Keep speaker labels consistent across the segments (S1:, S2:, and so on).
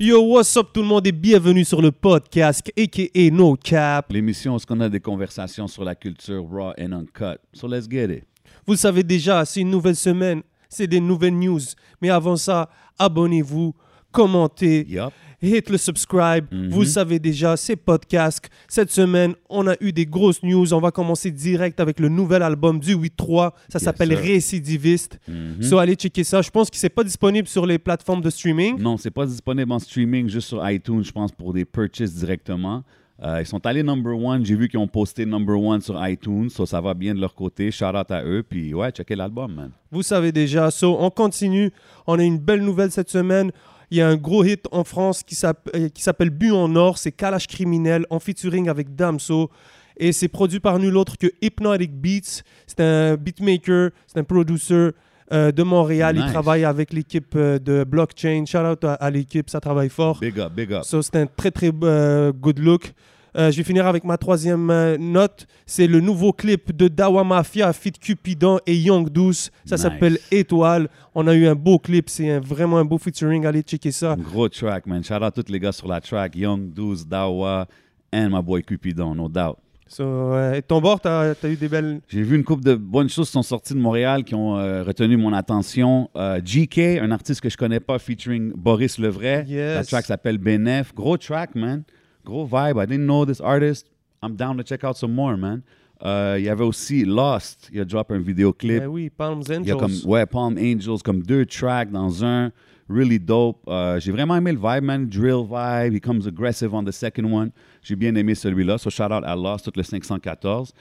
S1: Yo, what's up tout le monde et bienvenue sur le podcast aka No Cap.
S2: L'émission, où qu'on a des conversations sur la culture raw and uncut. So let's get it.
S1: Vous le savez déjà, c'est une nouvelle semaine, c'est des nouvelles news. Mais avant ça, abonnez-vous, commentez,
S2: Yup.
S1: hit le subscribe. Vous le savez déjà, c'est podcast. Cette semaine, on a eu des grosses news. On va commencer direct avec le nouvel album du 8-3. Ça s'appelle
S2: sir.
S1: Récidiviste. So allez checker ça. Je pense que c'est pas disponible sur les plateformes de streaming.
S2: Non, c'est pas disponible en streaming, juste sur iTunes, je pense, pour des purchases directement. Euh, ils sont allés number one. J'ai vu qu'ils ont posté number one sur iTunes. So ça va bien de leur côté. Shout out à eux. Puis ouais, checkez l'album, man.
S1: Vous savez déjà. So, on continue. On a une belle nouvelle cette semaine. Il y a un gros hit en France qui s'app- euh, qui s'appelle Bu en Or. C'est Kalash Criminel en featuring avec Damso. Et c'est produit par nul autre que Hypnotic Beats. C'est un beatmaker, c'est un producer euh, de Montréal. Il
S2: Nice.
S1: travaille avec l'équipe euh, de Blockchain. Shout out à, à l'équipe, ça travaille fort.
S2: Big up, big up.
S1: So, c'est un très très euh, good look. Euh, je vais finir avec ma troisième euh, note. C'est le nouveau clip de Dawa Mafia, Fit Cupidon et Young Douce. Ça
S2: Nice.
S1: s'appelle Étoile. On a eu un beau clip. C'est un- vraiment un beau featuring. Allez checker ça.
S2: Gros track, man. Shout out à tous les gars sur la track. Young, 12, Dawa, and my boy Cupidon, no doubt.
S1: So, euh, et ton bord, t'as as eu des belles.
S2: J'ai vu une couple de bonnes choses qui sont sorties de Montréal qui ont euh, retenu mon attention. Euh, GK, un artiste que je connais pas, featuring Boris Levray.
S1: Yes.
S2: La track s'appelle Benef. Gros track, man. Gros vibe. I didn't know this artist. I'm down to check out some more, man. Euh, Il y avait aussi Lost. Il a drop un vidéoclip.
S1: Ben oui, Palms
S2: Il y a
S1: Angels.
S2: comme, ouais, Palm Angels, comme deux tracks dans un. Really dope. Euh, J'ai vraiment aimé le vibe, man. Drill vibe. He comes aggressive on the second one. J'ai bien aimé celui-là. So shout out à Lost, tout le 514.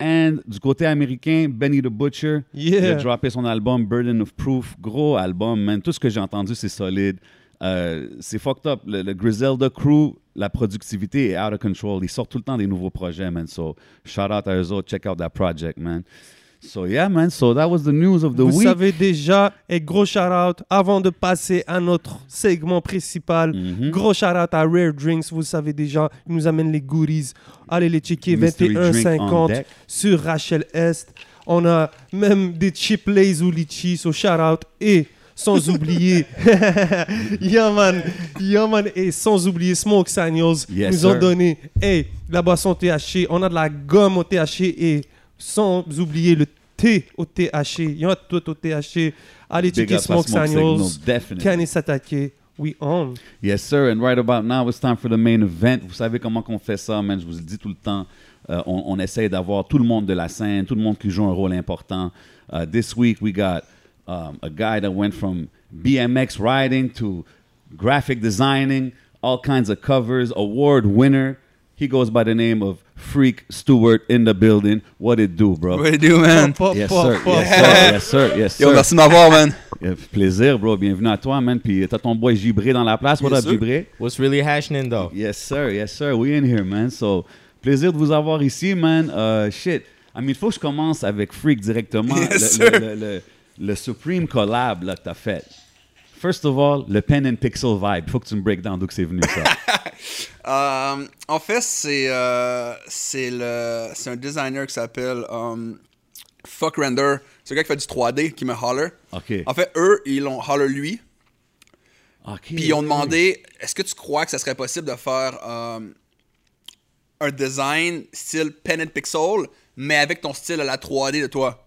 S2: And du côté américain, Benny the Butcher.
S1: Yeah.
S2: Il a droppé son album Burden of Proof. Gros album, man. Tout ce que j'ai entendu, c'est solide. Euh, c'est fucked up. Le, le Griselda Crew, la productivité est out of control. Ils sortent tout le temps des nouveaux projets, man. So, shout out à eux autres. Check out that project, man. So, yeah, man. So, that was the news of the
S1: Vous
S2: week.
S1: savez déjà, et gros shout out avant de passer à notre segment principal.
S2: Mhm.
S1: Gros shout out à Rare Drinks, vous le savez déjà, ils nous amènent les goodies. Allez les checker,
S2: Mystery drink on
S1: 21,50
S2: deck.
S1: sur Rachel Est. On a même des chip lays ou litchis, so shout out. Et sans oublier, Yaman, Yaman, et sans oublier Smoke Signals,
S2: Yes,
S1: nous ont
S2: sir.
S1: donné hey, de la boisson THC, on a de la gomme au THC et sans oublier le thé au THC. Il y en a tout au THC. Allez
S2: Big
S1: checker
S2: up à
S1: Smoke,
S2: Smoke
S1: Signals,
S2: Signals, definitely.
S1: Canis s'attaquer. We on.
S2: Yes, sir. And right about now, it's time for the main event. Vous savez comment qu'on fait ça, man. Je vous le dis tout le temps. Euh, on, on essaye d'avoir tout le monde de la scène, tout le monde qui joue un rôle important. Uh, this week, we got um, a guy that went from BMX riding to graphic designing, all kinds of covers, award winner. He goes by the name of Freak Stewart in the building. What it do, bro?
S3: What do you do, man?
S1: Pop,
S2: Yes,
S1: pop,
S2: sir.
S1: pop,
S2: Yes,
S1: pop.
S2: sir. Yes, sir. Yes,
S3: Yo,
S2: sir.
S3: merci de m'avoir, man.
S2: Euh, Plaisir, bro. Bienvenue à toi, man. Puis t'as ton boy Gibré dans la place. What
S3: Yes,
S2: up,
S3: sir.
S2: Gibré?
S4: What's really happening though?
S2: Yes, sir. Yes, sir. We in here, man. So, plaisir de vous avoir ici, man. Euh, shit. I mean, faut que je commence avec Freak directement.
S3: Yes,
S2: le, le-
S3: sir.
S2: le- le- le Supreme collab là, que t'as fait. First of all, le pen and pixel vibe. Faut que tu me break down d'où que c'est venu ça.
S3: Euh, en fait, c'est euh, c'est le c'est un designer qui s'appelle euh, Fuck Render. C'est un gars qui fait du 3D qui me holler.
S2: OK.
S3: En fait, eux, ils l'ont holler lui.
S2: OK.
S3: Puis ils ont demandé est-ce que tu crois que ça serait possible de faire euh, un design style pen and pixel, mais avec ton style à la 3D de toi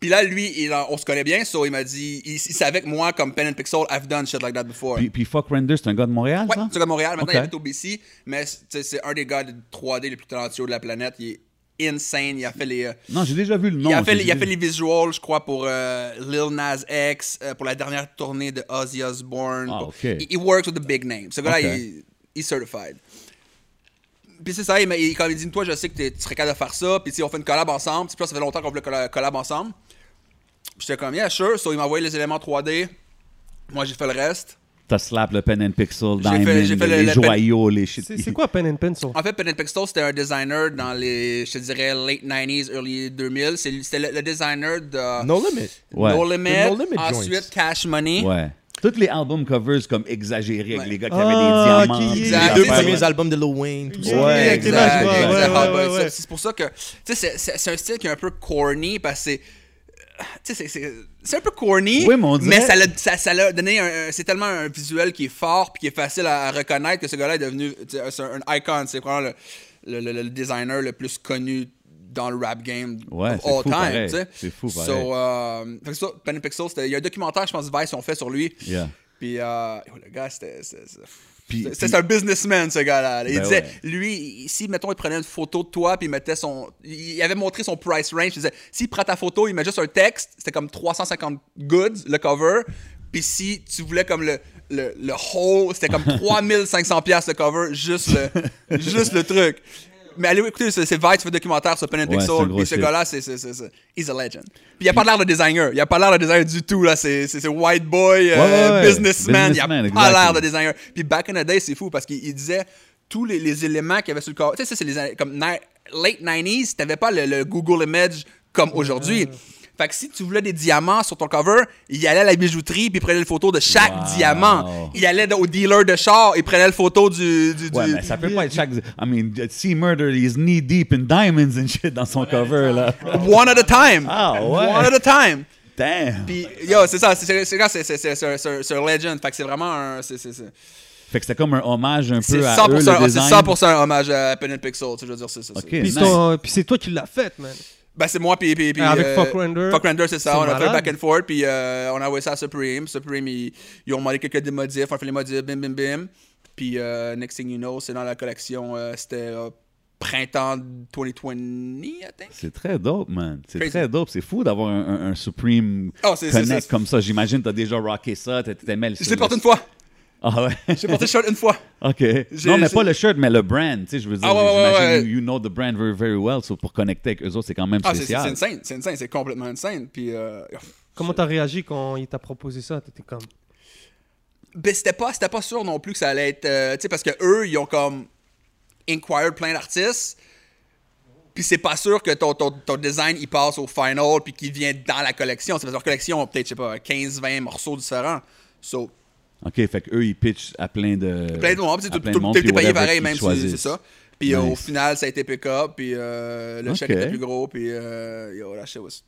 S3: Puis là, lui, il en- on se connaît bien, so il m'a dit il, il savait que moi, comme pen and pixel, I've done shit like that before.
S2: Puis, puis Fuck Render, c'est un gars de Montréal,
S3: Ouais,
S2: ça?
S3: c'est comme Montréal. Maintenant,
S2: Ok.
S3: il habite au BC, mais c'est tu sais, c'est un des gars de 3D les plus talentueux de la planète. Il est insane. Il a fait les, euh,
S2: Non, j'ai déjà vu le nom.
S3: il a fait,
S2: j'ai-
S3: il a
S2: j'ai-
S3: fait les visuals, je crois, pour euh, Lil Nas X, euh, pour la dernière tournée de Ozzy Osbourne.
S2: Ah,
S3: Pour-
S2: ok.
S3: il, il works with the big names. Ce gars-là,
S2: Ok.
S3: il, il est certified. Puis c'est ça, il, m'a- il, quand il dit, toi, je sais que t'es- tu serais capable de faire ça. Puis tu sais, on fait une collab ensemble. Puis là, ça fait longtemps qu'on voulait colla- collab ensemble. Puis j'étais comme, yeah, sure. So, il m'a envoyé les éléments 3D. Moi, j'ai fait le reste.
S2: T'as slap le pen and pixel,
S3: J'ai fait-
S2: diamond,
S3: j'ai fait le-
S2: les
S3: le pen-
S2: joyaux, les shit.
S1: C'est c'est quoi Pen and Pencil?
S2: Ah,
S3: En fait, Pen Pixel, c'était un designer dans les, je te dirais, late 90s, early 2000. C'est- C'était le, le designer de
S4: No limit.
S2: Ouais.
S3: No Limit.
S4: The No Limit
S3: ensuite,
S4: joints.
S3: Cash Money.
S2: Ouais. Tous les albums covers comme exagérés avec
S3: Ouais.
S2: les gars qui
S1: Ah,
S2: avaient des diamants.
S1: qui-
S2: des
S3: Exact. Ah,
S4: Les deux
S3: c'est-
S2: affaires,
S4: premiers
S2: ouais.
S4: albums de Lil Wayne. puis-
S1: Yeah.
S3: Ouais,
S1: Yeah,
S3: exact,
S1: exact,
S3: exact.
S1: ouais, ouais,
S3: Ah, ben,
S1: ouais, ouais.
S3: c'est- C'est pour ça que, tu sais, c'est- c'est c'est un style qui est un peu corny parce que c'est- tu sais, c'est- c'est c'est un peu corny,
S2: Oui, mais on dirait-
S3: ça l'a ça- ça l'a donné un- un- C'est tellement un visuel qui est fort puis qui est facile à, à reconnaître que ce gars-là est devenu tu sais, c'est un icon. C'est probablement le, le- le- le designer le plus connu dans le rap game
S2: Ouais,
S3: of
S2: c'est
S3: all
S2: fou
S3: time,
S2: pareil.
S3: tu sais.
S2: C'est fou
S3: So,
S2: pareil.
S3: euh, fait que ça, Penny Pixel, c'était- il y a un documentaire, je pense, Vice, on fait sur lui.
S2: Yeah.
S3: Puis, euh, yo, le gars, c'était. c'est- c'est-
S2: Puis-
S3: C'est c'est
S2: puis-
S3: un businessman, ce gars-là. Il
S2: Ben
S3: disait,
S2: ouais.
S3: lui, si, mettons, il prenait une photo de toi, puis il mettait son. Il avait montré son price range. Il disait, s'il prend ta photo, il met juste un texte, c'était comme 350 goods, le cover. Puis si tu voulais comme le. Le, le whole, c'était comme 3500$ piastres le cover, juste le, juste le truc. Mais allez écoutez, c'est c'est Vice, fait un documentaire sur Pen and
S2: Ouais, c'est un
S3: Pixel.
S2: gros
S3: Puis ce
S2: shit.
S3: gars-là, c'est. c'est- c'est- c'est- He's a legend. Puis il a pas l'air de designer. Il a pas l'air de designer du tout, là. C'est c'est- c'est white boy, euh,
S2: Ouais, ouais, ouais.
S3: businessman. Il a
S2: Businessman,
S3: pas l'air de
S2: exactly.
S3: designer. Puis back in the day, c'est fou parce qu'il il disait tous les, les éléments qu'il y avait sur le corps. Tu sais, ça, c'est les années- comme ni- late 90s, t'avais pas le, le Google Image comme aujourd'hui. Fait que si tu voulais des diamants sur ton cover, il allait à la bijouterie puis il prenait une photo de chaque
S2: Wow.
S3: diamant. Il allait au dealer de char, il prenait la photo du. du,
S2: Ouais,
S3: du-
S2: mais ça peut pas être chaque. I mean, see murder, he's knee deep in diamonds and shit dans son cover là.
S3: One at a time.
S2: Ah, ouais.
S3: One at a time.
S2: Damn.
S3: Puis, yo, c'est ça, c'est- c'est c'est- c'est- c'est- c'est- c'est- c'est- c'est un legend. Fait que c'est vraiment un. c'est- c'est- c'est-
S2: Fait que c'était comme un hommage un
S3: C'est
S2: peu à eux,
S3: 100%,
S2: le
S3: ah, c'est
S2: design.
S3: 100% un hommage à Pen and Pixel. tu sais, Je veux dire, c'est ça.
S2: Ok,
S1: Puis
S2: nice.
S1: ton- euh, puis c'est toi qui l'as fait, man.
S3: Ben, c'est moi, puis. puis, puis,
S1: Avec Fuck Render.
S3: Fuck Render, c'est ça.
S1: Ils
S3: On
S1: sont
S3: a fait le
S1: malades.
S3: back and forth, puis euh, on a envoyé ça à Supreme. Supreme, ils, ils ont demandé quelques des modifs. On a fait les modifs, bim, bim, bim. Puis, euh, next thing you know, c'est dans la collection. euh, C'était euh, printemps 2020, I think.
S2: C'est très dope, man. C'est
S3: Crazy.
S2: très dope. C'est fou d'avoir un, un- un Supreme
S3: Oh, c'est- c'est-
S2: Connect
S3: c'est-
S2: comme ça. J'imagine t'as déjà rocké ça, t'a- t'aimais le
S3: Je l'ai porté une fois.
S2: Ah ouais?
S3: J'ai porté le shirt une fois.
S2: OK.
S3: J'ai-
S2: Non, mais
S3: j'ai-
S2: pas le shirt, mais le brand. Tu sais, je veux dire,
S3: Ah, ouais, ouais,
S2: j'imagine
S3: ouais, ouais.
S2: You, you know the brand very, very well. So pour connecter avec eux autres, c'est quand même
S3: Ah, c'est c'est
S2: spécial.
S3: insane. C'est insane. C'est complètement insane. Puis. euh,
S1: Comment t'as réagi quand il t'a proposé ça T'étais comme.
S3: Ben, c'était pas, c'était pas sûr non plus que ça allait être. euh, tu sais, parce que eux, ils ont comme inquired plein d'artistes. Puis c'est pas sûr que ton, ton, ton design, il passe au final, puis qu'il vient dans la collection. C'est parce que leur collection a peut-être, je sais pas, 15-20 morceaux différents. So,
S2: OK, fait qu'eux, ils pitchent à plein de.
S3: plein de monde. tu sais,
S2: Euh, à
S3: Tout
S2: plein
S3: tout-
S2: monde,
S3: tout
S2: puis
S3: était payé
S2: whatever
S3: pareil,
S2: qu'ils
S3: même si
S2: choisissent.
S3: c'est ça. Puis euh, au
S2: Nice.
S3: final, ça a été pick-up, puis euh, le chèque
S2: Ok.
S3: était plus gros, puis euh, yo, that shit was.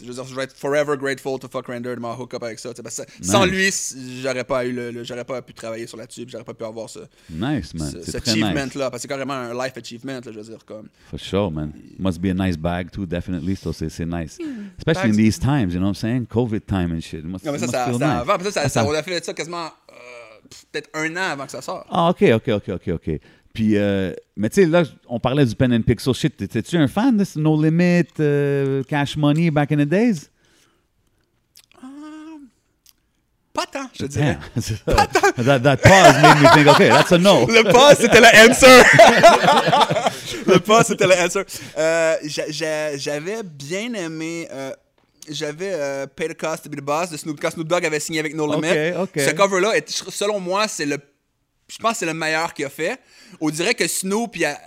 S3: Je veux dire, je vais être forever grateful to fuck Render de m'avoir hook up avec ça. tu sais, parce que Sans
S2: Nice.
S3: lui, c- j'aurais pas, eu le, le- j'aurais pas pu travailler sur la tube, j'aurais pas pu avoir ce,
S2: Nice, man.
S3: ce- cet
S2: C'est très nice.
S3: achievement-là. Parce que c'est carrément un life achievement, là, je veux dire. Comme...
S2: For sure, man. Must be a nice bag too, definitely. So c'est c'est nice, especially in these times. You know what I'm saying? COVID time and shit. It must,
S3: Non, mais ça,
S2: must
S3: ça,
S2: feel
S3: ça
S2: nice.
S3: avant. Puis ça, ça-
S2: Ah,
S3: ça- on a fait ça quasiment euh, pff, peut-être un an avant que ça sorte.
S2: Ah, ok, ok, ok, ok, ok. Puis, euh, mais tu sais, là, on parlait du Pen and Pixel shit. T'étais-tu un fan de ce No Limit, euh, Cash Money back in the days?
S3: Pas tant, je te dirais.
S2: Damn. that, that pause made me think, okay, that's a no.
S3: Le pas, c'était la answer. le pas, c'était la answer. Euh, j'a- j'a- j'avais bien aimé. euh, j'avais euh, Pay the Cost to Be the Boss de Snoop Dogg. Snoop Dogg avait signé avec No
S2: Ok,
S3: Limit.
S2: ok.
S3: Ce cover-là, est- selon moi, c'est le. Je pense que c'est le meilleur qu'il a fait. On dirait que Snoop, il, a-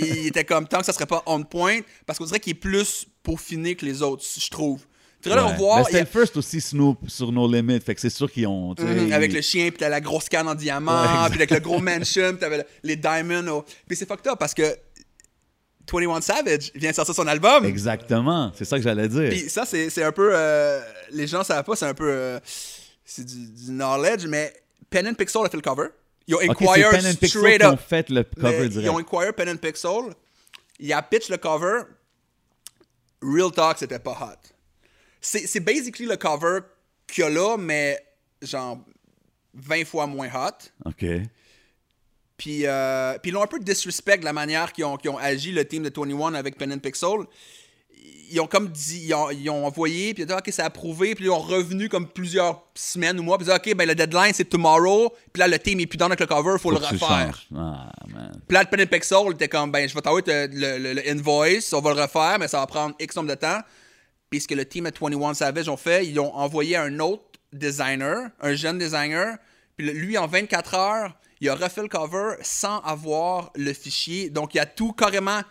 S3: il était comme tant que ça serait pas on point, parce qu'on dirait qu'il est plus peaufiné que les autres, je trouve. Faudrait le
S2: Ouais.
S3: revoir.
S2: Mais
S3: il y
S2: c'était
S3: a-
S2: le first aussi Snoop sur No Limit. Fait que c'est sûr qu'ils ont. tu sais,
S3: Mhm, avec
S2: ils-
S3: le chien, puis t'as la grosse canne en diamant,
S2: Ouais,
S3: puis avec le gros mansion, puis t'avais le- les diamonds. oh. Puis c'est fucked up parce que 21 Savage vient de sortir son album.
S2: Exactement. C'est ça que j'allais dire.
S3: Puis ça, c'est c'est un peu. euh, les gens savent pas, c'est un peu. euh, c'est du, du knowledge, mais Pen and Pixel a fait le cover. Ils ont
S2: Ok, c'est
S3: inquired
S2: Pen and Pixel
S3: straight
S2: qui ont
S3: up.
S2: fait le cover
S3: Mais ils
S2: direct.
S3: ont inquired Pen and Pixel. Il a pitch le cover. Real Talk, c'était pas hot. C'est c'est basically le cover qu'il y a là, mais genre 20 fois moins hot.
S2: Ok.
S3: Puis, euh, puis ils l'ont un peu disrespect de la manière qu'ils ont, qu'ils ont agi, le team de 21 avec Pen and Pixel. Ils ont comme dit, ils ont, ils ont envoyé, puis ils ont dit, OK, c'est approuvé, puis ils ont revenu comme plusieurs semaines ou mois, puis ils ont dit, OK, ben le deadline c'est tomorrow, puis là le team est plus dans avec le cover, faut
S2: Faut
S3: le
S2: que tu
S3: refaire.
S2: changes. Ah, man.
S3: Puis là, le Pen and Pixel était comme, ben je vais t'envoyer te- le, le- le invoice, on va le refaire, mais ça va prendre X nombre de temps. Puis ce que le team à 21 Savage ont fait, ils ont envoyé un autre designer, un jeune designer, puis le- lui, en 24 heures, il a refait le cover sans avoir le fichier. Donc, il a tout carrément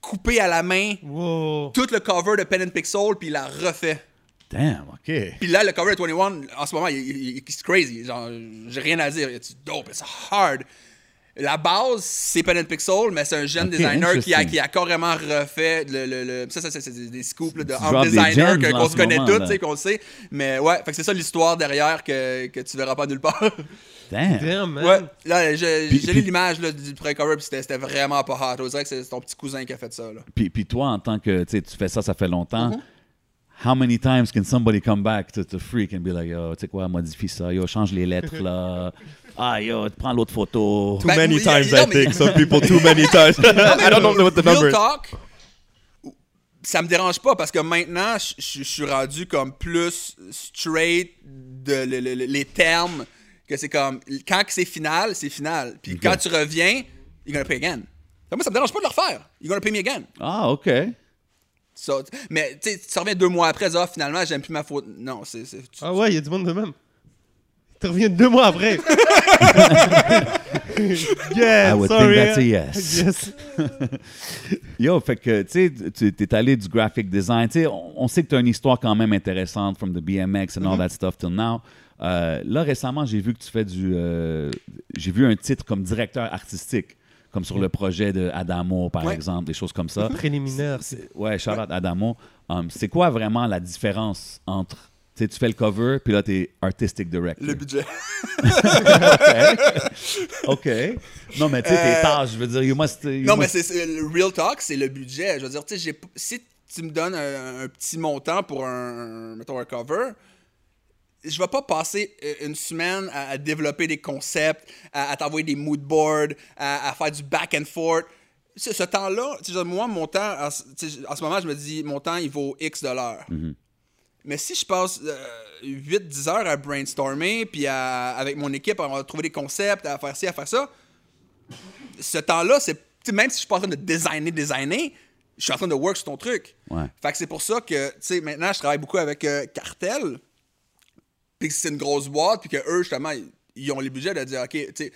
S3: coupé à la main,
S1: Wow.
S3: tout le cover de Pen and Pixel, puis il l'a refait.
S2: Damn, ok.
S3: Puis là, le cover de 21, en ce moment, il, il- il- it's crazy. Genre, j'ai rien à dire. It's dope, it's hard. La base, c'est Pen and Pixel, mais c'est un jeune
S2: Ok,
S3: designer qui a,
S2: interesting.
S3: qui a carrément refait le. le- le- ça, ça, ça, c'est des- des scoops là, de
S2: Tu
S3: entre
S2: drops des
S3: designer
S2: gems,
S3: que-
S2: là,
S3: qu'on
S2: en
S3: se
S2: ce
S3: connaît
S2: moment,
S3: tous,
S2: là.
S3: tu sais, qu'on le sait. Mais ouais, fait que c'est ça l'histoire derrière que, que tu verras pas nulle part.
S2: Damn.
S1: Damn, man.
S3: ouais, là, je-
S2: Puis-
S3: j'ai
S2: puis-
S3: lu l'image là, du pré-cover, puis c'était c'était vraiment pas hot. On dirait que c'est ton petit cousin qui a fait ça. Là.
S2: Puis, puis toi, en tant que tu sais, tu fais ça, ça fait longtemps.
S3: Mhm.
S2: How many times can somebody come back to, to freak and be like, yo, tu sais quoi, modifie ça, yo, change les lettres là. Ah, yo, prends l'autre photo.
S4: Too
S3: Ben,
S4: many
S3: oui,
S4: times,
S3: non,
S4: I
S3: mais-
S4: think. Some people, too many times. I don't know what the number
S3: Real
S4: is.
S3: talk, ça me dérange pas parce que maintenant, je- je je suis rendu comme plus straight de le- le- le- les termes que c'est comme quand que c'est final, c'est final. Puis
S2: Ok.
S3: quand tu reviens, you're gonna pay again. Donc, Moi, ça me dérange pas de le refaire. You're gonna pay me again.
S2: Ah, OK.
S3: Ça- mais tu sais, tu reviens deux mois après, ah, finalement, j'aime plus ma faute. Non, c'est. c'est- tu-
S1: Ah ouais, il y a du monde de même. Tu reviens deux mois après. yeah,
S2: I would
S1: sorry. hein.
S2: think that's a yes.
S1: Yes.
S2: Yo, fait que, tu sais, tu- t'es allé du graphic design. Tu sais, on, on sait que t'as une histoire quand même intéressante from the BMX
S3: Mm-hmm.
S2: and all that stuff till now. Euh, là, récemment, j'ai vu que tu fais du... euh, j'ai vu un titre comme directeur artistique, comme sur le projet de Adamo, par
S3: Mm-hmm. Ouais. Mm-hmm.
S2: exemple, des choses comme ça.
S1: Préliminaire.
S2: C'est- Ouais, Charlotte Adamo. Um, c'est quoi vraiment la différence entre... Tu sais, tu fais le cover, puis là, t'es artistic director.
S3: Le budget.
S2: OK. Non, mais tu sais, tes
S3: Euh,
S2: tâches, je veux dire, you must... you
S3: Non, mais
S2: must-
S3: c'est c'est- le real talk, c'est le budget. Je veux dire, tu sais, j'ai p- si tu me donnes un, un petit montant pour un, mettons, un cover, je vais pas passer euh, une semaine à, à développer des concepts, à, à t'envoyer des mood boards, à, à faire du back and forth. Ce, ce temps-là, tu sais, je- moi, mon temps, en, ce- tu sais, en ce moment, je me dis, mon temps, il vaut X dollars. Mais si je passe 8-10 heures à brainstormer, puis à- avec mon équipe, à trouver des concepts, à faire ci, à faire ça, ce temps-là, c'est tu sais, même si je suis pas en train de designer, designer, je suis en train de work sur ton truc.
S2: Ouais.
S3: Fait que c'est pour ça que, tu sais, maintenant, je travaille beaucoup avec euh, Cartel, puis que c'est une grosse boîte, puis que eux, justement, ils- ils ont les budgets de dire, OK, tu sais,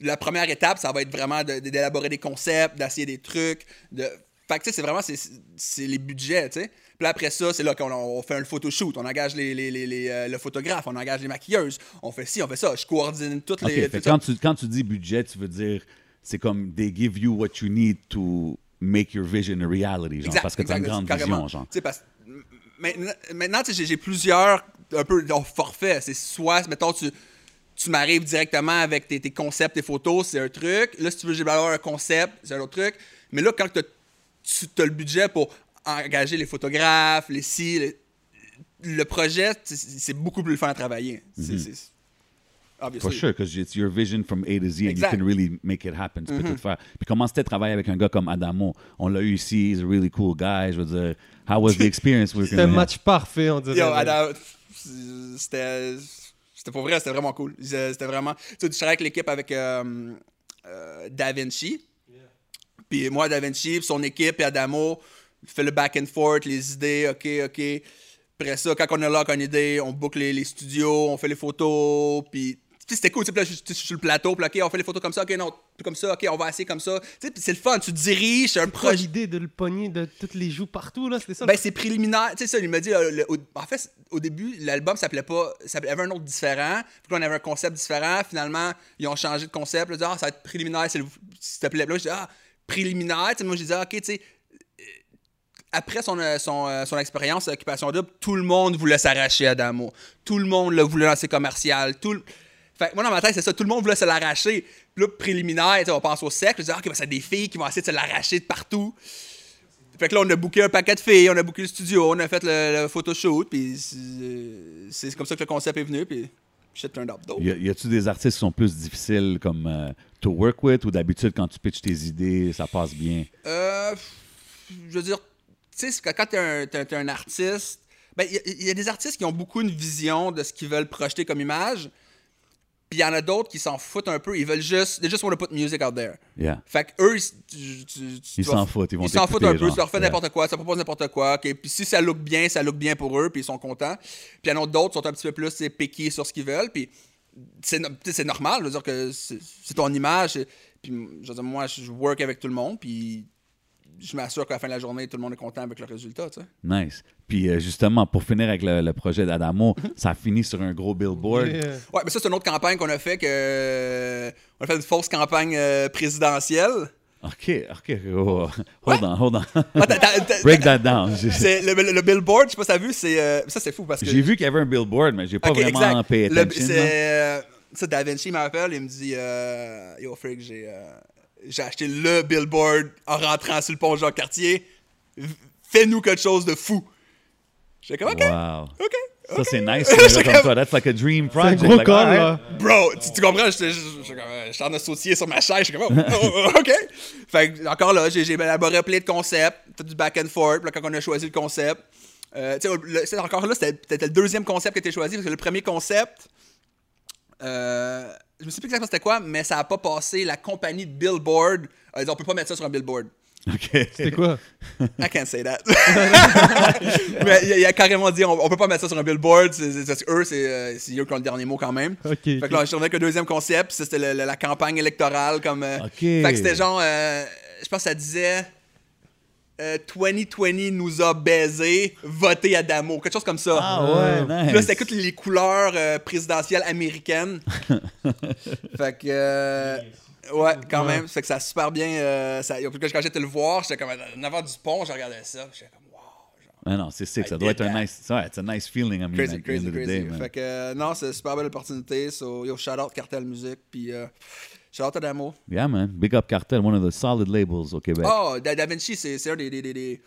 S3: la première étape, ça va être vraiment de- de- d'élaborer des concepts, d'essayer des trucs, de... Fait que, tu sais, c'est vraiment, c'est- c'est les budgets, tu sais. Puis là, après ça, c'est là qu'on on fait un photoshoot, on engage les, les, les- les, euh, le photographe, on engage les maquilleuses, on fait ci, on fait ça, je coordonne toutes
S2: OK,
S3: les...
S2: fait
S3: tout ça.
S2: quand, tu, quand tu dis budget, tu veux dire c'est comme they give you what you need to make your vision a reality, genre,
S3: Exact,
S2: parce que tu as une
S3: exact,
S2: grande
S3: carrément.
S2: vision, genre.
S3: Tu sais, parce- m- maintenant, maintenant, tu sais, j'ai- j'ai plusieurs un peu de forfaits. C'est soit, mettons, tu, tu m'arrives directement avec tes, tes concepts, tes photos, c'est un truc. Là, si tu veux, j'ai avoir un concept, c'est un autre truc. Mais là, quand t'as- tu as le budget pour engager les photographes, les si, les- le projet, c'est- c'est beaucoup plus le fun à travailler. C'est-
S2: Mm-hmm.
S3: c'est-
S2: For
S3: obviously.
S2: sure, because it's your vision from A to Z
S3: Exact. Mm-hmm.
S2: and you can really make it happen. Tu peux tout faire. Puis comment c'était de travailler avec un gars comme Adamo? On l'a eu ici, he's a really cool guy. Je veux dire, how was the experience working
S1: C'est un
S2: with him?
S1: match parfait, on dirait.
S3: Yo,
S1: là.
S3: Adam, c'était. C'était pour vrai, c'était vraiment cool. C'est- C'était vraiment. Tu sais, je travaillais avec l'équipe avec euh, euh, Da Vinci. Puis moi, Da Vinci, puis son équipe, et Adamo, fait le back and forth, les idées, ok, ok. Après ça, quand on est là, qu'on a une idée, on boucle les, les studios, on fait les photos, puis. tu sais, C'était cool, tu sais, puis là, je je- je suis sur le plateau, puis là, OK, on fait les photos comme ça, OK, non, comme ça, OK, on va essayer comme ça. Tu sais, puis c'est le fun, tu diriges, c'est un
S1: Pourquoi
S3: projet.
S1: l'idée de le pogner de toutes les joues partout, là, c'était ça?
S3: Ben, c'est préliminaire. Tu sais, ça, il m'a dit. euh, le- au- en fait, au début, l'album s'appelait pas. Ça avait un autre différent. Puis là, on avait un concept différent. Finalement, ils ont changé de concept. Ils ont dit, ah, ça va être préliminaire, s'il vous- s'il te plaît. Puis là, j'ai dit, ah, préliminaire. Tu sais, moi, j'ai dit, ah, ok, tu sais. euh, Après son, euh, son, euh, son expérience à Occupation Double, tout le monde voulait s'arracher à Damo. Tout le monde le voulait lancer commercial. Tout le- Fait que moi, dans ma tête, c'est ça. Tout le monde voulait se l'arracher. Puis là, préliminaire, tu sais, on pense au sexe. Je dis, ah, ok, ben, c'est des filles qui vont essayer de se l'arracher de partout. Fait que là, on a booké un paquet de filles, on a booké le studio, on a fait le, le photoshoot, puis c'est- euh, c'est comme ça que le concept est venu, puis shit turned up. dope.
S2: Y a- y a-tu des artistes qui sont plus difficiles comme euh, to work with ou d'habitude quand tu pitches tes idées, ça passe bien?
S3: Euh, pff, je veux dire, tu sais, c'est que quand t'es un, t'es un- t'es un artiste, ben, il y a- il y, a des artistes qui ont beaucoup une vision de ce qu'ils veulent projeter comme image, puis il y en a d'autres qui s'en foutent un peu, ils veulent juste, they just want to put music out there.
S2: Yeah.
S3: Fait que eux, ils- tu- tu- tu
S2: Ils
S3: dois-
S2: s'en foutent, ils vont
S3: Ils s'en foutent un
S2: t'écouter,
S3: peu,
S2: genre.
S3: tu leur fais
S2: Yeah.
S3: n'importe quoi, ça propose n'importe quoi. ok. Puis si ça look bien, ça look bien pour eux, puis ils sont contents. Puis il y en a d'autres qui sont un petit peu plus c'est, piqués sur ce qu'ils veulent, puis c'est, no- tu sais, c'est normal, je veux dire que c'est, c'est ton image. c'est- Puis je veux dire, moi, je work avec tout le monde, puis je m'assure qu'à la fin de la journée, tout le monde est content avec le résultat, tu sais.
S2: Nice. Puis euh, justement, pour finir avec le, le projet d'Adamo,
S3: Mhm.
S2: ça a fini sur un gros billboard.
S1: Yeah.
S3: Ouais, mais ça, c'est une autre campagne qu'on a fait que. On a fait une fausse campagne euh, présidentielle.
S2: OK, OK. oh, Hold on, hold on.
S3: Ah, t'as- t'as- t'as-
S2: Break that down. J'ai-
S3: c'est le, le- le billboard, je sais pas si t'as vu, c'est. euh, ça, c'est fou parce que.
S2: J'ai vu qu'il y avait un billboard, mais j'ai pas
S3: Ok,
S2: vraiment
S3: exact.
S2: payé
S3: Le-
S2: attention.
S3: c'est,
S2: là.
S3: euh, ça, Da Vinci m'appelle, il me dit euh, Yo, Frick, j'ai euh, j'ai acheté le billboard en rentrant sur le pont Jean-Cartier. V- Fais-nous quelque chose de fou. J'étais comme, OK,
S2: Wow.
S3: OK.
S2: Ça, c'est nice. c'est
S3: J'étais
S2: comme ça. That's like a dream project.
S1: gros
S2: Like,
S1: call,
S2: alright.
S1: là.
S3: Bro, tu, tu comprends? J'étais- j'étais- j'étais comme, euh, Je t'en ai sautillé sur ma chaise. Je suis comme, oh, oh, oh, OK. Fait que, encore là, j'ai j'ai élaboré plein de concepts, tout du back and forth. Puis là, quand on a choisi le concept, euh, tu sais, le- c'est- encore là, c'était c'était le deuxième concept qui a été choisi parce que le premier concept, euh, je me sais plus exactement c'était quoi, mais ça a pas passé. La compagnie de Billboard a dit, on peut pas mettre ça sur un Billboard.
S1: C'est
S2: OK.
S1: quoi?
S3: I can't say that. mais il a, il a carrément dit, on, on peut pas mettre ça sur un billboard. C'est c'est- c'est eux, c'est euh, c'est eux qui ont le dernier mot quand même.
S1: Ok,
S3: Fait
S1: ok.
S3: que là, je tournais avec le deuxième concept, puis c'était le- le- la campagne électorale comme. euh,
S2: Ok.
S3: Fait que c'était genre, euh, je pense que ça disait. euh, 2020 nous a baisé, votez Adamo, quelque chose comme ça.
S1: Euh,
S2: Ah ouais,
S3: Puis
S2: nice.
S3: Là, c'était toutes les couleurs euh, présidentielles américaines. fait que. euh, ouais, quand même. Fait que ça a super bien. euh, ça, quand j'étais le voir, j'étais comme euh, en avant du pont, je regardais ça. puis J'étais comme, wow, genre,
S2: Ah non, c'est sick. Ça
S3: I
S2: doit
S3: did
S2: être un
S3: that.
S2: nice... ça, ouais, it's a nice feeling, I mean,
S3: crazy,
S2: Mm, at the end
S3: crazy,
S2: of the
S3: crazy.
S2: day, man.
S3: fait que, euh, non, c'est une super belle opportunité. So, yo, shout out Cartel Musique. Puis, euh, shout out Adamo.
S2: Yeah, man. Big Up Cartel, one of the solid labels au Québec.
S3: Oh, Da, Da Vinci, c'est c'est un des, des- des- des-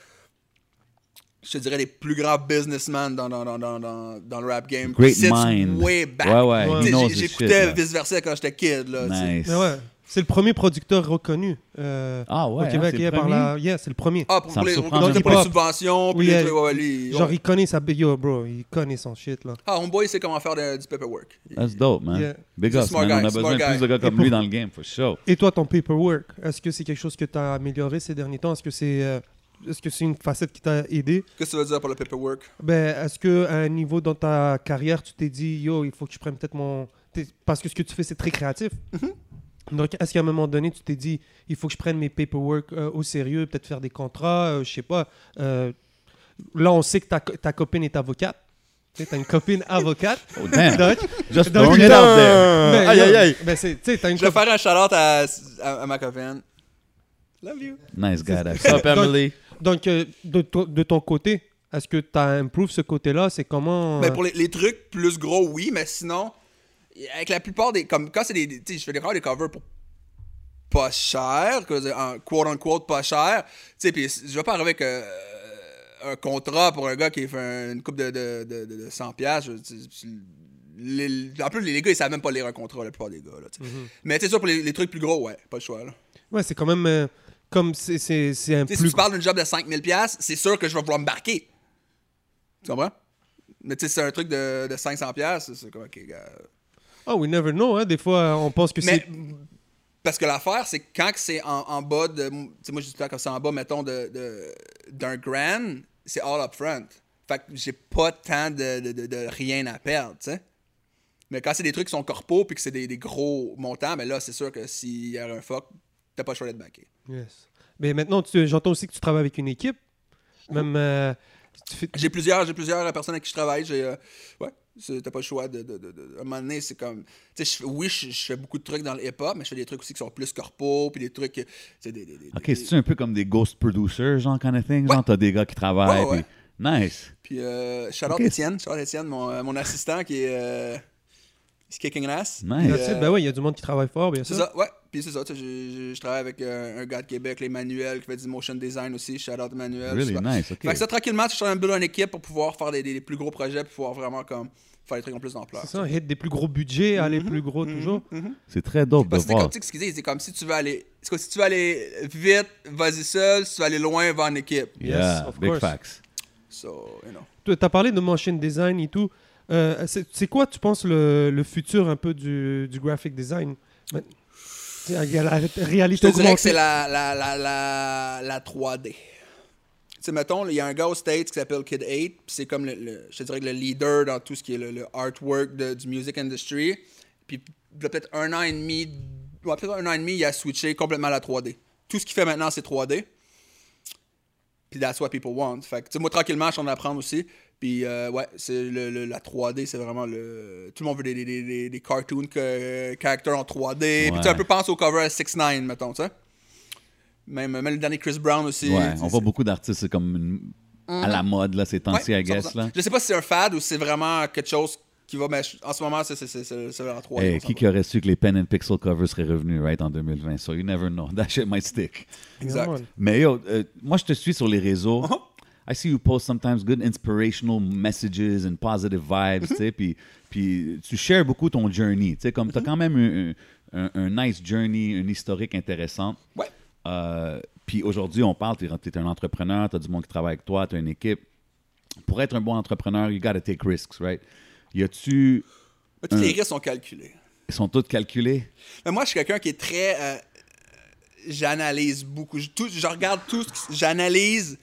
S3: Je te dirais les plus grands businessmen dans, dans, dans, dans, dans, dans le rap game.
S2: Great
S3: Since
S2: mind.
S3: Way back.
S2: Ouais, ouais,
S3: Tu
S2: he
S3: sais,
S2: knows
S3: j'ai-
S2: his shit,
S3: J'écoutais
S2: là.
S3: Vice Versa quand j'étais kid. Là, tu sais.
S2: Nice.
S1: Mais ouais, c'est le premier producteur reconnu euh,
S2: Ah ouais,
S1: au
S2: hein,
S1: Québec.
S2: c'est le
S1: yeah, par
S2: premier?
S1: la... yeah, c'est le premier.
S3: Ah, pour,
S2: Ça
S3: pour
S2: me
S3: les,
S2: surprend
S3: pour
S1: même
S3: pour les
S1: pas.
S3: subventions, puis
S1: Oui,
S3: les
S2: euh,
S1: elle-
S3: trucs, ouais, ouais, lui,
S1: Genre,
S3: ouais.
S1: il connaît sa... Yo, bro, il connaît son shit, là.
S3: Ah, Homeboy, il sait comment faire de- du paperwork.
S2: That's dope, man.
S1: Yeah.
S2: Big
S3: He's a
S2: up,
S3: smart
S2: man. On
S3: guy,
S2: a
S3: smart
S2: besoin de plus
S3: guy.
S2: de gars comme lui dans le game, for sure.
S1: Et toi, ton paperwork, est-ce que c'est quelque chose que tu as amélioré ces derniers temps? Est-ce que c'est... euh, Est-ce que c'est une facette qui t'a aidé?
S3: Qu'est-ce que tu veux dire pour le paperwork?
S1: Ben, est-ce que à un niveau dans ta carrière, tu t'es dit, yo, il faut que je prenne peut-être mon. t'es- Parce que ce que tu fais, c'est très créatif. Donc, est-ce qu'à un moment donné, tu t'es dit, il faut que je prenne mes paperwork euh, au sérieux, peut-être faire des contrats, euh, je sais pas. euh, Là, on sait que ta, co- ta copine est avocate. Tu as une copine avocate.
S2: Oh, damn.
S1: Donc,
S2: Just
S1: Donc,
S2: throwing it out there.
S1: ben,
S4: Aïe,
S1: yo,
S4: aïe, aïe.
S1: ben, c'est- tu sais, t'as une
S3: Je vais
S1: copine.
S3: faire un shout-out à, à- à ma copine. Love you.
S2: Nice guy, that
S4: What's up,
S2: shit.
S4: Emily?
S1: Donc, euh, de, to- de ton côté, est-ce que tu as improved ce côté-là C'est comment.
S3: Mais
S1: euh,
S3: Ben, pour les, les trucs plus gros, oui, mais sinon, avec la plupart des. Comme quand c'est des. des- Tu sais, je fais des, rarement des covers pour pas cher, que- en quote unquote pas cher. Tu sais, puis je vais pas arriver avec euh, un contrat pour un gars qui fait un- une coupe de, de, de, de- de 100$. piastres. Je- tu- tu- les- en plus, les gars, ils savent même pas lire un contrat, la plupart des gars. Là, tu sais. Mais c'est sûr, pour les, les trucs plus gros, ouais, pas le choix. Là.
S1: Ouais, c'est quand même. euh, Comme c'est- c'est c'est un
S3: Tu
S1: plus
S3: sais, si tu parles d'une job de 5000$, piastres, c'est sûr que je vais vouloir m'embarquer. Tu comprends? Mais tu sais, c'est un truc de, de 500$, piastres, c'est comme, ok, gars.
S1: Oh, we never know, hein. Des fois, euh, on pense que
S3: Mais
S1: c'est.
S3: parce que l'affaire, c'est que quand que c'est en, en bas de. Tu sais, moi, j'ai tout le temps comme ça en bas, mettons, de, de- d'un grand, c'est all up front. Fait que j'ai pas tant de, de- de- de rien à perdre, tu sais. Mais quand c'est des trucs qui sont corpo puis que c'est des, des gros montants, mais là, c'est sûr que s'il y a un fuck, t'as pas le choix d'être backé.
S1: Yes. Mais maintenant, tu- j'entends aussi que tu travailles avec une équipe. Même. euh, tu fais-
S3: J'ai plusieurs, j'ai plusieurs personnes avec qui je travaille. J'ai, euh, ouais, c'est- t'as pas le choix de, de, de- de- À un moment donné, c'est comme. Tu sais, je- oui, je, je fais beaucoup de trucs dans le hip-hop, mais je fais des trucs aussi qui sont plus corpo puis des trucs. tu sais, des- des- des-
S2: OK,
S3: des-
S2: c'est-tu un peu comme des ghost producers, genre, kind of thing? Genre, t'as des gars qui travaillent.
S3: Ouais, ouais.
S2: puis- Nice.
S3: Puis euh, shout out
S2: Ok.
S3: Étienne, shout out Étienne, mon, euh, mon assistant qui est euh, he's kicking ass.
S2: Nice.
S1: That's it.
S3: euh,
S1: Ben oui, il y a du monde qui travaille fort, bien
S3: C'est
S1: sûr.
S3: ça, ouais. Puis c'est ça, tu sais, je, je- je travaille avec euh, un gars de Québec, l'Emmanuel, qui fait du motion design aussi. Shout out Emmanuel.
S2: Really
S3: super.
S2: nice, ok.
S3: Fait que ça, tranquillement, tu suis en train de build une équipe pour pouvoir faire des, des- des plus gros projets, pour pouvoir vraiment comme, faire des trucs en plus d'ampleur.
S1: C'est ça, hit des plus gros budgets, aller
S3: Mm-hmm.
S1: plus gros toujours.
S2: C'est très dope de
S3: Parce que c'est
S2: voir.
S3: comme, tu sais, ce qu'ils disent, c'est comme si tu veux aller, c'est comme si tu veux aller vite, vas-y seul, si tu veux aller loin, va en équipe.
S2: Yeah,
S1: Yes, of
S2: big
S1: course.
S2: facts.
S3: So, you know.
S1: Tu as parlé de motion design et tout. Euh, c'est c'est quoi, tu penses, le, le futur un peu du, du graphic design Mais- tu sais, Il y a la ré-
S3: Je te
S1: réalité
S3: dirais que c'est
S1: augmentée.
S3: la, la, la, la, la 3D. Tu sais, mettons, il y a un gars aux States qui s'appelle Kid 8, puis c'est comme le, le- je te dirais que le leader dans tout ce qui est le, le artwork de- du music industry. Puis il y a peut-être un an et demi, ouais, peut-être un an et demi, il a switché complètement à la 3D. Tout ce qu'il fait maintenant, c'est 3D. Puis that's what people want. Fait que, tu sais, moi, tranquillement, je suis en train d'apprendre aussi. Puis, euh, ouais, c'est le, le- la 3D, c'est vraiment le. Tout le monde veut des, des, des- des, des cartoons que, caractères en 3D. Puis, tu sais,
S2: Ouais.
S3: un peu pense au cover à 6 9 mettons, tu sais. Même, même le dernier Chris Brown aussi.
S2: Ouais,
S3: tu sais,
S2: on voit beaucoup d'artistes, c'est comme une- à la mode, là, ces temps-ci,
S3: Mm. Ouais,
S2: I guess,
S3: 100%.
S2: là.
S3: Je sais pas si c'est un fad ou si c'est vraiment quelque chose qui va. Mais je- en ce moment, c'est c'est- c'est- c'est- c'est en 3D.
S2: Hey,
S3: on s'en
S2: qui
S3: va.
S2: qui aurait su que les Pen and Pixel covers seraient revenus, right, en 2020? So you never know. That shit might stick.
S3: Exact.
S2: Mais yo, euh, moi, je te suis sur les réseaux.
S3: Uh-huh.
S2: I see you post sometimes good inspirational messages and positive vibes, tu sais, puis, puis tu shares beaucoup ton journey, tu sais, comme t'as quand même un, un- un nice journey, une historique intéressante.
S3: Ouais.
S2: Euh, puis aujourd'hui, on parle, t'es es un entrepreneur, t'as du monde qui travaille avec toi, t'as une équipe. Pour être un bon entrepreneur, you gotta take risks, right? Y a-tu...
S3: Mais tous les risques sont calculés.
S2: Ils sont tous calculés?
S3: Mais moi, je suis quelqu'un qui est très. euh, euh, j'analyse beaucoup. Je, tout- je regarde tout ce qui- J'analyse.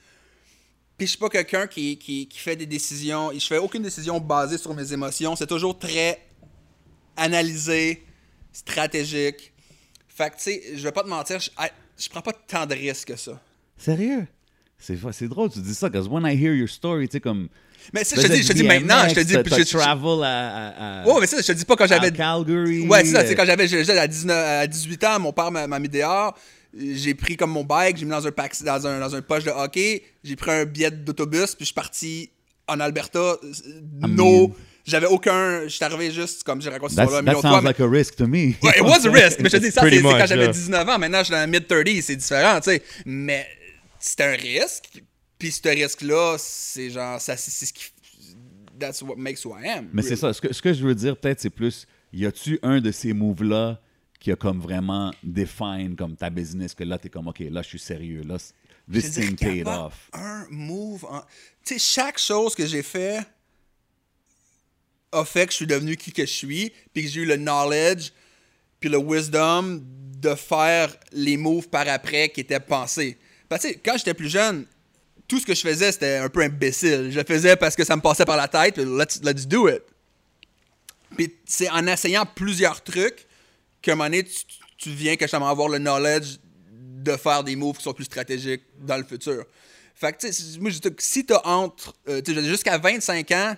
S3: Puis je suis pas quelqu'un qui, qui, qui fait des décisions. Je fais aucune décision basée sur mes émotions. C'est toujours très analysé, stratégique. Fait que, tu sais, je vais pas te mentir, je, ah, je prends pas tant de risques que ça.
S2: Sérieux? C'est c'est drôle, tu dis ça, parce que when I hear your story, tu sais, comme...
S3: Mais ça, je te dis, je te dis maintenant, je te dis.
S2: T'as-
S3: puis
S2: t'as
S3: je- je-
S2: travel Ah, à, à- à-
S3: Ouais, mais ça, je te dis pas quand j'avais.
S2: à Calgary.
S3: Ouais, c'est ça, tu sais,
S2: euh,
S3: quand j'avais j'étais à, 19 à 18 ans, mon père m'a m'a mis dehors. J'ai pris comme mon bike, j'ai mis dans un, pack, dans un, dans un poche de hockey, j'ai pris un billet d'autobus, puis je suis parti en Alberta. euh,
S2: mean-
S3: No, j'avais aucun. Je suis arrivé juste comme j'ai raconté
S2: that's-
S3: ça là un
S2: that
S3: million de
S2: sounds
S3: fois. mais-
S2: like a risk to me.
S3: Ouais, it was a risk, mais je te dis ça, c'est
S4: Pretty
S3: c'est quand
S4: much,
S3: j'avais
S4: yeah.
S3: 19 ans. Maintenant, je suis dans la mid-30s, c'est différent, tu sais. Mais c'était un risque, puis ce risque-là, c'est genre, ça, c'est c'est ce qui. That's what makes who I am.
S2: Mais c'est
S3: really.
S2: ça, ce que, ce que je veux dire peut-être, c'est plus, y a-tu un de ces moves-là qui a comme vraiment define comme ta business, que là, t'es comme, OK, là, je suis sérieux, là, c-
S3: Je
S2: this
S3: veux
S2: thing
S3: dire,
S2: paid
S3: qu'avant
S2: off.
S3: Un move. en- Tu sais, chaque chose que j'ai fait a fait que je suis devenu qui que je suis, puis que j'ai eu le knowledge, puis le wisdom de faire les moves par après qui étaient pensés. Parce que tu sais, quand j'étais plus jeune, tout ce que je faisais, c'était un peu imbécile. Je le faisais parce que ça me passait par la tête, puis let's, let's do it. Puis c'est en essayant plusieurs trucs qu'à un moment donné, tu, tu- tu viens que justement avoir le knowledge de faire des moves qui sont plus stratégiques dans le futur. Fait que, tu sais, moi, je dis que si t'as entre, euh, tu sais, jusqu'à 25 ans,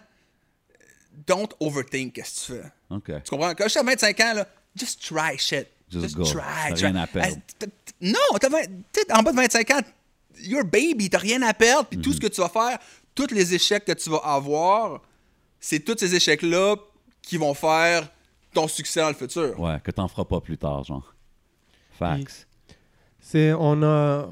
S3: don't overthink qu'est-ce que tu fais.
S2: OK.
S3: Tu comprends? Quand j'étais à 25 ans, là, just try shit.
S2: Just go.
S3: try.
S2: T'as
S3: try.
S2: rien à perdre.
S3: Ah, t'as- t'as- Non, t'as vingt- t'es en bas de 25 ans, you're a baby, t'as rien à perdre. Puis
S2: Mhm.
S3: tout ce que tu vas faire, tous les échecs que tu vas avoir, c'est tous ces échecs-là qui vont faire ton succès dans le futur.
S2: Ouais, que t'en feras pas plus tard, genre. Facts.
S1: C'est on a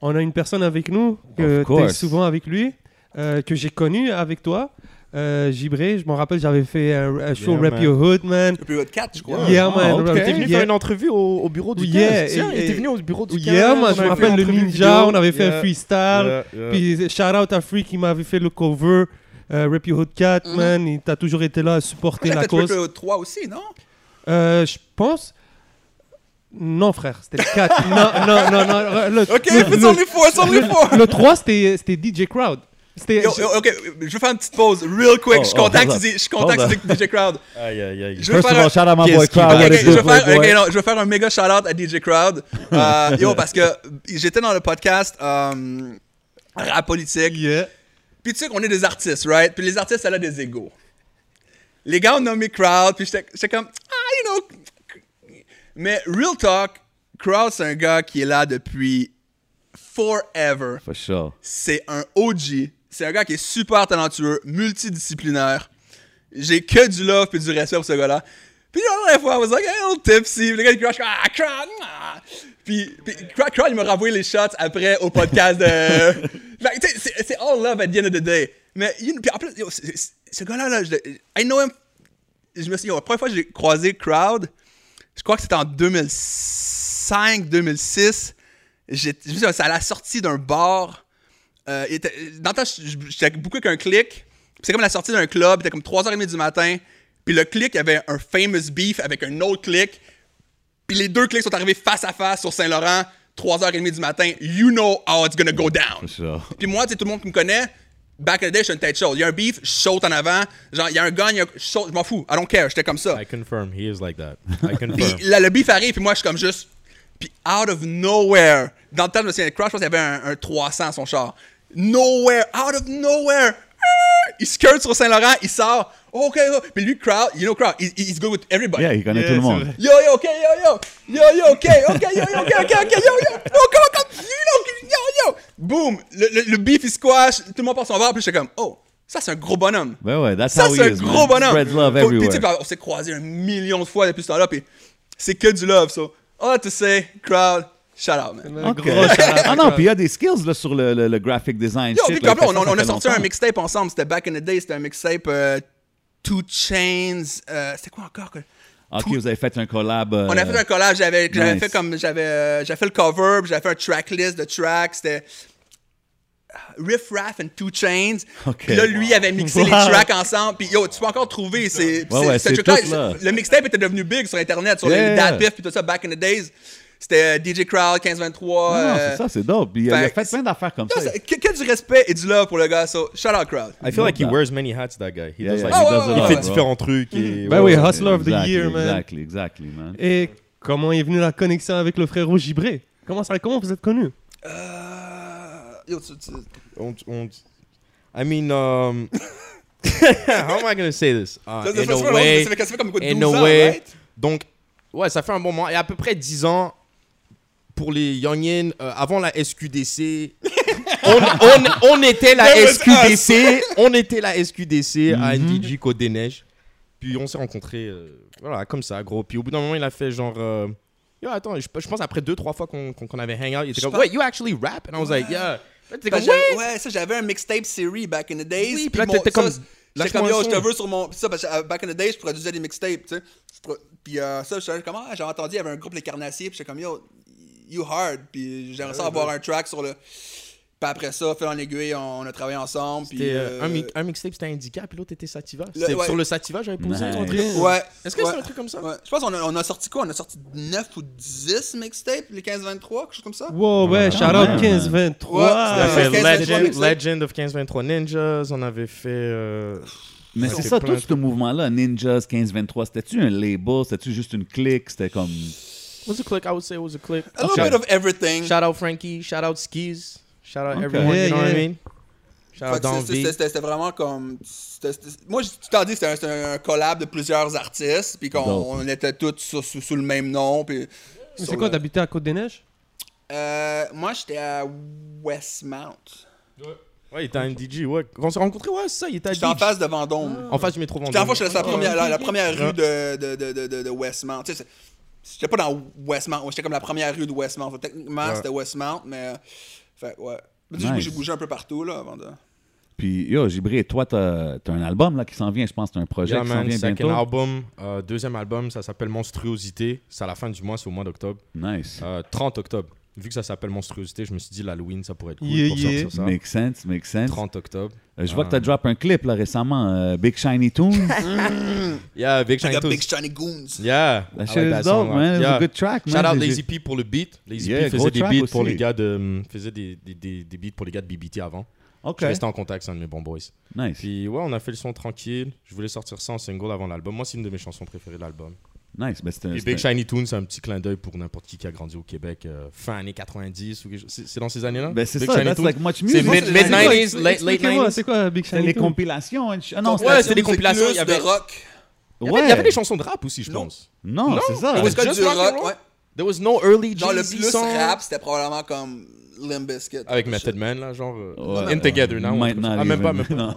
S1: on a une personne avec nous que
S2: Of course.
S1: tu souvent avec lui euh, que j'ai connu avec toi. Euh, Gibré, je m'en rappelle, j'avais fait un, un show
S4: Yeah,
S1: Rap
S4: man. Ah,
S1: Your Hood, man.
S3: Le plus haut de 4, je crois.
S1: Yeah, man.
S4: ok.
S1: Rap-
S4: T'es venu
S1: yeah.
S4: faire une entrevue au, au bureau du
S1: Yeah,
S4: cast. Tiens,
S1: et-
S4: il était
S1: et-
S4: venu au bureau du
S1: Yeah,
S4: cast,
S1: man, je
S4: on avait
S1: me
S4: fait une
S1: rappelle le
S4: entrevue
S1: Ninja,
S4: vidéo.
S1: on avait fait
S4: Yeah,
S1: un freestyle.
S4: yeah, yeah.
S1: Puis shout out à Free qui m'avait fait le cover. Euh, Rap Your Hood 4,
S4: Mm-hmm.
S1: man, il t'a toujours été là à supporter
S3: J'ai
S1: la
S3: peut-être
S1: cause.
S3: fait le 3 aussi, non?
S1: Euh, je pense. Non, frère, c'était le 4. non, non, non, non. Le,
S3: Ok,
S1: le,
S3: it's only 4, it's only 4.
S1: le- le 3, c'était c'était DJ Crowd. C'était.
S3: Yo, yo, ok, je vais faire une petite pause, real quick.
S2: Oh,
S3: je suis
S2: oh,
S3: content
S2: hold
S3: que tu
S2: up.
S3: dis, je suis content
S2: Hold
S3: que tu dis DJ Crowd.
S4: Aïe, aïe, aïe.
S3: Je vais faire un-
S2: shout out my
S4: Qu'est-ce
S2: boy
S4: qui va?
S2: Crowd,
S4: Ah,
S2: what
S3: Ok,
S2: it
S3: je,
S2: do,
S3: vais faire,
S2: boy,
S3: ok,
S2: boy?
S3: non, je vais faire un méga shout-out à DJ Crowd. Euh, yo, parce que j'étais dans le podcast euh, Rap Politique. Puis tu sais qu'on est des artistes, right? Puis les artistes, elle a des égaux. Les gars ont nommé Crowd, puis j'étais j'étais comme, ah, you know. Mais real talk, Crowd, c'est un gars qui est là depuis forever.
S2: For sure.
S3: C'est un OG. C'est un gars qui est super talentueux, multidisciplinaire. J'ai que du love et du respect pour ce gars-là. Puis la dernière fois, I was like, hey, little tipsy. Puis le gars, il crash, ah, crowd, ah. Puis, puis crowd, crowd, il m'a renvoyé les shots après au podcast de. Fait que, tu sais, c'est- c'est all love at the end of the day. Mais, you know, puis en plus, yo, c'est- c'est- ce gars-là, là, je le- I know him. Je me suis yo, la première fois que j'ai croisé crowd, je crois que c'était en 2005, 2006. J'ai- Je me souviens, c'est à la sortie d'un bar. Euh, il était- dans le temps, je- je- j'étais beaucoup avec un clic. Puis C'est comme la sortie d'un club, c'était comme 3h30 du matin. Puis le clic, il y avait un famous beef avec un autre clic. Puis les deux clics sont arrivés face à face sur Saint-Laurent, 3h30 du matin. You know how it's gonna go down.
S2: For sure.
S3: Puis moi, tu sais, tout le monde qui me connaît, back in the day, je suis une tête chaude. Il y a un beef, je saute en avant. Genre, il y a un gun, il y a un- je saute, je m'en fous. I don't care, j'étais comme ça.
S5: I confirm he is like that. I confirm.
S3: Puis là, le beef arrive, puis moi, je suis comme juste. Puis out of nowhere, dans le temps de Monsieur Crash, je pense qu'il y avait un, un 300 à son char. Nowhere, out of nowhere, ah! il skirt sur Saint-Laurent, il sort. Ok, oh. mais lui, crowd, you know crowd, he- he's good with everybody.
S2: Yeah, il connaît
S1: Yeah,
S2: tout le
S1: c'est
S2: monde.
S1: vrai.
S3: Yo, yo, ok, yo, yo. Yo, yo, ok, ok, yo, yo, ok, ok, ok, yo, yo. Yo, come, come, you know, yo, yo. Boom, le, le, le beef, il squash, tout le monde passe son verre, puis j'étais comme, oh, ça, c'est un gros bonhomme.
S2: Ben ouais, that's
S3: Ça,
S2: how he
S3: c'est un
S2: is,
S3: gros
S2: man.
S3: bonhomme.
S2: Spreads love
S3: Faut- puis, tu sais,
S2: everywhere.
S3: on s'est croisés un million de fois depuis ce temps-là, puis c'est que du love, so. All to say, crowd, shout out, man.
S1: Un
S2: Ok.
S1: gros shout-out.
S2: ah non, puis il y a des skills là, sur le, le- le graphic design.
S3: Yo,
S2: shit,
S3: puis
S2: là,
S3: comme là,
S2: ça,
S3: on,
S2: ça
S3: on a
S2: fait
S3: sorti un
S2: longtemps.
S3: mixtape ensemble, c'était back in the day, c'était un mixtape euh, Two Chains, euh, c'était quoi encore? que-
S2: Ah, Ok, vous avez fait un collab. euh,
S3: On a fait un collage, j'avais j'avais
S2: nice.
S3: fait comme j'avais euh, j'avais fait le cover, puis j'avais fait un tracklist de tracks, c'était Riff Raff and Two Chains.
S2: Ok.
S3: Puis là lui il avait mixé les
S1: Wow.
S3: tracks ensemble, puis yo, tu peux encore trouver c'est
S2: Ouais, ouais,
S3: ce
S2: c'est
S3: truc-là,
S2: tout, là.
S3: c'est- le mixtape était devenu big sur internet, sur
S2: Yeah.
S3: les Dad Piff puis tout ça back in the days. C'était euh, DJ Crowd 1523.
S2: Non, non,
S3: euh,
S2: Ah, c'est ça, c'est dope. Puis, Il a, il a
S3: fait-
S2: fait plein d'affaires comme
S3: non,
S2: ça.
S3: c'est- que, que du respect et du love pour le gars, so shout out Crowd.
S4: I feel like he
S2: that.
S4: wears many hats, that guy. Oh, He
S2: Yeah,
S4: does
S2: yeah,
S4: like-
S3: Ah,
S2: he
S3: ouais,
S2: does it
S3: ouais,
S4: Il
S2: all,
S4: fait
S2: bro.
S4: différents trucs. et-
S1: Ben
S4: ouais,
S1: oui,
S4: ouais.
S1: Hustler of the
S2: Exactly,
S1: Year, man.
S2: Exactly, exactly, man.
S1: Et comment est venue la connexion avec le frérot Gibré Comment ça, comment vous êtes connus
S3: Euh, yo, tu- tu-
S4: On- on- I mean, um, how am I gonna say this? Uh,
S3: ça, ça, ça, ça
S4: in
S3: fait
S4: a
S3: longtemps,
S4: way,
S3: ça fait- ça fait comme quoi,
S4: in
S3: 12
S4: a
S3: ans,
S4: way.
S3: right?
S4: Donc, ouais, ça fait un bon moment. Et à peu près 10 ans, pour les Youngin, euh, avant la SQDC, on, on- on était la
S3: That was ah,
S4: SQDC, on était la SQDC à
S3: Mhm.
S4: NDG Côte des Neiges. Puis on s'est rencontrés, euh, voilà, comme ça, gros. Puis au bout d'un moment, il a fait genre. euh, Yo, attends, je, je pense après deux, trois fois qu'on qu'on- qu'on avait hang out, il était
S3: Je
S4: comme,
S3: pense-
S4: Wait, you actually rap? And I was like, yeah. T'es
S3: Parce
S4: comme,
S3: que
S4: Ouais.
S3: j'avais- ouais, ça, j'avais un mixtape series back in the days.
S4: Oui,
S3: puis
S4: puis là,
S3: mon-
S4: t'étais
S3: ça,
S4: comme,
S3: c'est- J'étais
S4: lâche-moi
S3: comme,
S4: un
S3: yo, je
S4: son.
S3: te veux sur mon. Ça, parce que euh, back in the days, je produisais des mixtapes, tu sais. Je pro- Puis euh, ça, je savais comment, j'ai entendu, il y avait un groupe, Les Carnassiers, puis j'étais comme, yo, you hard. Puis j'aimerais ça avoir un track sur le. Puis après ça, fait en aiguille, on, on a travaillé ensemble. Puis.
S4: C'était,
S3: euh,
S4: euh, un, mi- un mixtape, c'était Indica, puis l'autre était Sativa.
S3: Le-
S4: C'est-
S3: ouais.
S4: Sur le Sativa, j'avais posé
S2: Nice.
S4: un truc.
S3: Ouais.
S4: Est-ce que
S3: ouais,
S4: c'est un truc comme ça
S3: ouais. Je pense qu'on a, on a sorti quoi On a sorti 9 ou 10 mixtapes, les 15-23, quelque chose comme ça
S1: Wow, ouais, shout
S2: man.
S1: out 1523.
S4: On a
S3: Ouais,
S4: fait
S3: c'est vrai, c'est
S4: Legend,
S3: vrai.
S4: Legend of 1523 Ninjas, on avait fait. euh,
S2: Mais
S4: Ouais.
S2: c'est
S4: C'est
S2: ça,
S4: plein
S2: tout
S4: de
S2: ce mouvement-là, Ninjas 15-23, c'était-tu un label? C'était-tu juste une clique? C'était comme.
S4: It was a click, I would say it was a click.
S3: A little bit of everything.
S4: Shout out Frankie, shout out Skis, shout out
S2: Okay.
S4: everyone,
S1: Yeah,
S4: you know what I
S1: yeah.
S4: mean? Shout
S3: Fait
S4: out
S3: que
S4: Don
S3: c'est- c'est-
S4: V.
S3: C'était c'était vraiment comme. c'était- c'était- Moi, je- tu t'en dis, c'était un- c'était un, collab de plusieurs artistes, puis qu'on
S2: Dope.
S3: on était tous sous, sous- sous le même nom. Puis
S1: Mais
S3: sur
S1: C'est quoi,
S3: le-
S1: t'habitais à Côte-des-Neiges
S3: Euh, Moi, j'étais à Westmount.
S4: Ouais, il était un DJ, ouais. Quand on s'est rencontrés, ouais, c'est ça, il était à
S3: J'étais en
S4: DJ.
S3: face de Vendôme.
S4: En face du métro Vendôme.
S3: J'étais en face, j'étais la
S4: Ouais.
S3: première, la, la première rue de,
S4: Ah.
S3: de, de, de, de- de Westmount. Tu sais, c'est- j'étais pas dans Westmount, j'étais comme la première rue de Westmount. Fait que techniquement,
S4: Ouais.
S3: c'était Westmount, mais. Fait que, ouais.
S2: Nice.
S3: J'ai- J'ai bougé un peu partout, là, avant de.
S2: Puis, yo, Gibré, toi, t'as t'as un album là, qui s'en vient, je pense, t'as un projet
S4: Yeah,
S2: qui
S4: man,
S2: s'en vient
S4: second
S2: bientôt.
S4: album, euh, deuxième album, ça s'appelle Monstruosité. C'est à la fin du mois, c'est au mois d'octobre.
S2: Nice.
S4: Euh, 30 octobre. Vu que ça s'appelle Monstruosité, je me suis dit l'Halloween, ça pourrait être cool
S1: Yeah,
S4: pour
S1: yeah.
S4: sortir ça.
S2: Makes sense, makes sense.
S4: 30 octobre.
S2: Euh, je vois que t'as drop un clip là, récemment, euh, Big Shiny Tunes.
S4: Yeah, Big Shiny
S3: The
S4: Toes.
S3: Big Shiny Goons.
S4: Yeah. Ah ben,
S2: That
S4: I
S2: shit
S4: like
S2: is
S4: that
S2: dope,
S4: song,
S2: man. It's
S4: yeah.
S2: a good track, man.
S4: Shout out
S2: J'ai-
S4: Lazy P pour le beat. Lazy
S2: Yeah,
S4: P
S2: gros
S4: faisait des
S2: track
S4: beats pour
S2: aussi.
S4: les gars de. mm, faisait des, des, des, des beats pour les gars de BBT avant.
S2: OK.
S4: Je restais en contact, c'est un de mes bons boys.
S2: Nice,
S4: Puis ouais, on a fait le son tranquille. Je voulais sortir ça en single avant l'album. Moi, c'est une de mes chansons préférées de l'album.
S2: nice. Ben, c'est un-
S4: Et
S2: c'est un-
S4: Big Shiny Toon, c'est un petit clin d'œil pour n'importe qui qui a grandi au Québec euh, fin années 90 ou quelque chose. C'est c'est dans ces années-là
S2: Ben, c'est
S4: Big
S2: ça,
S4: Shiny
S2: that's
S4: Toons.
S2: like much
S4: C'est
S2: music.
S3: moi,
S4: mid-
S3: c'est-
S1: Ah, C'est quoi,
S4: mid-90s,
S1: expli-
S4: late, late
S1: expliquez-moi,
S4: 90s.
S1: C'est quoi Big
S2: C'était les
S1: Shiny Toons?
S2: compilations. and sh- Ah non,
S4: Ouais,
S2: c'était...
S4: c'était des compilations,
S3: Plus
S4: il y avait-
S3: de rock.
S4: Il y avait- il y avait des chansons de rap aussi, je
S3: Non.
S4: pense.
S2: Non, c'est ça.
S4: it was
S3: Parce que
S4: just
S3: du
S4: rock and
S3: rock,
S4: roll.
S3: ouais.
S4: There was no early
S3: Genre le
S4: Jeezy
S3: plus
S4: song.
S3: rap, c'était probablement comme Limp Bizkit.
S4: Avec Method Man, là, genre. euh,
S2: Ouais.
S4: In Together Now. un truc comme ça.
S2: Maintenant,
S4: Ah, même pas,
S2: les-
S4: même pas.
S2: non.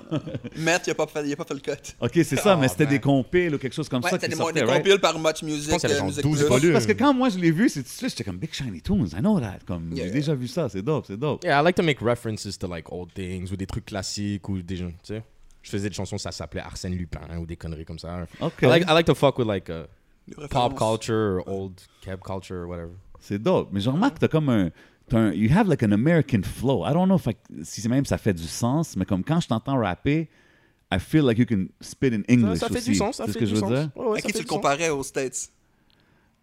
S3: Meth, il a, pas fait- il a pas fait le cut.
S2: OK, c'est ça,
S4: Oh,
S2: mais c'était
S4: man.
S2: des compiles ou quelque chose comme
S3: Ouais,
S2: ça
S3: c'était
S2: qui
S3: des, mo-
S2: sortait,
S3: des
S2: right?
S3: compiles par Much Music.
S4: pense qu'il y avait
S3: euh,
S4: genre
S3: Music
S4: 12
S3: Plus.
S4: volumes.
S2: Parce que quand moi je l'ai vu, c'est tout de suite, j'étais comme Big Shiny Tunes, I know that. Comme, j'ai
S3: Yeah, yeah.
S2: déjà vu ça, c'est dope, c'est dope.
S4: Yeah, I like to make references to like old things ou des trucs classiques ou des gens, tu sais. Je faisais des chansons, ça s'appelait Arsène Lupin ou des conneries comme ça.
S2: Ok.
S4: I like, I like to fuck with like uh,
S3: Des
S4: pop
S3: références.
S4: culture or old cab culture or whatever.
S2: C'est dope. Mais je remarque que t'as comme un. t'as un- you have like an American flow. I don't know if I- si c'est même ça fait du sens, mais comme quand je t'entends rapper, I feel like you can spit in English.
S4: ça fait
S2: aussi.
S4: du sens, ça
S2: C'est ce
S4: fait
S2: que
S4: du
S2: je veux
S4: sens.
S2: dire?
S4: Ouais, ouais,
S3: À
S4: ça
S3: qui
S4: fait
S3: tu le
S4: du sens.
S3: comparais aux States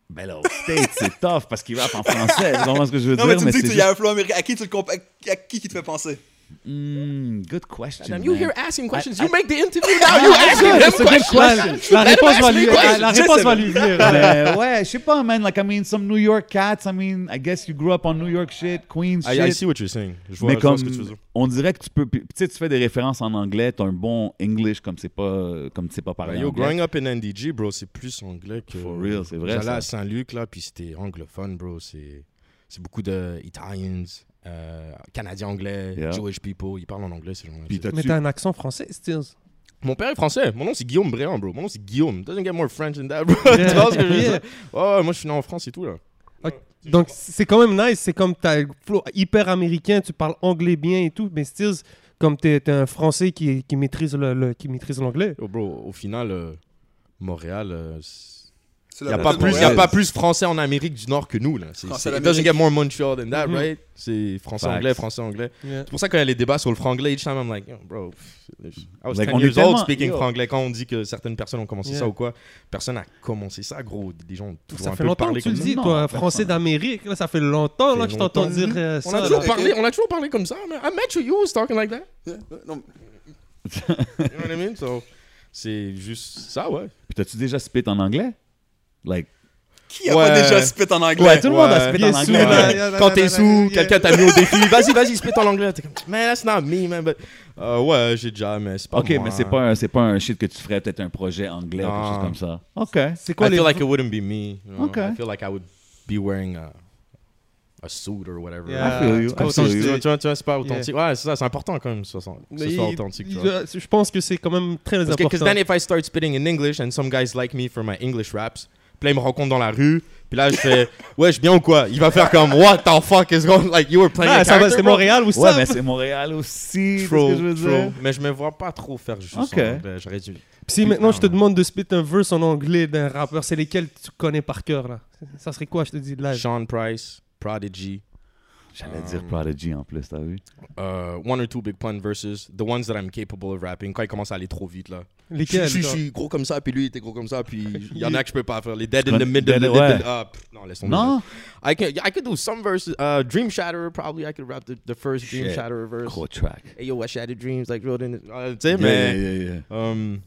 S2: Ben là, au States, c'est tough parce qu'il rappe en français. Tu comprends ce que je veux
S3: Non,
S2: dire?
S3: mais tu me dis
S2: c'est
S3: qu'il y a un flow américain. À qui tu le compares À qui qui te fait penser
S2: Hmm, good question.
S4: Madame, you
S2: man.
S4: here asking questions. you make the interview now. Ah, You
S2: Ah,
S4: asking them
S1: C'est good
S4: questions.
S1: question. La réponse va lui,
S4: Let him ask me
S1: la
S3: questions.
S1: réponse va lui venir. ouais.
S2: Mais ouais, je sais pas, man. Like, I mean, some New York cats. I mean, I guess you grew up on New York shit, Queens shit.
S4: Ah, I, I see what you're saying. Je vois,
S2: mais
S4: je vois
S2: comme,
S4: ce que tu veux dire.
S2: on dirait que tu peux. puis, Tu sais, tu fais des références en anglais, t'as un bon English comme c'est pas, comme tu sais pas
S4: Bah,
S2: parler
S4: yo,
S2: anglais.
S4: growing up in NDG, bro, c'est plus anglais que.
S2: Ah, For real, c'est vrai,
S4: J'allais
S2: ça.
S4: à Saint-Luc, là, puis c'était anglophone, bro. C'est c'est beaucoup de Italians, euh, Canadiens anglais,
S2: Yeah.
S4: Jewish people. Ils parlent en anglais, ces gens-là.
S2: Puis
S4: tu sais.
S2: t'as-
S1: Mais t'as un accent français, Stills.
S4: Mon père est français. Mon nom, c'est Guillaume Bréant, bro. Mon nom, c'est Guillaume. Doesn't get more French than that, bro. tu vois ce que je veux dire? Ouais, moi, je suis né en France et tout, là.
S1: Donc c'est quand même nice, c'est comme t'as flow hyper américain, tu parles anglais bien et tout, mais Stills, comme t'es t'es un français qui, qui maîtrise le, le- qui maîtrise l'anglais.
S4: Yo, bro, au final, euh, Montréal. euh, c'est-
S3: C'est
S4: Il
S3: le
S4: n'y a,
S3: reste
S4: pas
S3: de
S4: plus- y a
S3: Montréal.
S4: pas plus français en Amérique du Nord que nous. Là. C'est,
S3: Français
S4: c'est- it
S3: d'Amérique.
S4: doesn't get more Montreal than that,
S1: Mhm.
S4: right? C'est français-anglais,
S2: Facts.
S4: français-anglais.
S1: Yeah.
S4: C'est pour ça qu'il y a les débats sur le franglais, each time I'm like, yo, bro, pff, I was
S2: Like,
S4: 10
S2: on est
S4: years old
S2: tellement-
S4: speaking
S2: yo.
S4: franglais. Quand on dit que certaines personnes ont commencé
S1: hein. Yeah.
S4: ça ou quoi, personne n'a commencé ça, gros. Des gens ont toujours
S1: Ça
S4: un
S1: fait
S4: peu
S1: longtemps que
S4: parlé
S1: tu le
S4: comme
S1: dis,
S2: Non,
S1: toi,
S2: personne.
S1: français d'Amérique. Là, ça fait longtemps là,
S4: Fait
S1: que je t'entends
S4: longtemps.
S1: dire euh,
S4: ça. On a,
S1: ça.
S4: toujours
S1: là.
S3: là.
S4: parlé, on a toujours parlé comme ça, man. I met you, you was talking like that.
S3: Yeah. Non,
S4: You know what I mean? So, c'est juste ça, ouais.
S2: Puis t'as-tu déjà spit en anglais? Like,
S3: Qui a
S4: Ouais.
S3: pas déjà spit en anglais?
S2: ouais, tout le monde a
S4: ouais.
S2: spit
S1: Bien
S2: en
S1: sûr,
S2: anglais.
S1: là.
S2: Ouais.
S1: yeah,
S4: Quand
S1: yeah,
S4: t'es
S1: yeah,
S4: sous,
S1: yeah.
S4: quelqu'un t'a mis au défi. Vas-y, vas-y, spit en anglais. T'es comme, man, that's not me, man. but- Euh, ouais, j'ai déjà, mais c'est pas
S2: Ok,
S4: moi.
S2: mais c'est pas, un- c'est pas un shit que tu ferais peut-être un projet anglais ou quelque
S4: Non.
S2: chose comme ça. Ok.
S1: C'est quoi
S4: I
S1: les
S4: feel like it wouldn't be me. You know?
S2: Okay.
S4: I feel like I would be wearing a, a suit or whatever.
S1: Yeah.
S2: I feel you,
S4: C'est pas
S2: I feel
S4: authentique,
S2: you.
S4: tu vois, tu vois, tu vois, c'est pas authentique. Ouais, c'est ça, c'est important quand même, que ce soit, que ce
S1: Mais
S4: soit
S1: il-
S4: authentique. tu
S1: il-
S4: vois.
S1: je pense que c'est quand même très
S4: Parce que,
S1: important.
S4: because then if I start spitting in English and some guys like me for my English raps, puis là, ils me rencontrent dans la rue, puis là, je fais, ouais, je suis bien ou quoi? Il va faire comme, what the fuck is going, like, you were playing
S1: Ah,
S4: a
S1: ça va,
S4: character,
S1: c'est
S4: bro?
S1: Montréal ou
S2: Ouais,
S1: ça
S2: mais c'est Montréal aussi. c'est
S4: True,
S2: ce que je veux
S4: true.
S2: dire.
S4: Mais je me vois pas trop faire juste
S2: Ok.
S4: en anglais, J'aurais dû.
S1: Si maintenant je te demande de spit un verse en anglais d'un rappeur, c'est lesquels tu connais par cœur là Ça serait quoi, je te dis live
S4: Sean Price, Prodigy,
S2: J'allais dire Prodigy en plus, t'as vu?
S4: uh, one or two big pun versus the ones that I'm capable of rapping. Quand il commence à aller trop vite, là. Je
S1: Lesquels
S4: suis- je
S1: toi
S4: suis gros comme ça, puis lui, il était gros comme ça, puis il y en a que je peux pas faire. Les dead in the
S2: Dead-
S4: middle, les
S2: ouais.
S4: dead in- ah, pff, Non, laisse tomber.
S2: Non?
S4: I can, I could do some verses. Uh, Dream Shatterer, probably. I could rap the, the first Dream
S2: Shit.
S4: Shatterer verse.
S2: Gros track.
S4: Hey, yo, I shattered dreams, like, real in it. Ah, tu sais,
S2: Yeah,
S4: mais...
S2: yeah, yeah, yeah.
S4: Um,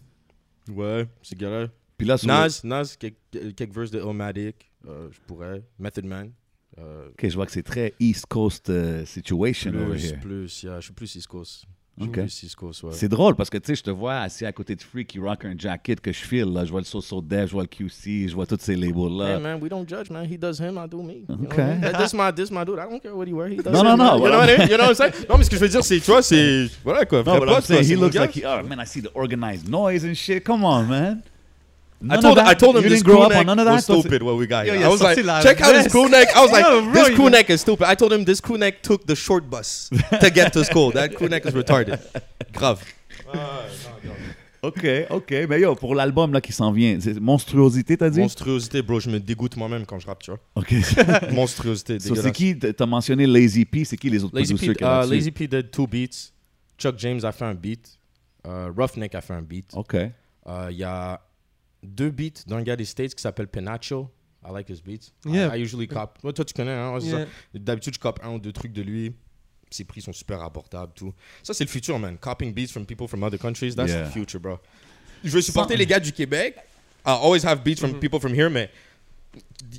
S4: ouais, c'est galère.
S2: Puis là, sur le-
S4: Nas, Nas, quelques, quelques verses de Illmatic, euh, je pourrais. Method Man. euh,
S2: Ok, je vois que c'est très East Coast euh, situation over
S4: plus,
S2: here.
S4: plus, yeah, je suis plus East Coast. Je suis
S2: Ok.
S4: plus East Coast, ouais.
S2: C'est drôle parce que tu sais, je te vois assis à côté de Free qui rock un jacket que je file. Là. Je vois le So So Dev, je vois le QC, je vois tous ces
S4: Hey
S2: labels-là.
S4: man, we don't judge, man. He does him, I do me. You know
S2: Okay.
S4: what I mean? That- this my this my dude. I don't care what he wear. He does
S2: No,
S4: him.
S2: no, no.
S4: You know what I mean? You know what I'm saying? Non, mais ce que je veux dire, c'est, tu vois, c'est voilà quoi.
S2: No,
S4: frère
S2: but
S4: pote,
S2: I'm saying
S4: quoi,
S2: he
S4: c'est mon
S2: looks
S4: gars.
S2: like he. Oh man, I see the organized noise and shit. Come on, man. None
S4: I
S2: of
S4: told,
S2: that-
S4: I told him
S2: you
S4: this
S2: didn't
S4: crew
S2: grow up
S4: neck
S2: on none of that.
S4: was
S2: So
S4: stupid. What we got?
S1: Yo,
S4: here.
S1: il a
S4: I was like,
S1: sorti la
S4: check out this
S1: veste.
S4: crew neck. I was like,
S1: Yo, bro,
S4: this
S1: il
S4: crew
S1: a-
S4: neck is stupid. I told him this crew neck took the short bus to get to school. That crew neck is retarded. Grave.
S2: Ok, ok. Mais yo, pour l'album là qui s'en vient, c'est monstruosité, t'as dit?
S4: Monstruosité, bro. Je me dégoûte moi-même quand je rappe, tu vois.
S2: ok.
S4: Monstruosité.
S2: So, c'est qui? T'as mentionné Lazy P. C'est qui les autres
S4: Lazy
S2: producers
S4: P,
S2: qu'il y a
S4: euh,
S2: là-dessus?
S4: Lazy P did two beats. Chuck James a fait un beat. Euh, Roughneck a fait un beat. Euh,
S2: Ok.
S4: Il y a deux beats d'un gars des States qui s'appelle Penacho. I like his beats. I-
S1: Yeah.
S4: I, usually cop. Moi, toi, tu connais, hein? ouais, c'est ça.
S1: Yeah.
S4: D'habitude, je copie un ou deux trucs de lui. Ses prix sont super abordables, tout. Ça, c'est le futur, man. Copying beats from people from other countries, that's
S2: Yeah.
S4: the future, bro. Je veux supporter les gars du Québec. I always have beats from
S1: Mm-hmm.
S4: people from here, mais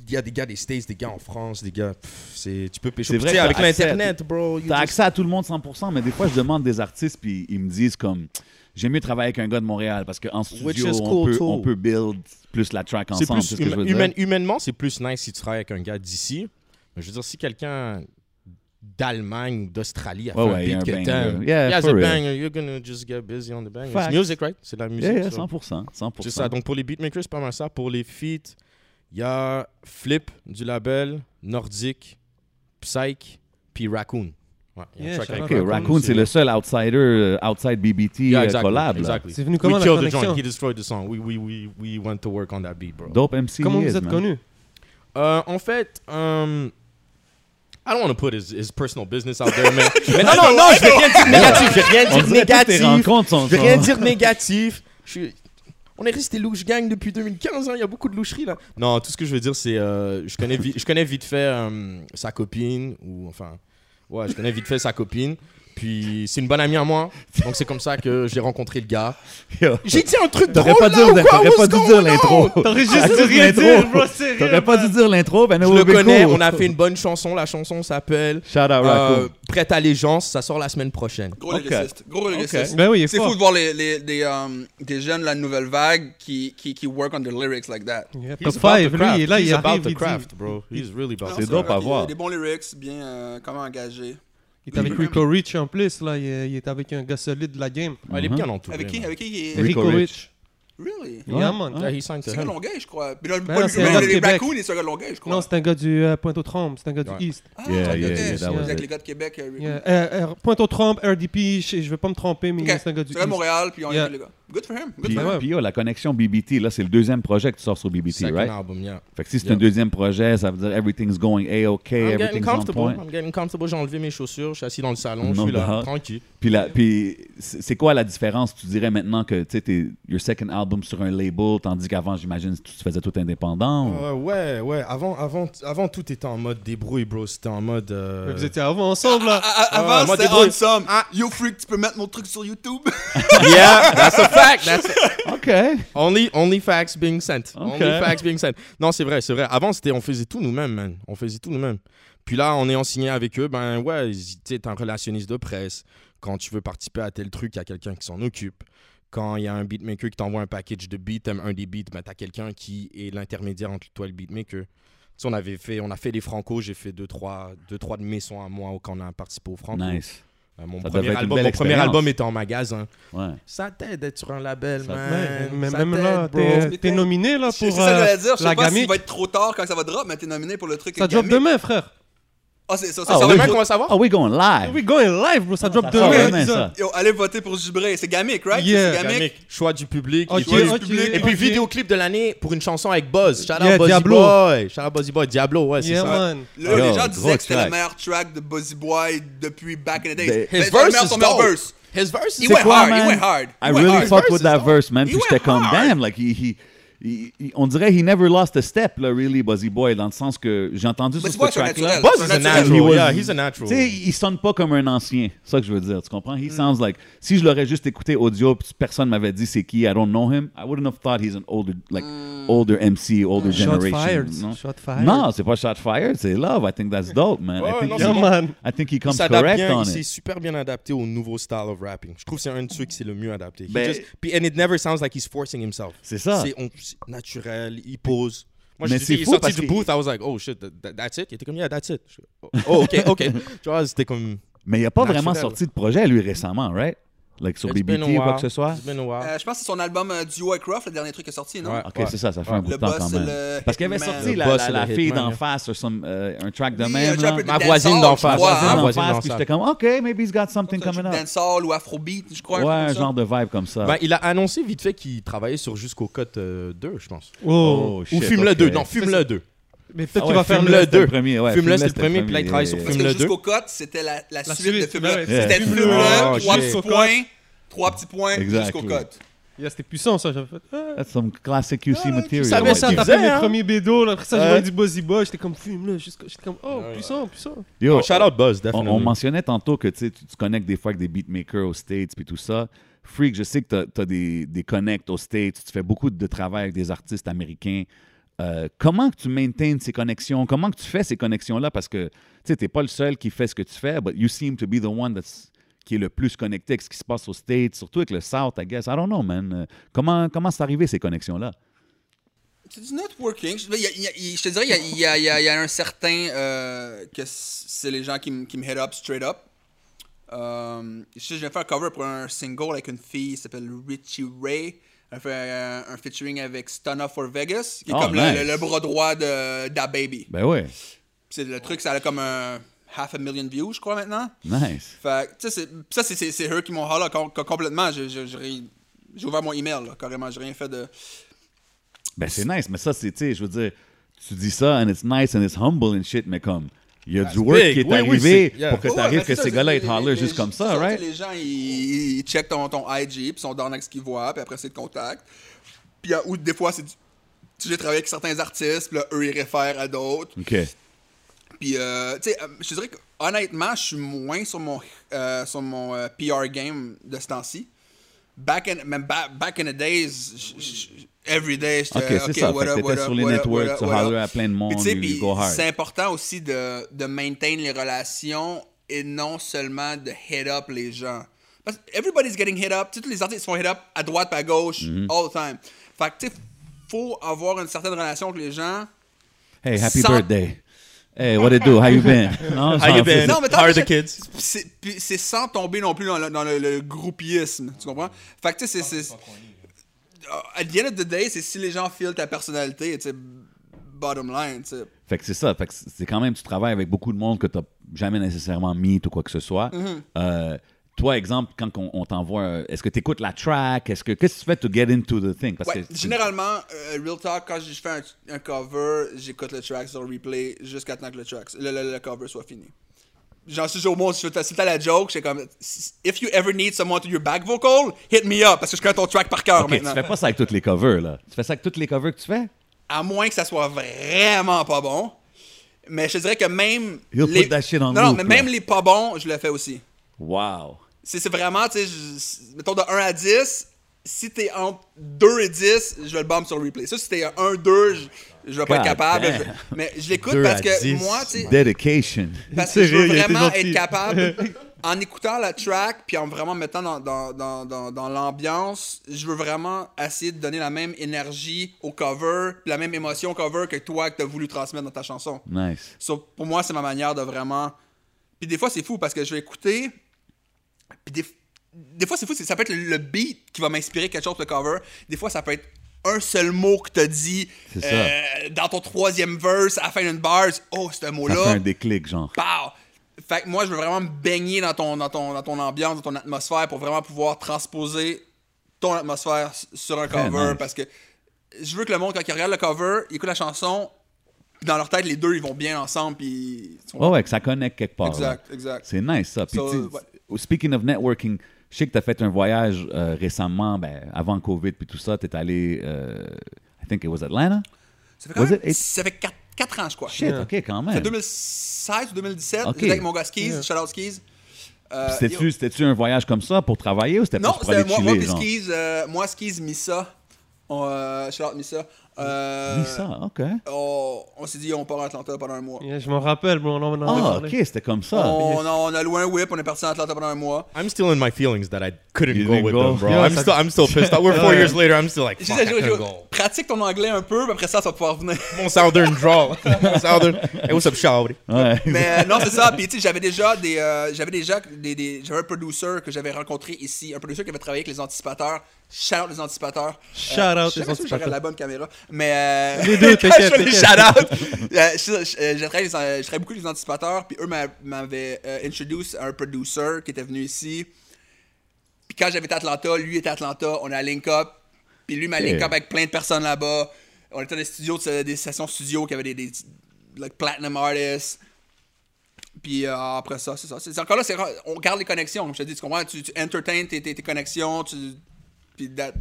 S4: il y a des gars des States, des gars en France, des gars. pff, c'est- tu peux
S2: C'est
S4: pêcher. Puis,
S2: vrai
S4: tu sais,
S2: que
S4: avec
S2: t'as accès à
S4: l'Internet, bro. you
S2: T'as
S4: just-
S2: accès à tout le monde 100%, mais des fois, je demande des artistes, puis ils me disent comme, j'aime mieux travailler avec un gars de Montréal, parce qu'en
S4: Which
S2: studio,
S4: is
S2: on,
S4: cool
S2: peut,
S4: too.
S2: on peut build plus la track
S4: C'est
S2: ensemble,
S4: plus
S2: c'est ce que je veux
S4: huma-
S2: dire.
S4: humaine- humainement, c'est plus nice si tu travailles avec un gars d'ici. Mais je veux dire, si quelqu'un d'Allemagne ou d'Australie a
S2: Ouais,
S4: fait
S2: ouais, il y a
S4: un beat
S2: un
S4: que
S2: banger.
S4: t'aimes,
S2: Yeah,
S4: yeah, it's
S2: for
S4: a
S2: real.
S4: banger. You're gonna just get busy on the banger.
S2: Facts.
S4: It's music, right? C'est de la musique.
S2: Yeah, yeah,
S4: so.
S2: 100%, 100%.
S4: C'est ça. Donc pour les beatmakers, c'est pas mal ça. Pour les feats, il y a Flip du label, Nordic, Psyche, puis Raccoon. Ouais, il y a un
S1: Yeah,
S4: track
S1: shout
S4: avec
S2: OK,
S1: Raccoon,
S2: Raccoon, c'est le seul outsider, euh, outside BBT
S4: Yeah,
S2: euh,
S4: exactly,
S2: collab. là.
S4: exactly.
S1: C'est venu comment la
S4: We killed the
S1: connexion
S4: joint. He destroyed the song. We, we, we, we went to work on that beat, bro.
S2: Dope MC
S1: Comment
S2: he is,
S1: vous êtes
S2: man.
S1: connus
S4: Euh, en fait, euh, I don't want to put his, his personal business out there, mais, mais non, non, non, je vais rien dire négatif, je vais rien
S2: On
S4: dire
S2: dirait que tes
S4: négatif,
S2: rencontres sont...
S4: je vais rien
S2: sont-
S4: dire négatif. Je suis- On est resté louche gang depuis 2015, hein, il y a beaucoup de loucheries là. Non, tout ce que je veux dire, c'est euh, je, connais vi- je connais vite fait euh, sa copine, ou enfin, ouais, je connais vite fait sa copine. Puis c'est une bonne amie à moi. Donc c'est comme ça que j'ai rencontré le gars.
S2: Yo.
S4: J'ai dit un truc
S2: T'aurais
S4: drôle
S2: pas
S4: là, ou
S2: dû
S4: quoi
S2: t'aurais pas
S4: What's
S2: dû
S4: going
S2: dire
S4: on
S2: l'intro.
S1: T'aurais
S2: T'aurais
S1: juste
S2: dû
S1: dû rien dire, bro, sérieux,
S2: T'aurais pas
S1: man.
S2: dû dire l'intro, ben
S4: Je
S2: no
S4: le
S2: big
S4: connais,
S2: cool.
S4: on a fait une bonne chanson. La chanson s'appelle
S2: Shout out,
S4: euh,
S2: Raccoon.
S4: Prête allégeance. Ça sort la semaine prochaine.
S3: Gros
S2: Ok.
S3: lyriciste. Gros lyriciste.
S1: Ben oui, il est
S3: C'est
S1: fort.
S3: fou de voir les, les, des, euh, des jeunes de la nouvelle vague qui, qui, qui work on the lyrics like that.
S1: Yeah,
S4: He's
S1: top
S4: about
S1: five,
S4: the
S1: lui,
S4: craft.
S1: il est là,
S4: He's
S1: il
S4: about
S1: arrive,
S4: the
S1: il dit-
S4: craft, bro. He's really about
S2: C'est
S4: the
S2: dope
S4: craft.
S2: à
S3: Des-
S2: voir.
S3: Des bons lyrics, bien euh, comment engagé.
S1: il est avec Rico Rich en plus, là, il est, il est avec un gars solide de la game.
S4: Ouais, il est
S2: Mhm.
S4: bien entouré.
S3: Avec qui
S4: man.
S3: Avec qui il est-
S2: Rico
S1: Rico,
S2: Rich.
S1: Rich.
S3: Really
S1: Yeah,
S2: Ouais.
S1: man.
S4: Yeah, he signed to
S3: C'est un
S4: him.
S3: Longueuil, je crois. Mais là,
S1: Ben
S3: pas
S1: non,
S3: lui-
S1: c'est
S3: mais
S1: un gars de
S3: les
S1: Québec.
S3: Raccoons, c'est un gars de Longueuil, je crois.
S1: Non, c'est un gars du euh, Pointe-aux-Trembles, c'est un gars
S4: Ouais.
S1: du East.
S3: Ah,
S2: Yeah,
S3: ok,
S2: yeah,
S3: ok.
S2: yeah, that was
S3: Avec
S2: it.
S3: les gars de Québec. euh,
S1: Yeah, euh, euh, Pointe-aux-Trembles, RDP, je, je vais pas me tromper, mais
S3: Ok,
S1: c'est un gars du
S3: C'est à
S1: East.
S3: Montréal, puis on
S1: Yeah.
S3: est les gars. Good for him. Good
S2: Puis,
S3: for
S1: Ben
S3: him.
S1: ouais.
S2: puis, yo, la connexion BBT, là, c'est le deuxième projet que tu sors sur BBT,
S4: Second
S2: right?
S4: album, yeah.
S2: Fait que si c'est
S4: Yeah.
S2: un deuxième projet, ça veut dire everything's going A-OK,
S4: I'm getting
S2: everything's on
S4: comfortable.
S2: point.
S4: I'm getting comfortable. J'ai enlevé mes chaussures. Je suis assis dans le salon. Je
S2: No
S4: suis là,
S2: doubt.
S4: tranquille.
S2: Puis, la, puis c'est c'est quoi la différence, tu dirais maintenant que tu sais, t'es- your second album sur un label, tandis qu'avant, j'imagine, tu tu faisais tout indépendant? ou-
S4: Euh, ouais, ouais. Avant, avant, avant, tout était en mode débrouille, bro. C'était en mode. euh,
S1: Mais Vous étiez avant ensemble,
S2: euh,
S1: là.
S3: Ah, ah,
S4: Ah,
S3: Avant,
S4: moi,
S3: c'était
S4: débrouille.
S3: on some.
S2: Ah.
S3: Yo, freak, tu peux mettre mon truc sur YouTube.
S4: Yeah, that's a fact. That's
S2: OK.
S4: only, only facts being sent. Only
S2: Okay.
S4: facts being sent. Non, c'est vrai, c'est vrai. Avant, c'était, on faisait tout nous-mêmes, man. On faisait tout nous-mêmes. Puis là, en ayant signé avec eux, ben ouais, ils- tu sais, t'es un relationniste de presse. Quand tu veux participer à tel truc, il y a quelqu'un qui s'en occupe. Quand il y a un beatmaker qui t'envoie un package de beats, t'aimes un des beats, ben t'as quelqu'un qui est l'intermédiaire entre toi et le beatmaker. Tu sais, on avait fait, on a fait les Franco, j'ai fait deux trois, deux trois de mes sons à moi quand on a participé aux Franco.
S2: Nice.
S4: Euh, mon
S2: Ça devait
S4: premier
S2: être une
S4: album,
S2: belle
S4: mon premier
S2: expérience.
S4: album était en magasin.
S2: Ouais.
S4: Ça t'aide d'être sur un label,
S2: Ça
S3: Ah,
S1: Mais,
S4: man.
S1: mais
S4: Ça
S1: même là,
S4: t'aide, bro.
S1: t'es- t'es nominé, là,
S3: C'est
S1: pour
S3: c'est ça que
S1: euh,
S3: j'allais dire. Je
S1: la
S3: sais pas s'il
S1: gamique.
S3: va être trop tard quand ça va drop, mais t'es nominé pour le truc.
S1: Ça drop
S3: gamique.
S1: demain, frère.
S3: Ah, c'est ça.
S2: Ah,
S3: ça, ça va
S2: oui.
S4: Demain,
S3: être
S4: qu'on va savoir.
S2: Oh, we going
S1: Here
S2: live!
S1: we going live, bro. Ça drop
S2: Ah, ouais,
S1: demain.
S2: man,
S1: ça.
S2: ça.
S3: Yo, allez voter pour Gibré. C'est Gamic, right?
S1: Yeah.
S3: C'est Gamic.
S4: Eh, Choix du public.
S1: Ok,
S4: et puis,
S1: ok,
S4: et puis
S1: ok.
S4: vidéoclip de l'année pour une chanson avec Buzz. Shout out
S1: Yeah,
S4: Buzzy
S1: Diablo.
S4: Boy. Shout out Buzzy Boy. Diablo, ouais, c'est
S1: Yeah,
S4: ça.
S1: man.
S3: Là,
S2: Ah,
S3: les
S2: yo,
S3: gens
S2: gros
S3: disaient que c'était le
S2: track. Ben,
S3: meilleur track de Buzzy Boy depuis back in the
S2: Des-
S3: day.
S4: His
S3: C'est le
S4: verse
S3: meilleur-
S4: is
S3: son meilleur
S4: dope.
S3: verse.
S4: His verse
S3: He
S4: is
S2: C'est
S3: went
S2: quoi,
S3: hard, he
S2: man?
S3: went hard, he
S2: I
S3: went
S2: really
S3: hard.
S2: fucked
S4: Verse
S2: with
S4: is
S2: that
S4: dope.
S2: verse, man.
S3: He
S2: Puis
S3: went
S2: j'étais comme,
S3: hard.
S2: damn, like, he, he- he- he- on dirait he never lost a step, là, really, Buzzy Boy, dans le sens que j'ai entendu
S3: Buzzy
S2: sur
S3: Boy,
S2: ce
S3: c'est un
S2: track-là.
S3: naturel.
S4: Buzz is a
S3: Naturel.
S2: He
S4: natural.
S2: was-
S4: Yeah, he's a
S2: Tu
S4: natural.
S2: sais, il sonne pas comme un ancien. C'est ça que je veux dire. Tu comprends? He sounds like. Si je l'aurais juste écouté audio, puis personne m'avait dit c'est qui, I don't know him, I wouldn't have thought he's an older, like, older MC, older
S1: Shot
S2: generation.
S1: fired.
S2: Non,
S1: Shot fired.
S2: Non, c'est pas shot fired, c'est love. I think that's dope, man.
S4: Ouais,
S2: I, think
S4: Oh, non,
S2: he-
S1: Yeah,
S4: c'est
S1: man.
S2: I think he
S4: Il
S2: comes
S4: s'adapte
S2: correct
S4: bien,
S2: on
S4: il s'est
S2: it.
S4: super bien adapté au nouveau style of rapping. Je trouve que c'est un de ceux qui s'est le mieux adapté. He
S2: Ben-
S4: just- Puis, and it never sounds like he's forcing himself.
S2: C'est ça.
S4: C'est on- c'est naturel, il pose. Moi,
S2: Mais
S4: je
S2: c'est
S4: suis
S2: fou
S4: sorti
S2: parce
S4: du
S2: que-
S4: booth, I was like, oh shit, that- that- that's it. Il était comme, yeah, that's it. Je- Oh, ok, ok. tu vois, c'était comme.
S2: Mais il a pas
S4: Naturel.
S2: vraiment sorti de projet, lui, récemment, right? Like sur
S4: It's been a
S2: BBT ou quoi
S4: while.
S2: que ce soit?
S4: It's been a while.
S3: Euh, Je pense que c'est son album euh, Duo avec Ruff, le dernier truc qui est sorti, non?
S4: Ouais.
S2: Ok, c'est ça, ça fait un bout de
S3: Le
S2: temps
S3: boss,
S2: quand
S3: c'est
S2: même.
S3: le
S2: Parce qu'il avait
S3: Hitman.
S2: sorti
S4: Le
S2: la,
S4: boss,
S2: la,
S4: c'est
S2: la
S4: le
S2: fille
S4: Hitman,
S2: d'en
S4: yeah.
S2: face, sur some, euh, un track de
S3: Oui,
S2: même.
S3: un
S2: là.
S3: peu de
S4: Ma voisine
S3: dancehall,
S4: d'en
S3: je
S4: face,
S3: crois,
S4: voisine
S3: hein.
S4: d'en
S2: en
S4: voisine
S2: face,
S4: d'en
S2: puis
S4: salle.
S2: j'étais comme, OK, maybe he's got something
S3: C'est un truc
S2: coming up.
S3: dancehall ou afrobeat, je crois.
S2: Ouais,
S3: comme
S2: un
S3: ça.
S2: genre de vibe comme ça.
S4: Ben, il a annoncé vite fait qu'il travaillait sur Jusqu'au Cote euh, 2, je pense.
S1: Oh.
S4: Ou Fume-le 2. Non, Fume-le 2.
S1: Mais peut-être
S2: Ah
S1: qu'il
S2: ouais,
S1: va faire
S4: fume-le
S1: le.
S2: c'était
S4: deux.
S2: premier, ouais,
S4: Fume-le,
S2: Fume-le,
S4: c'est le
S2: c'était
S4: premier,
S2: le
S4: puis là, il travaille sur
S2: premier.
S3: Parce
S4: Fume-le
S3: que
S4: deux.
S3: jusqu'au cut, c'était la, la, suite de
S1: suite,
S3: Fume-le.
S1: ouais.
S2: Yeah.
S3: C'était
S2: Fume-le,
S3: Fume-le,
S4: ouais.
S3: trois
S4: Shit.
S3: petits points, trois petits points,
S2: Exact,
S3: jusqu'au
S2: ouais.
S3: cut.
S1: Yeah, C'était puissant, ça. J'avais fait. ah.
S2: That's some classic QC material.
S1: J'avais
S4: ouais,
S1: ça à
S4: tu
S1: taper
S4: faisais,
S1: mes
S4: hein.
S1: premiers bédos. là. Après ça, j'ai
S4: Ouais.
S1: voyais du Buzzy Boy. J'étais comme, fume là. jusqu'à- J'étais comme, oh, puissant, puissant.
S2: Yo,
S4: Oh, Shout out Buzz,
S2: Oh, on,
S4: definitely.
S2: on mentionnait tantôt que tu sais, tu te connectes des fois avec des beatmakers aux States puis tout ça. Freak, je sais que tu as, des, des connects aux States, tu fais beaucoup de travail avec des artistes américains. Euh, comment que tu maintiens ces connexions? Comment que tu fais ces connexions-là? Parce que tu n'es pas le seul qui fait ce que tu fais, but you seem to be the one that's, qui est le plus connecté avec ce qui se passe aux States, surtout avec le South, I guess. I don't know, man. Euh, Comment, comment c'est arrivé ces connexions-là?
S3: C'est du networking. Je, il y a- il y a- il- je te dirais, il y a- il y a, il y a- il y a un certain euh, que c'est les gens qui, me- qui me hit up straight up. Euh, je sais, je viens faire un cover pour un single avec une fille qui s'appelle Richie Ray. Elle fait un, un featuring avec Stunna for Vegas, qui est
S2: Oh,
S3: comme le-
S2: nice.
S3: le, le bras droit de Da Baby.
S2: Ben ouais,
S3: C'est le truc, ça a comme un half a million views, je crois, maintenant.
S2: nice.
S3: Fait que, tu sais, c'est- ça, c'est- c'est c'est eux qui m'ont hollé com- com- complètement. J'ai- J'ai j'ai ri- j'ai ouvert mon email, là, carrément. J'ai rien fait de.
S2: Ben, c'est nice, mais ça, c'est, tu sais, je veux dire, tu dis ça, and it's nice, and it's humble and shit, mais comme, il y a du work
S4: big.
S2: qui est
S4: Oui, oui,
S2: arrivé
S4: c'est- yeah.
S2: pour que
S3: Ouais,
S2: tu
S3: ouais,
S2: arrives
S3: ben,
S2: que
S3: c'est ça,
S2: ces
S3: c'est-
S2: gars-là
S3: les-
S2: aient holler
S3: les-
S2: juste comme ça,
S3: c'est
S2: right?
S3: tu sais, Les gens, ils, ils checkent ton, ton IG, puis ils sont dans avec ce qu'ils voient, puis après, c'est le contact. Puis, euh, ou des fois, c'est du. tu sais, J'ai travaillé avec certains artistes, puis là, eux, ils réfèrent à d'autres.
S2: OK.
S3: Puis, euh, tu sais, euh, je te dirais que honnêtement, je suis moins sur mon, euh, sur mon euh, PR game de ce temps-ci. Back in, même ba- back in the days, j- j- every day, j'étais
S2: Ok, c'est ça. Fait que t'étais sur les
S3: what up,
S2: networks,
S3: what up,
S2: tu
S3: what up.
S2: holler à plein de monde,
S3: Puis tu sais,
S2: you
S3: puis
S2: go hard.
S3: c'est important aussi de, de maintain les relations et non seulement de hit up les gens. Parce que everybody's getting hit up. Tu sais, tous les artistes sont hit up à droite, à gauche,
S2: Mm-hmm.
S3: all the time. Fait que tu sais, faut avoir une certaine relation avec les gens.
S2: Hey, happy
S3: Sans-
S2: birthday. Hey, what it do? How you been? Non,
S4: How you
S2: genre,
S4: been?
S2: c'est-
S3: Non, mais attends,
S4: How are
S3: je-
S4: the kids?
S3: Puis c'est- puis c'est sans tomber non plus dans le, dans le- le groupisme, tu comprends? Fait que tu sais, c'est... c'est- At the end of the day, c'est si les gens filent ta personnalité, tu sais, bottom line, tu sais.
S2: Fait que c'est ça. Fait que c'est quand même, tu travailles avec beaucoup de monde que tu n'as jamais nécessairement meet ou quoi que ce soit. Euh, toi, exemple, quand on, on t'envoie, euh, est-ce que tu écoutes la track? Est-ce que, qu'est-ce que tu fais to get into the thing? Parce
S3: Ouais,
S2: que,
S3: généralement, euh, Real Talk, quand je fais un, un cover, j'écoute le track sur replay jusqu'à temps que le, track, le, le- le cover soit fini. J'en suis au monde, si tu as la joke, c'est comme... If you ever need someone to your back vocal, hit me up, parce que je connais ton track par cœur
S2: Ok, tu
S3: maintenant.
S2: fais pas ça avec toutes les covers, là. Tu fais ça avec toutes les covers que tu fais?
S3: À moins que ça soit vraiment pas bon. Mais je te dirais que même.
S2: You'll put that shit on
S3: Non, non,
S2: loop,
S3: mais
S2: là.
S3: même les pas bons, je le fais aussi.
S2: Wow.
S3: C'est c'est vraiment, tu sais, je- mettons de 1 à 10. Si t'es entre 2 et 10, je vais le bombe sur le replay. Ça, si t'es à 1, 2, je, je vais pas
S2: God
S3: être capable.
S2: damn.
S3: je- mais je l'écoute
S4: 2
S3: parce
S4: à
S3: que
S4: 10.
S3: moi, tu sais,
S2: Dedication.
S3: parce
S1: C'est
S3: que je veux
S1: vrai, il a été
S3: vraiment
S1: gentil.
S3: être capable, en écoutant la track, puis en vraiment me mettant dans, dans, dans, dans, dans l'ambiance, je veux vraiment essayer de donner la même énergie au cover, puis la même émotion au cover que toi que t'as voulu transmettre dans ta chanson.
S2: Nice.
S3: So, pour moi, c'est ma manière de vraiment. Puis des fois, c'est fou parce que je vais écouter. Puis des, des fois, c'est fou, c'est- ça peut être le, le beat qui va m'inspirer quelque chose pour le cover. Des fois, ça peut être un seul mot que t'as dit
S2: C'est ça.
S3: euh, dans ton troisième verse à la fin d'une bars. Oh, c'est un
S2: Ça fait
S3: mot-là.
S2: un déclic, genre.
S3: Pow! Fait que moi, je veux vraiment me baigner dans ton, dans, ton, dans ton ambiance, dans ton atmosphère pour vraiment pouvoir transposer ton atmosphère s- sur un
S2: Très
S3: cover.
S2: nice.
S3: Parce que je veux que le monde, quand il regarde le cover, il écoute la chanson, dans leur tête, les deux, ils vont bien ensemble. Puis... ils sont-
S2: Ouais, ouais, que ça connecte quelque part. là.
S3: Exact, exact.
S2: Ah, C'est nice ça. Puis,
S3: So,
S2: tu sais,
S3: ouais.
S2: Speaking of networking, je sais que tu as fait un voyage euh, récemment, ben, avant COVID puis tout ça. Tu es allé, euh, I think it was Atlanta.
S3: Ça fait quand
S2: Was
S3: même-
S2: it eight-
S3: ça fait 4, ans, je crois.
S2: Shit, ok, quand
S3: C'est
S2: même.
S3: 2016 ou 2017,
S2: Ok.
S3: j'étais avec mon gars Skis, shout out Skis. Euh,
S2: Puis
S3: yo-
S2: C'était-tu c'était-tu un voyage comme ça pour travailler ou c'était
S3: Non,
S2: plus pour
S3: c'était
S2: aller
S3: moi, moi
S2: chiller,
S3: puis
S2: genre?
S3: Skis, euh, moi, Skis, Missa. On, euh, shout out Missa. Euh,
S2: Ni ça, ok.
S3: on, Oh, on s'est dit on part à Atlanta pendant un mois.
S1: Yeah, je m'en rappelle, bro, on en on en avait
S2: Ah,
S1: parlé.
S2: ok, c'était comme ça.
S3: On, on a, on a loué un whip, on est parti à Atlanta pendant un mois.
S4: I'm still in my feelings that I couldn't
S2: You
S4: go
S2: didn't
S4: with
S2: go?
S4: them, bro.
S1: Yeah,
S4: I'm
S1: ça-
S4: still, I'm still pissed off. We're four years later. I'm still like,
S3: Je
S4: fuck,
S3: disais,
S4: I
S3: Joe, Joe,
S4: couldn't go.
S3: pratique ton anglais un peu, puis après ça, ça va pouvoir venir.
S4: Mon southern drawl. Mon southern. Hey, what's up, Shawty?
S2: Ouais.
S3: Mais euh, non, c'est ça. Puis, tu sais, j'avais déjà des. euh, j'avais déjà des. des- j'avais un producer que j'avais rencontré ici. Un producer qui avait travaillé avec les anticipateurs. Shout out les anticipateurs. Euh,
S1: Shout out
S3: je sais
S1: les
S3: pas si j'aurais
S1: Anticipateurs.
S3: la bonne caméra. Mais. euh,
S1: Les deux,
S3: quand je fais les
S1: t'inquiète,
S3: shout out. euh, je- je- euh, j'ai travaillé, les- euh, j'ai travaillé beaucoup avec les anticipateurs. Puis, eux m'a- m'avaient euh, introduit à un producer qui était venu ici. Puis, quand j'avais été à Atlanta, lui était à Atlanta. On est à Link Up. Puis, lui m'a
S2: Ok.
S3: link up avec plein de personnes là-bas. On était dans des studios, de- des sessions studio qui avaient des. des like, platinum artists. Puis euh, après ça, c'est ça. C'est c'est encore là, c'est ra- on garde les connexions. comme Je te dis, tu comprends? Tu, tu entertains tes, tes, tes connexions. Tu, puis that,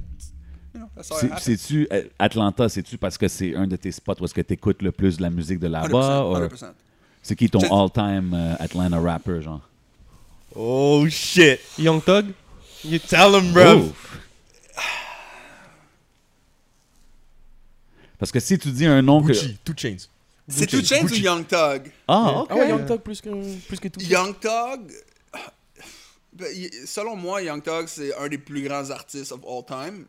S3: you know, that's how it
S2: C'est-
S3: happens.
S2: C'est-tu euh, Atlanta, c'est-tu parce que c'est un de tes spots où est-ce que tu écoutes le plus de la musique de là-bas?
S3: 100%,
S2: or-
S3: 100%.
S2: C'est qui ton
S3: Je-
S2: all-time euh, Atlanta rapper, genre?
S4: Oh, shit.
S1: Young Thug Il est-
S4: Tell him, bro.
S2: Ouf. Parce que si tu dis un nom que.
S4: Gucci, Two Chains.
S3: C'est Two Chains ou Young Thug?
S2: Ah, ok.
S4: Thug plus que, plus que Two
S3: Young Thug, ben, y- selon moi, Young Thug, c'est un des plus grands artistes of all time.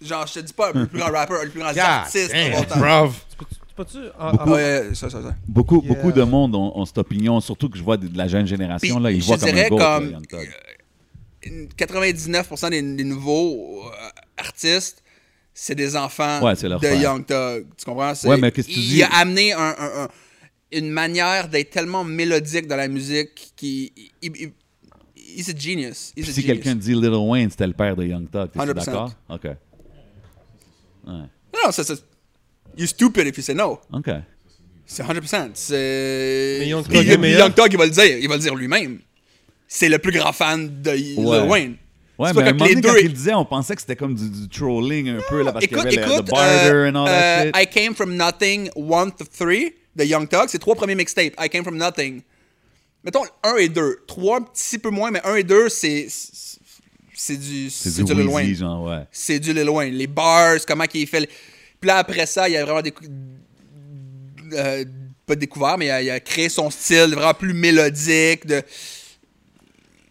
S3: Genre, je te dis pas le plus grand rapper, un des plus grands
S4: God
S3: artistes of all
S4: damn,
S3: time.
S4: bruv.
S1: Tu peux-tu. ah,
S3: Ouais, Ah ouais, ouais, ça, ça, ça.
S2: Beaucoup,
S1: Yeah.
S2: beaucoup de monde ont, ont cette opinion, surtout que je vois de, de la jeune génération,
S3: Puis,
S2: là, ils
S3: je
S2: voient comme un
S3: dirais
S2: goat, là,
S3: comme- euh,
S2: Young Thug.
S3: 99% des, des nouveaux euh, artistes, c'est des enfants
S2: Ouais, c'est leur
S3: de
S2: frère.
S3: Young Thug. Tu comprends? C'est-
S2: Ouais, mais qu'est-ce que tu
S3: il
S2: dis?
S3: a amené un- un- un- une manière d'être tellement mélodique dans la musique qui. Il, il- he's a genius.
S2: Puis
S3: He's a
S2: si
S3: genius.
S2: quelqu'un dit Little Wayne, c'était le père de Young Thug, t'es
S3: 100%.
S2: d'accord? OK.
S3: Non, non, ça, ça- You're stupid if you say no.
S2: OK.
S3: C'est 100%. C'est.
S1: Mais Young
S3: Puis
S1: Thug est
S3: Young-
S1: meilleur.
S3: Young Thug, il va le dire. Il va le dire lui-même. C'est le plus grand fan de Lil
S2: Ouais.
S3: Wayne.
S2: Ouais,
S3: C'est pas
S2: mais à un
S3: quand
S2: moment
S3: les
S2: donné,
S3: deux-
S2: quand il le disait, on pensait que c'était comme du, du trolling un peu, là, parce qu'il y
S3: écoute,
S2: avait le-
S3: écoute,
S2: the barter
S3: euh,
S2: and all that
S3: euh,
S2: shit.
S3: I Came From Nothing 1 to 3 de Young Thug, c'est trois premiers mixtapes. I Came From Nothing. Mettons 1 et 2. 3 un petit peu moins, mais 1 et 2, c'est. c'est- C'est du.
S2: C'est du
S3: le loin.
S2: Wheezy, genre, ouais.
S3: C'est du le loin. Les bars, comment qu'il fait. le- Puis là, après ça, il a vraiment décou- euh, pas découvert, mais il a, il a créé son style vraiment plus mélodique. De...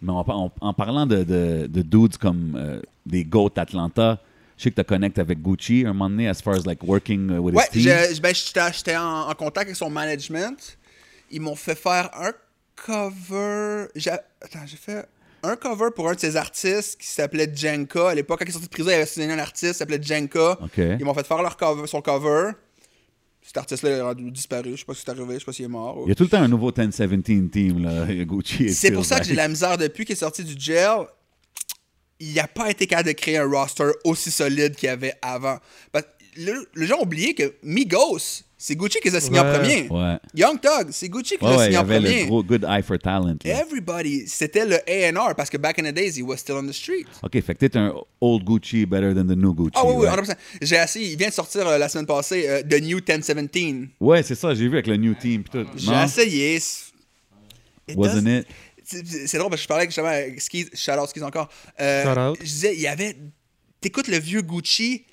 S2: Mais en, par- en- en parlant de, de- de dudes comme euh, des GOAT Atlanta, je sais que tu connectes avec Gucci un moment donné, as far as like working uh, with
S3: Ouais,
S2: his team.
S3: je- je- ben, j'étais j'étais en, en contact avec son management. Ils m'ont fait faire un cover. J'ai- Attends, j'ai fait un cover pour un de ses artistes qui s'appelait Jenka. À l'époque, quand il est sorti de prison, il avait signé un artiste qui s'appelait Jenka.
S2: Ok.
S3: Ils m'ont fait faire leur cover, son cover. Cet artiste-là est rendu disparu. Je sais pas si c'est arrivé, je sais pas s'il est mort.
S2: Il y a tout le temps un nouveau 10-17 team, là, Gucci. it
S3: C'est
S2: feels
S3: pour ça que j'ai
S2: like.
S3: la misère depuis qu'il est sorti du jail. Il n'a pas été capable de créer un roster aussi solide qu'il y avait avant. Parce que le, les gens ont oublié que Migos, c'est Gucci qui les a signés en
S1: Ouais.
S3: premier.
S2: Ouais.
S3: Young Thug, c'est Gucci qui
S2: Ouais,
S3: l'a
S2: ouais, il
S3: signé
S2: y
S3: en
S2: avait
S3: premier.
S2: le gros good eye for talent. là.
S3: Everybody, c'était le A&R parce que back in the days, he was still on the street.
S2: OK, fait que t'es un old Gucci better than the new Gucci.
S3: Ah oui, oui,
S2: ouais.
S3: 100%. J'ai assez, il vient de sortir euh, la semaine passée euh, The New 1017.
S2: Ouais, c'est ça, j'ai vu avec le new team. Pis tout.
S3: J'ai
S2: Non?
S3: essayé. c- It
S2: Wasn't
S3: does-
S2: it?
S3: C'est c'est drôle parce que je parlais justement avec Skiz, shout out Skiz encore. Euh,
S1: Shout out.
S3: Je disais, il y avait. T'écoutes le vieux Gucci,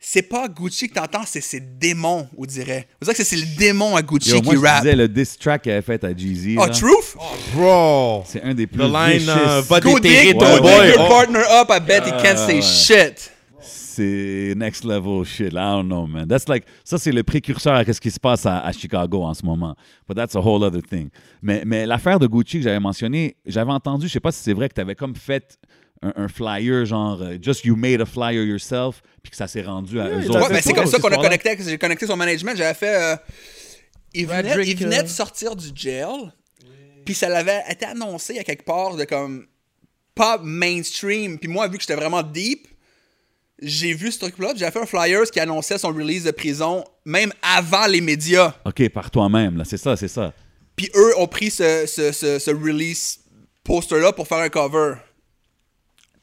S3: c'est pas Gucci que t'entends, c'est ses démons, on dirait. On dirait que c'est c'est le démon à Gucci
S2: Yo, moi,
S3: qui
S2: je
S3: rap.
S2: disais euh, le diss track qu'il avait fait à Jeezy.
S3: Oh,
S2: là,
S3: Truth?
S4: Bro!
S2: C'est un des plus
S4: The line,
S2: richesses.
S4: euh, va
S3: Go
S4: déterrer
S3: dig,
S2: ouais,
S3: go
S4: ton
S3: dig
S2: ouais.
S4: boy!
S3: your
S4: Oh.
S3: partner up, I bet he can't say shit.
S2: C'est next level shit. I don't know, man. That's like, ça, c'est le précurseur à ce qui se passe à, à Chicago en ce moment. But that's a whole other thing. Mais, mais l'affaire de Gucci que j'avais mentionné, j'avais entendu, je sais pas si c'est vrai, que tu avais comme fait un, un flyer, genre, euh, just you made a flyer yourself, puis que ça s'est rendu à
S4: Oui,
S2: eux
S4: il a
S2: autres.
S3: Ouais,
S4: fait
S3: ben c'est
S4: quoi,
S3: comme ça
S4: cette
S3: qu'on a
S4: histoire-là?
S3: connecté, avec- j'ai connecté son management. J'avais fait. euh, il, venait,
S5: Roderick,
S3: il venait
S5: euh,
S3: de sortir du jail, puis ça l'avait été annoncé à quelque part de comme pas mainstream. Puis moi, vu que j'étais vraiment deep, j'ai vu ce truc-là. puis J'avais fait un flyers qui annonçait son release de prison, même avant les médias.
S2: OK, par toi-même, là. C'est ça, c'est ça.
S3: Puis eux ont pris ce, ce, ce, ce release poster-là pour faire un cover.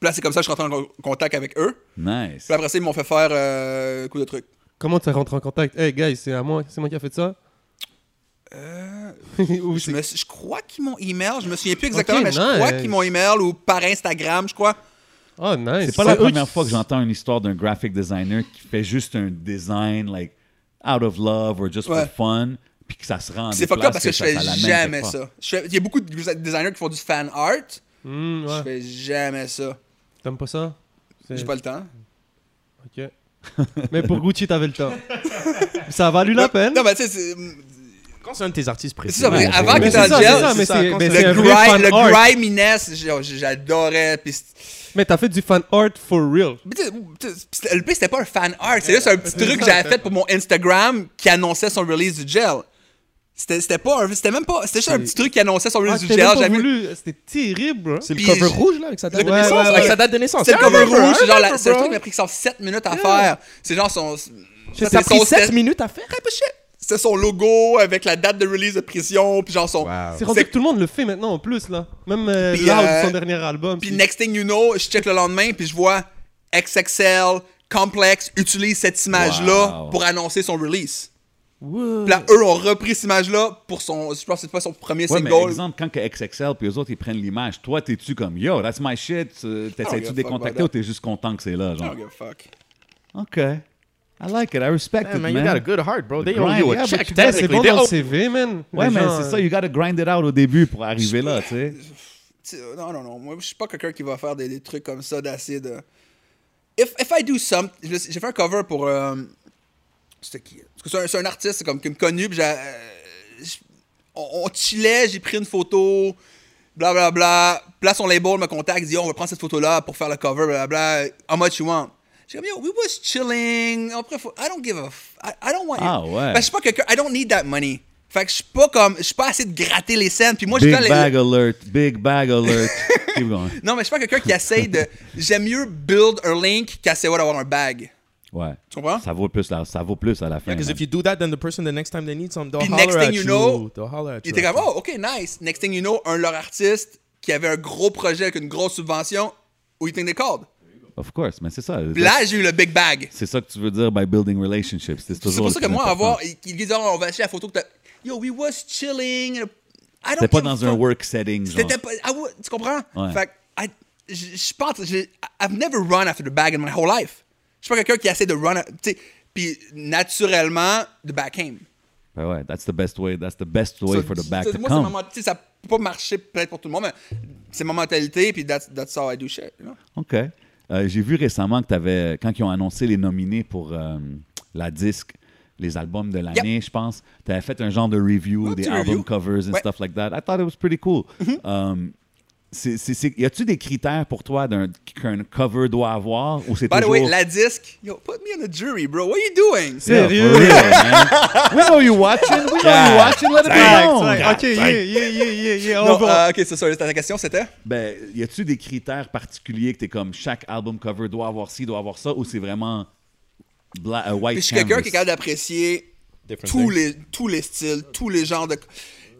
S3: Puis là, c'est comme ça que je suis rentré en con- contact avec eux.
S2: Nice.
S3: Puis après ça, ils m'ont fait faire euh, un coup de truc.
S1: Comment tu rentré en contact Hey, guys, c'est à moi, c'est moi qui a fait ça
S3: Euh,
S1: Ou
S3: Je,
S1: c'est-
S3: me suis- je crois qu'ils m'ont email, je me souviens plus exactement,
S1: Ok,
S3: mais je crois
S1: nice.
S3: qu'ils m'ont email ou par Instagram, je crois.
S1: Oh, nice.
S2: C'est pas la
S1: eux qui-
S2: première fois que j'entends une histoire d'un graphic designer qui fait juste un design like out of love or just
S3: Ouais.
S2: for fun, puis que ça se rend. à
S3: C'est
S2: des
S3: fucked
S2: places
S3: up parce que, je
S2: ça-
S3: fais
S2: ça l'amène
S3: jamais
S2: quelque part.
S3: ça. Je fais- Il y a beaucoup de designers qui font du fan art,
S1: Hmm, ouais.
S3: je fais jamais ça.
S1: T'aimes pas ça C'est-
S3: J'ai pas le temps.
S1: Ok. Mais pour Gucci, t'avais le temps. ça a valu la peine.
S3: Non, mais tu sais, c'est-
S4: Quand c'est un de tes artistes
S3: C'est
S4: préférés?
S3: ça, mais
S2: Ouais,
S3: avant
S2: ouais.
S3: qu'il
S1: Mais
S3: était
S1: c'est
S3: en
S1: ça, c'est ça,
S3: jail,
S1: mais
S4: c'est ça,
S1: c'est
S4: quand
S1: mais
S4: c'est
S1: c'est
S3: le
S1: un vrai
S3: grind,
S1: fan
S3: le
S1: art.
S3: griminess, j'ai- j'adorais. Puis c'est-
S1: Mais t'as fait du fan art for real.
S3: mais tu sais, tu sais, c'est- le pire, c'était pas un fan art, c'est juste un petit truc que j'avais fait pour mon Instagram qui annonçait son release du gel. C'était c'était pas un- c'était même pas, c'était juste un petit truc qui annonçait son
S1: Ah,
S3: release du
S1: t'as
S3: gel.
S1: même pas
S3: J'avais mis-
S1: voulu. C'était terrible.
S4: C'est le
S3: Puis
S4: cover
S3: je-
S4: rouge, là, avec sa date de
S1: Ouais,
S4: naissance?
S1: ouais,
S4: Avec
S1: ouais.
S4: sa date de naissance.
S3: C'est le
S4: Ah,
S3: cover
S4: remember,
S3: rouge, c'est
S4: I
S3: genre la-
S4: remember,
S3: c'est le
S4: bro.
S3: truc qui m'a pris genre 7 minutes à faire. C'est genre son. Ça
S4: Ça a pris 7
S3: minutes.
S4: minutes à faire?
S3: pas shit. C'était son logo avec la date de release de prison, puis genre son.
S1: C'est rendu
S3: C'est-
S1: que tout le monde le fait maintenant en plus là. Même euh,
S3: Puis,
S1: Loud,
S3: euh,
S1: son dernier album.
S3: Puis
S1: c'est-
S3: next thing you know, je check le lendemain, puis je vois XXL, Complex utilise cette image-là
S2: Wow.
S3: pour annoncer son release.
S1: Wow.
S3: Puis là, eux ont repris cette image-là pour son. Je pense que c'est pas son premier
S2: Ouais, mais
S3: single.
S2: exemple, quand que XXL puis eux autres, ils prennent l'image, toi, t'es-tu comme Yo, that's my shit, euh,
S3: I don't give
S2: t'essaies-tu
S3: a
S2: de les
S3: Oh, fuck about
S2: contacter
S3: that.
S2: ou t'es juste content que c'est là,
S3: I
S2: genre?
S3: don't give a fuck. Oh,
S2: OK. I like it, I respect
S4: Yeah,
S2: it,
S4: man,
S2: man.
S4: you got a good heart, bro. They
S2: The
S4: owe you
S2: grind,
S4: a
S2: yeah,
S4: check,
S2: but you gotta-
S1: Eh, c'est
S4: technically.
S1: bon
S4: They
S1: dans le
S4: owe-
S1: CV, man.
S2: Ouais,
S1: Les
S2: mais
S1: gens,
S2: c'est ça,
S1: euh,
S2: you gotta grind it out au début pour arriver là, tu sais.
S3: Tu- euh, Non, non, non. Moi, je suis pas quelqu'un qui va faire des, des trucs comme ça d'assez de. If, if I do something. J'ai fait un cover pour. euh, C'était qui En tout cas, C'est un, c'est un artiste comme, qui me connu. Puis j'ai, euh, j'- on, on chillait, j'ai pris une photo. Blablabla. Bla, bla. Puis là, son label me contacte, il dit on va prendre cette photo-là pour faire le cover. Blablabla. Bla. How much you want J'ai comme yo, we was chilling. Après, faut- I don't give a. f- I, I don't want.
S2: Ah, ouais.
S3: Fait que je suis pas quelqu'un. I don't need that money. Fait que je suis pas comme. Je suis pas assez de gratter les scènes. Puis moi, je
S2: Big
S3: fais les-
S2: bag alert, big bag alert. Keep going.
S3: non, mais je suis pas quelqu'un qui essaye de. J'aime mieux build un link qu'essayer d'avoir un bag.
S2: Ouais.
S3: Tu comprends?
S2: Ça vaut plus, là, ça vaut plus à la fin.
S4: Because
S2: man.
S4: if you do that, then the person, the next time they need some, they'll
S3: Puis
S4: holler
S3: next thing
S4: at
S3: you know,
S4: They'll holler at
S3: Il
S4: you.
S3: était comme, oh, ok, nice. Next thing you know, un de leurs artistes qui avait un gros projet avec une grosse subvention, où il think they called.
S2: Of course, mais c'est ça.
S3: Puis là, j'ai eu le big bag.
S2: C'est ça que tu veux dire by building relationships. C'est
S3: C'est
S2: toujours
S3: pour
S2: le
S3: ça que
S2: plus
S3: moi,
S2: important.
S3: avoir. Ils disent, oh, on va acheter la photo que t'as. Yo, we was chilling. I I don't
S2: C'était pas
S3: give a
S2: dans un
S3: fuck.
S2: work setting. genre.
S3: C'était pas. I would- tu comprends?
S2: Ouais.
S3: Fait que, I- je je pense. j'ai- I've never run after the bag in my whole life. Je suis pas quelqu'un qui essaie de run. Tu sais, puis naturellement, the bag came.
S2: Ben ouais, that's the best way. That's the best way
S3: So,
S2: for the
S3: tu-
S2: back
S3: tu-
S2: to
S3: moi, c'est ma
S2: come.
S3: mo- tu sais, ça peut pas marcher peut-être pour tout le monde, mais c'est ma mentalité, puis that's, that's how I do shit. you know?
S2: OK. Euh, J'ai vu récemment que t'avais, quand ils ont annoncé les nominés pour euh, la disque, les albums de l'année, je pense, tu avais fait un genre de review
S3: Un
S2: des
S3: petit
S2: album
S3: review.
S2: covers and
S3: Ouais. Mm-hmm.
S2: stuff like that. I thought it was pretty cool. Um, c'est- c'est- c'est- y a-tu des critères pour toi d'un- qu'un cover doit avoir ou c'est
S3: By the
S2: toujours...
S3: way, la disque, yo, put me on a jury, bro. What are you doing?
S1: C'est- Sérieux?
S2: for real, man. We know you watching. We know you watching. Let it be known.
S1: Ok, yeah, yeah, yeah, yeah, yeah. on
S3: Non,
S1: va-
S4: uh,
S3: euh, ok, c'est ça. Ta question, c'était?
S2: Ben, y a-tu des critères particuliers que t'es comme chaque album cover doit avoir ci, doit avoir ça, ou c'est vraiment bla- euh, white
S3: Puis je suis quelqu'un
S2: canvas?
S3: qui est capable d'apprécier
S4: Different
S3: tous
S4: things.
S3: les, tous les styles, tous les genres de.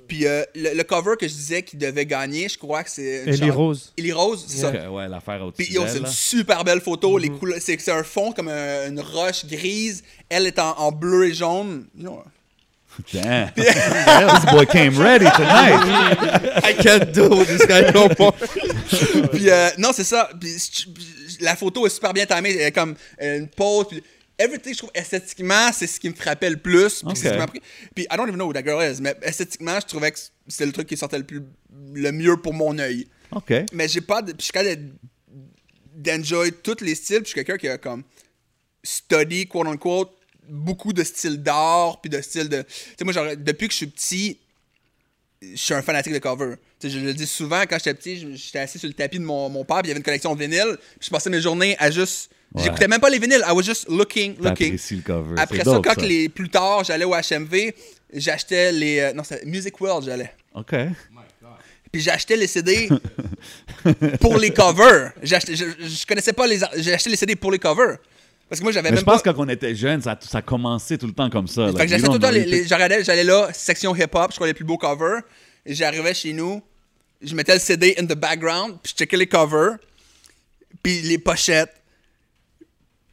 S3: Puis euh, le, le cover que je disais qu'il devait gagner, je crois que c'est. une
S1: Ellie
S3: chan-
S1: Rose.
S3: Ellie Rose, c'est ça.
S2: Ok, ouais, l'affaire au-dessus
S3: Puis yo, c'est
S2: d'elle,
S3: une
S2: là.
S3: super belle photo.
S1: Mhm.
S3: les couleurs, c'est, c'est un fond comme un- une roche grise. Elle est en, en bleu et jaune. You know,
S2: Damn. This boy came ready tonight.
S4: I can't do this guy no more.
S3: puis euh, non, c'est ça. Puis, c- la photo est super bien timée. Elle est comme euh, une pause. Puis, everything, je trouve, esthétiquement, c'est ce qui me frappait le plus. Puis, c'est ce qui
S2: Ok.
S3: m'a pris. Puis, I don't even know who that girl is, mais esthétiquement, je trouvais que c'était le truc qui sortait le, plus, le mieux pour mon œil.
S2: OK.
S3: Mais j'ai pas. de- puis je suis capable de- d'enjoy tous les styles. Puis, je suis quelqu'un qui a comme. study, quote unquote, beaucoup de styles d'art, puis de styles de. Tu sais, moi, genre, depuis que je suis petit, je suis un fanatique de cover. Tu sais, je le dis souvent, quand j'étais petit, je- j'étais assis sur le tapis de mon, mon père, puis il y avait une collection de vinyles, puis je passais mes journées à juste.
S2: Ouais.
S3: J'écoutais même pas les vinyles, I was just looking, looking.
S2: T'apprécies le cover.
S3: Après
S2: C'est
S3: ça,
S2: dope,
S3: quand les plus tard, j'allais au HMV, j'achetais les. euh, non, c'était Music World, j'allais.
S2: OK.
S3: Puis j'achetais les CD pour les covers. J'achetais- Je, je connaissais pas les. ar- J'achetais les CD pour les covers. Parce que moi, j'avais
S2: Mais
S3: même
S2: je pense ben,
S3: pas.
S2: que quand on était jeune, ça, ça commençait tout le temps comme ça. là.
S3: Fait que
S2: You
S3: j'achetais tout
S2: don't
S3: le temps,
S2: really
S3: les, les- je regardais, j'allais là, section hip-hop, je crois les plus beaux covers. Et J'arrivais chez nous, je mettais le CD in the background, puis je checkais les covers, puis les pochettes.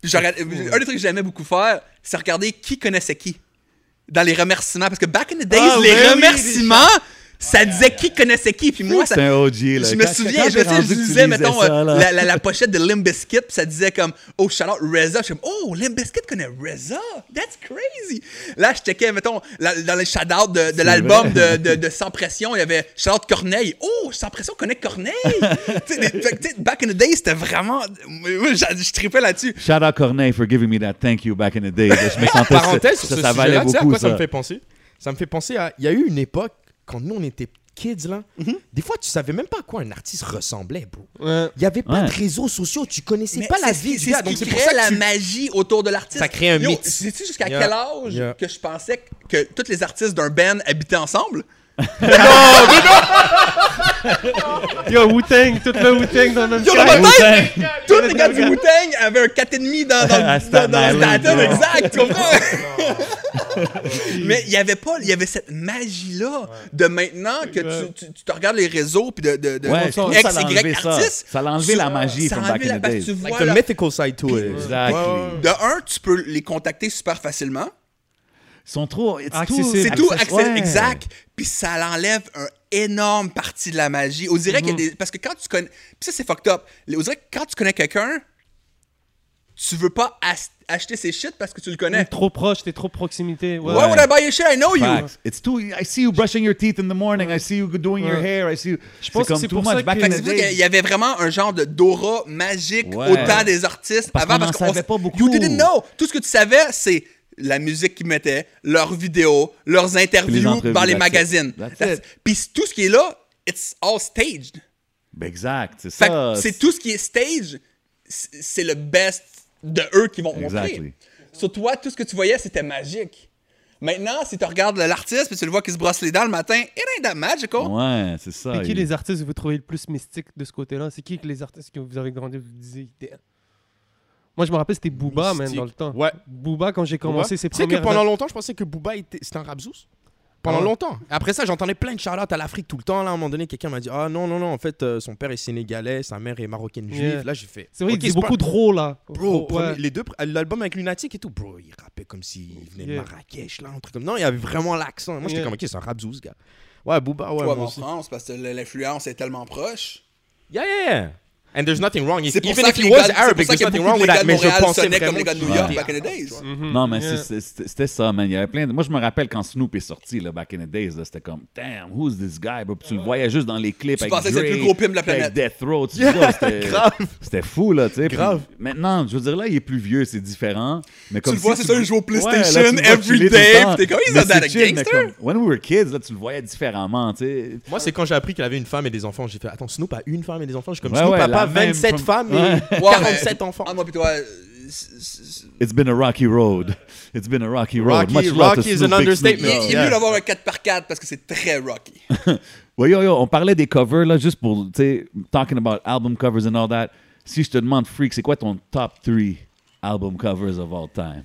S3: Puis je regardais- un des trucs que j'aimais beaucoup faire, c'est regarder qui connaissait qui dans les remerciements. Parce que back in the days,
S1: Ah,
S3: les
S1: ouais, oui,
S3: remerciements, ça disait qui connaissait qui. Puis moi, ça,
S2: C'est un OG, là.
S3: je me
S2: Quand-
S3: souviens,
S2: quand
S3: je,
S2: t'es
S3: sais, je
S2: rendu que tu
S3: lisais,
S2: lisais
S3: mettons,
S2: ça,
S3: euh,
S2: là.
S3: la, la- la pochette de Limp Bizkit, puis ça disait comme, oh, shout out Reza. Je suis comme, oh, Limp Bizkit connaît Reza. That's crazy. Là, je checkais, mettons, la- dans les shout out de, de l'album de, de- de Sans Pression, il y avait shout out Corneille. Oh, Sans Pression connaît Corneille. Tu sais, des- fait que, tu sais, back in the day, c'était vraiment. moi, j'a- Je tripais là-dessus.
S2: Shout out Corneille for giving me that thank you back in the day. Je me sentais
S4: Parenthèse sur
S2: ça,
S4: ce
S2: ça valait
S4: sujet-là, tu sais à
S2: beaucoup
S4: quoi ça.
S2: ça.
S4: me fait penser Ça me fait penser à. Il y a eu une époque, quand nous on était kids là, des fois tu savais même pas à quoi un artiste ressemblait, bro.
S1: Ouais.
S4: Il y avait pas
S2: Mm-hmm. Ouais.
S4: de réseaux sociaux, tu connaissais
S3: Mais
S4: pas la
S3: ce
S4: vie
S3: qui-
S4: du
S3: c'est
S4: gars,
S3: ce
S4: donc
S3: qui
S4: c'est pour
S3: crée
S4: ça
S3: la
S4: que tu-
S3: magie autour de l'artiste.
S4: Ça crée un
S3: Yo,
S4: mythe.
S3: Sais-tu jusqu'à
S4: Yeah.
S3: quel âge
S4: Yeah.
S3: que je pensais que tous les artistes d'un band habitaient ensemble?
S1: Yo, Wu-Tang, tout le Wu-Tang dans le même
S3: Yo,
S1: sac.
S3: dans ma tête,
S2: Wu-Tang.
S3: tous les gars du Wu-Tang avaient un 4,5 dans,
S2: À
S3: dans, dans,
S2: Staten
S3: dans
S2: Island,
S3: Staten,
S2: ouais.
S3: exact, tu comprends? Mais il y avait pas, il y avait cette magie-là de maintenant que
S1: Ouais.
S3: tu, tu, tu te regardes les réseaux puis de, de, de
S2: Ouais, je trouve que ça
S3: X,
S2: l'a
S3: Y
S2: enlevé ça.
S3: artistes.
S2: Ça l'a enlevé
S3: tu-
S2: la magie
S3: ça
S2: from
S3: l'a enlevé
S2: back in
S3: la
S2: the
S3: parce que
S2: days.
S3: Tu
S4: Like
S3: vois,
S4: the
S3: là,
S4: mythical side to it.
S2: Exactly.
S3: de un, tu peux les contacter super facilement.
S2: Ils sont trop. it's
S1: Accessible.
S2: too-
S1: C'est
S3: C'est tout
S2: access-
S3: accès-
S2: ouais.
S3: exact. Puis ça l'enlève un énorme partie de la magie. On dirait
S2: Mm-hmm.
S3: qu'il y a des. Parce que quand tu connais. Puis ça, c'est fucked up. On dirait que quand tu connais quelqu'un, tu veux pas as- acheter ses shit parce que tu le connais.
S1: T'es trop proche, t'es trop proximité. Ouais.
S3: Why would I buy your shit? I know you.
S2: Mm-hmm. Facts. It's too. I see you brushing your teeth in the morning. I see you doing your
S1: Ouais.
S2: hair. I see you. Je
S1: pense que c'est pour ça que-
S3: Fait que c'est pour ça qu'il y avait vraiment un genre de d'aura magique
S2: Ouais.
S3: autant des artistes
S2: Parce
S3: avant
S2: qu'on en
S3: parce qu'on
S2: savait pas beaucoup.
S3: You didn't know. Tout ce que tu savais, c'est la musique qu'ils mettaient, leurs vidéos, leurs
S2: Les
S3: interviews
S2: entrevues,
S3: dans les
S2: that's it.
S3: magazines.
S2: That's it.
S3: Puis tout ce qui est là, it's all staged.
S2: exact. C'est
S3: Fait
S2: ça.
S4: Ah,
S3: que c'est tout ce qui est stage, c'est c'est le best de eux qui vont te
S2: Exactly.
S3: montrer. Sur toi, tout ce que tu voyais, c'était magique. Maintenant, si tu regardes l'artiste puis tu le vois qui se brosse les dents le matin, it ain't that magical.
S2: Ouais, c'est ça.
S1: C'est qui
S2: Il-
S1: les artistes que vous trouvez le plus mystique de ce côté-là C'est qui que les artistes que vous avez grandi vous disiez Damn. Moi, je me rappelle, c'était Booba, man,
S4: Mystique.
S1: dans le temps.
S4: Ouais.
S1: Booba, quand j'ai
S4: Booba.
S1: commencé ses
S4: Tu sais que
S1: premières...
S4: pendant longtemps, je pensais que Booba était... c'était un rabzous. Pendant
S1: Ah ouais.
S4: longtemps. Après ça, j'entendais plein de charlottes à l'Afrique tout le temps. Là, à un moment donné, quelqu'un m'a dit Ah non, non, non, en fait, euh, son père est sénégalais, sa mère est marocaine juive.
S1: Yeah.
S4: Là, j'ai fait.
S1: C'est vrai,
S4: Ok,
S1: il dit
S4: c'est
S1: beaucoup
S4: pas-
S1: trop, là.
S4: Bro,
S1: Ouais.
S4: premier- les deux, pr- l'album avec Lunatic et tout, bro, il rappait comme s'il venait
S1: Yeah.
S4: de Marrakech, là, un truc comme. Non, il avait vraiment l'accent. Moi, j'étais
S1: Yeah.
S4: comme, ok, c'est un rabzous, ce gars. Ouais, Booba, ouais.
S3: toi,
S4: moi
S3: en
S4: aussi.
S3: France, parce que l'influence est tellement proche.
S4: Yeah, yeah, yeah. And there's nothing wrong.
S3: C'est pour
S4: Even
S3: ça
S4: if
S3: que
S4: he
S3: les
S4: was
S3: gars- c'est pour ça
S4: Arabic, there's
S3: qu'il y a
S4: nothing
S3: beaucoup
S4: wrong
S3: de
S4: with
S3: gars
S4: that.
S3: de
S4: Mais je
S3: Montréal
S4: pensais
S3: sonnaient comme
S4: vraiment
S3: les gars de
S4: qu'il
S3: New York
S4: était
S3: back in the
S4: arabe, tu
S3: days.
S4: vois.
S2: Non, mais
S1: Yeah.
S2: c'est- c'est- c'était ça, man. Il y avait plein de... Moi, je me rappelle quand Snoop est sorti, là, back in the days, là, c'était comme, damn, who's this guy? bro? Puis tu le voyais juste dans les clips
S3: Tu
S2: avec
S3: pensais que c'était le
S2: Drake,
S3: plus gros pimp de la planète.
S2: Avec Death Row, tu vois, c'était- C'était fou, là, tu sais. Puis
S4: Grave.
S2: Maintenant, je veux dire, là, il est plus vieux, c'est différent. Mais comme
S3: le vois,
S2: si
S3: c'est ça, il joue au PlayStation
S2: là, tu le vois
S3: every
S2: chiller tout
S3: day,
S2: le temps.
S3: puis t'es comme, he's
S2: Mais
S3: not that
S2: c'est
S3: a
S2: chill, mais
S3: gangster.
S2: comme, When we were kids, là, tu le voyais différemment, tu sais.
S4: Moi, c'est quand j'ai appris qu'il avait une femme et des enfants. J'ai fait, attends, Snoop a une femme et des enfants. Je suis comme,
S2: Ouais,
S4: Snoop
S2: ouais,
S4: a
S2: la
S4: pas
S2: même
S4: 27
S2: femme.
S4: femmes et
S2: Ouais.
S3: Ouais,
S4: 47
S3: mais-
S4: enfants.
S3: Ah, moi, puis toi, euh, c'est- c'est-
S2: It's been a rocky road. It's been a rocky road.
S4: Rocky-
S2: Much love to
S4: rocky is
S2: Snoop
S4: an
S2: Big Snoop.
S3: il
S4: understatement.
S3: il est
S4: Yeah.
S3: mieux d'avoir un 4x4 parce que c'est très rocky.
S2: Ouais, yo, yo, on parlait des covers, là, juste pour, tu sais, talking about album covers and all that. Si je te demande, Freak, c'est quoi ton top 3 album covers of all time?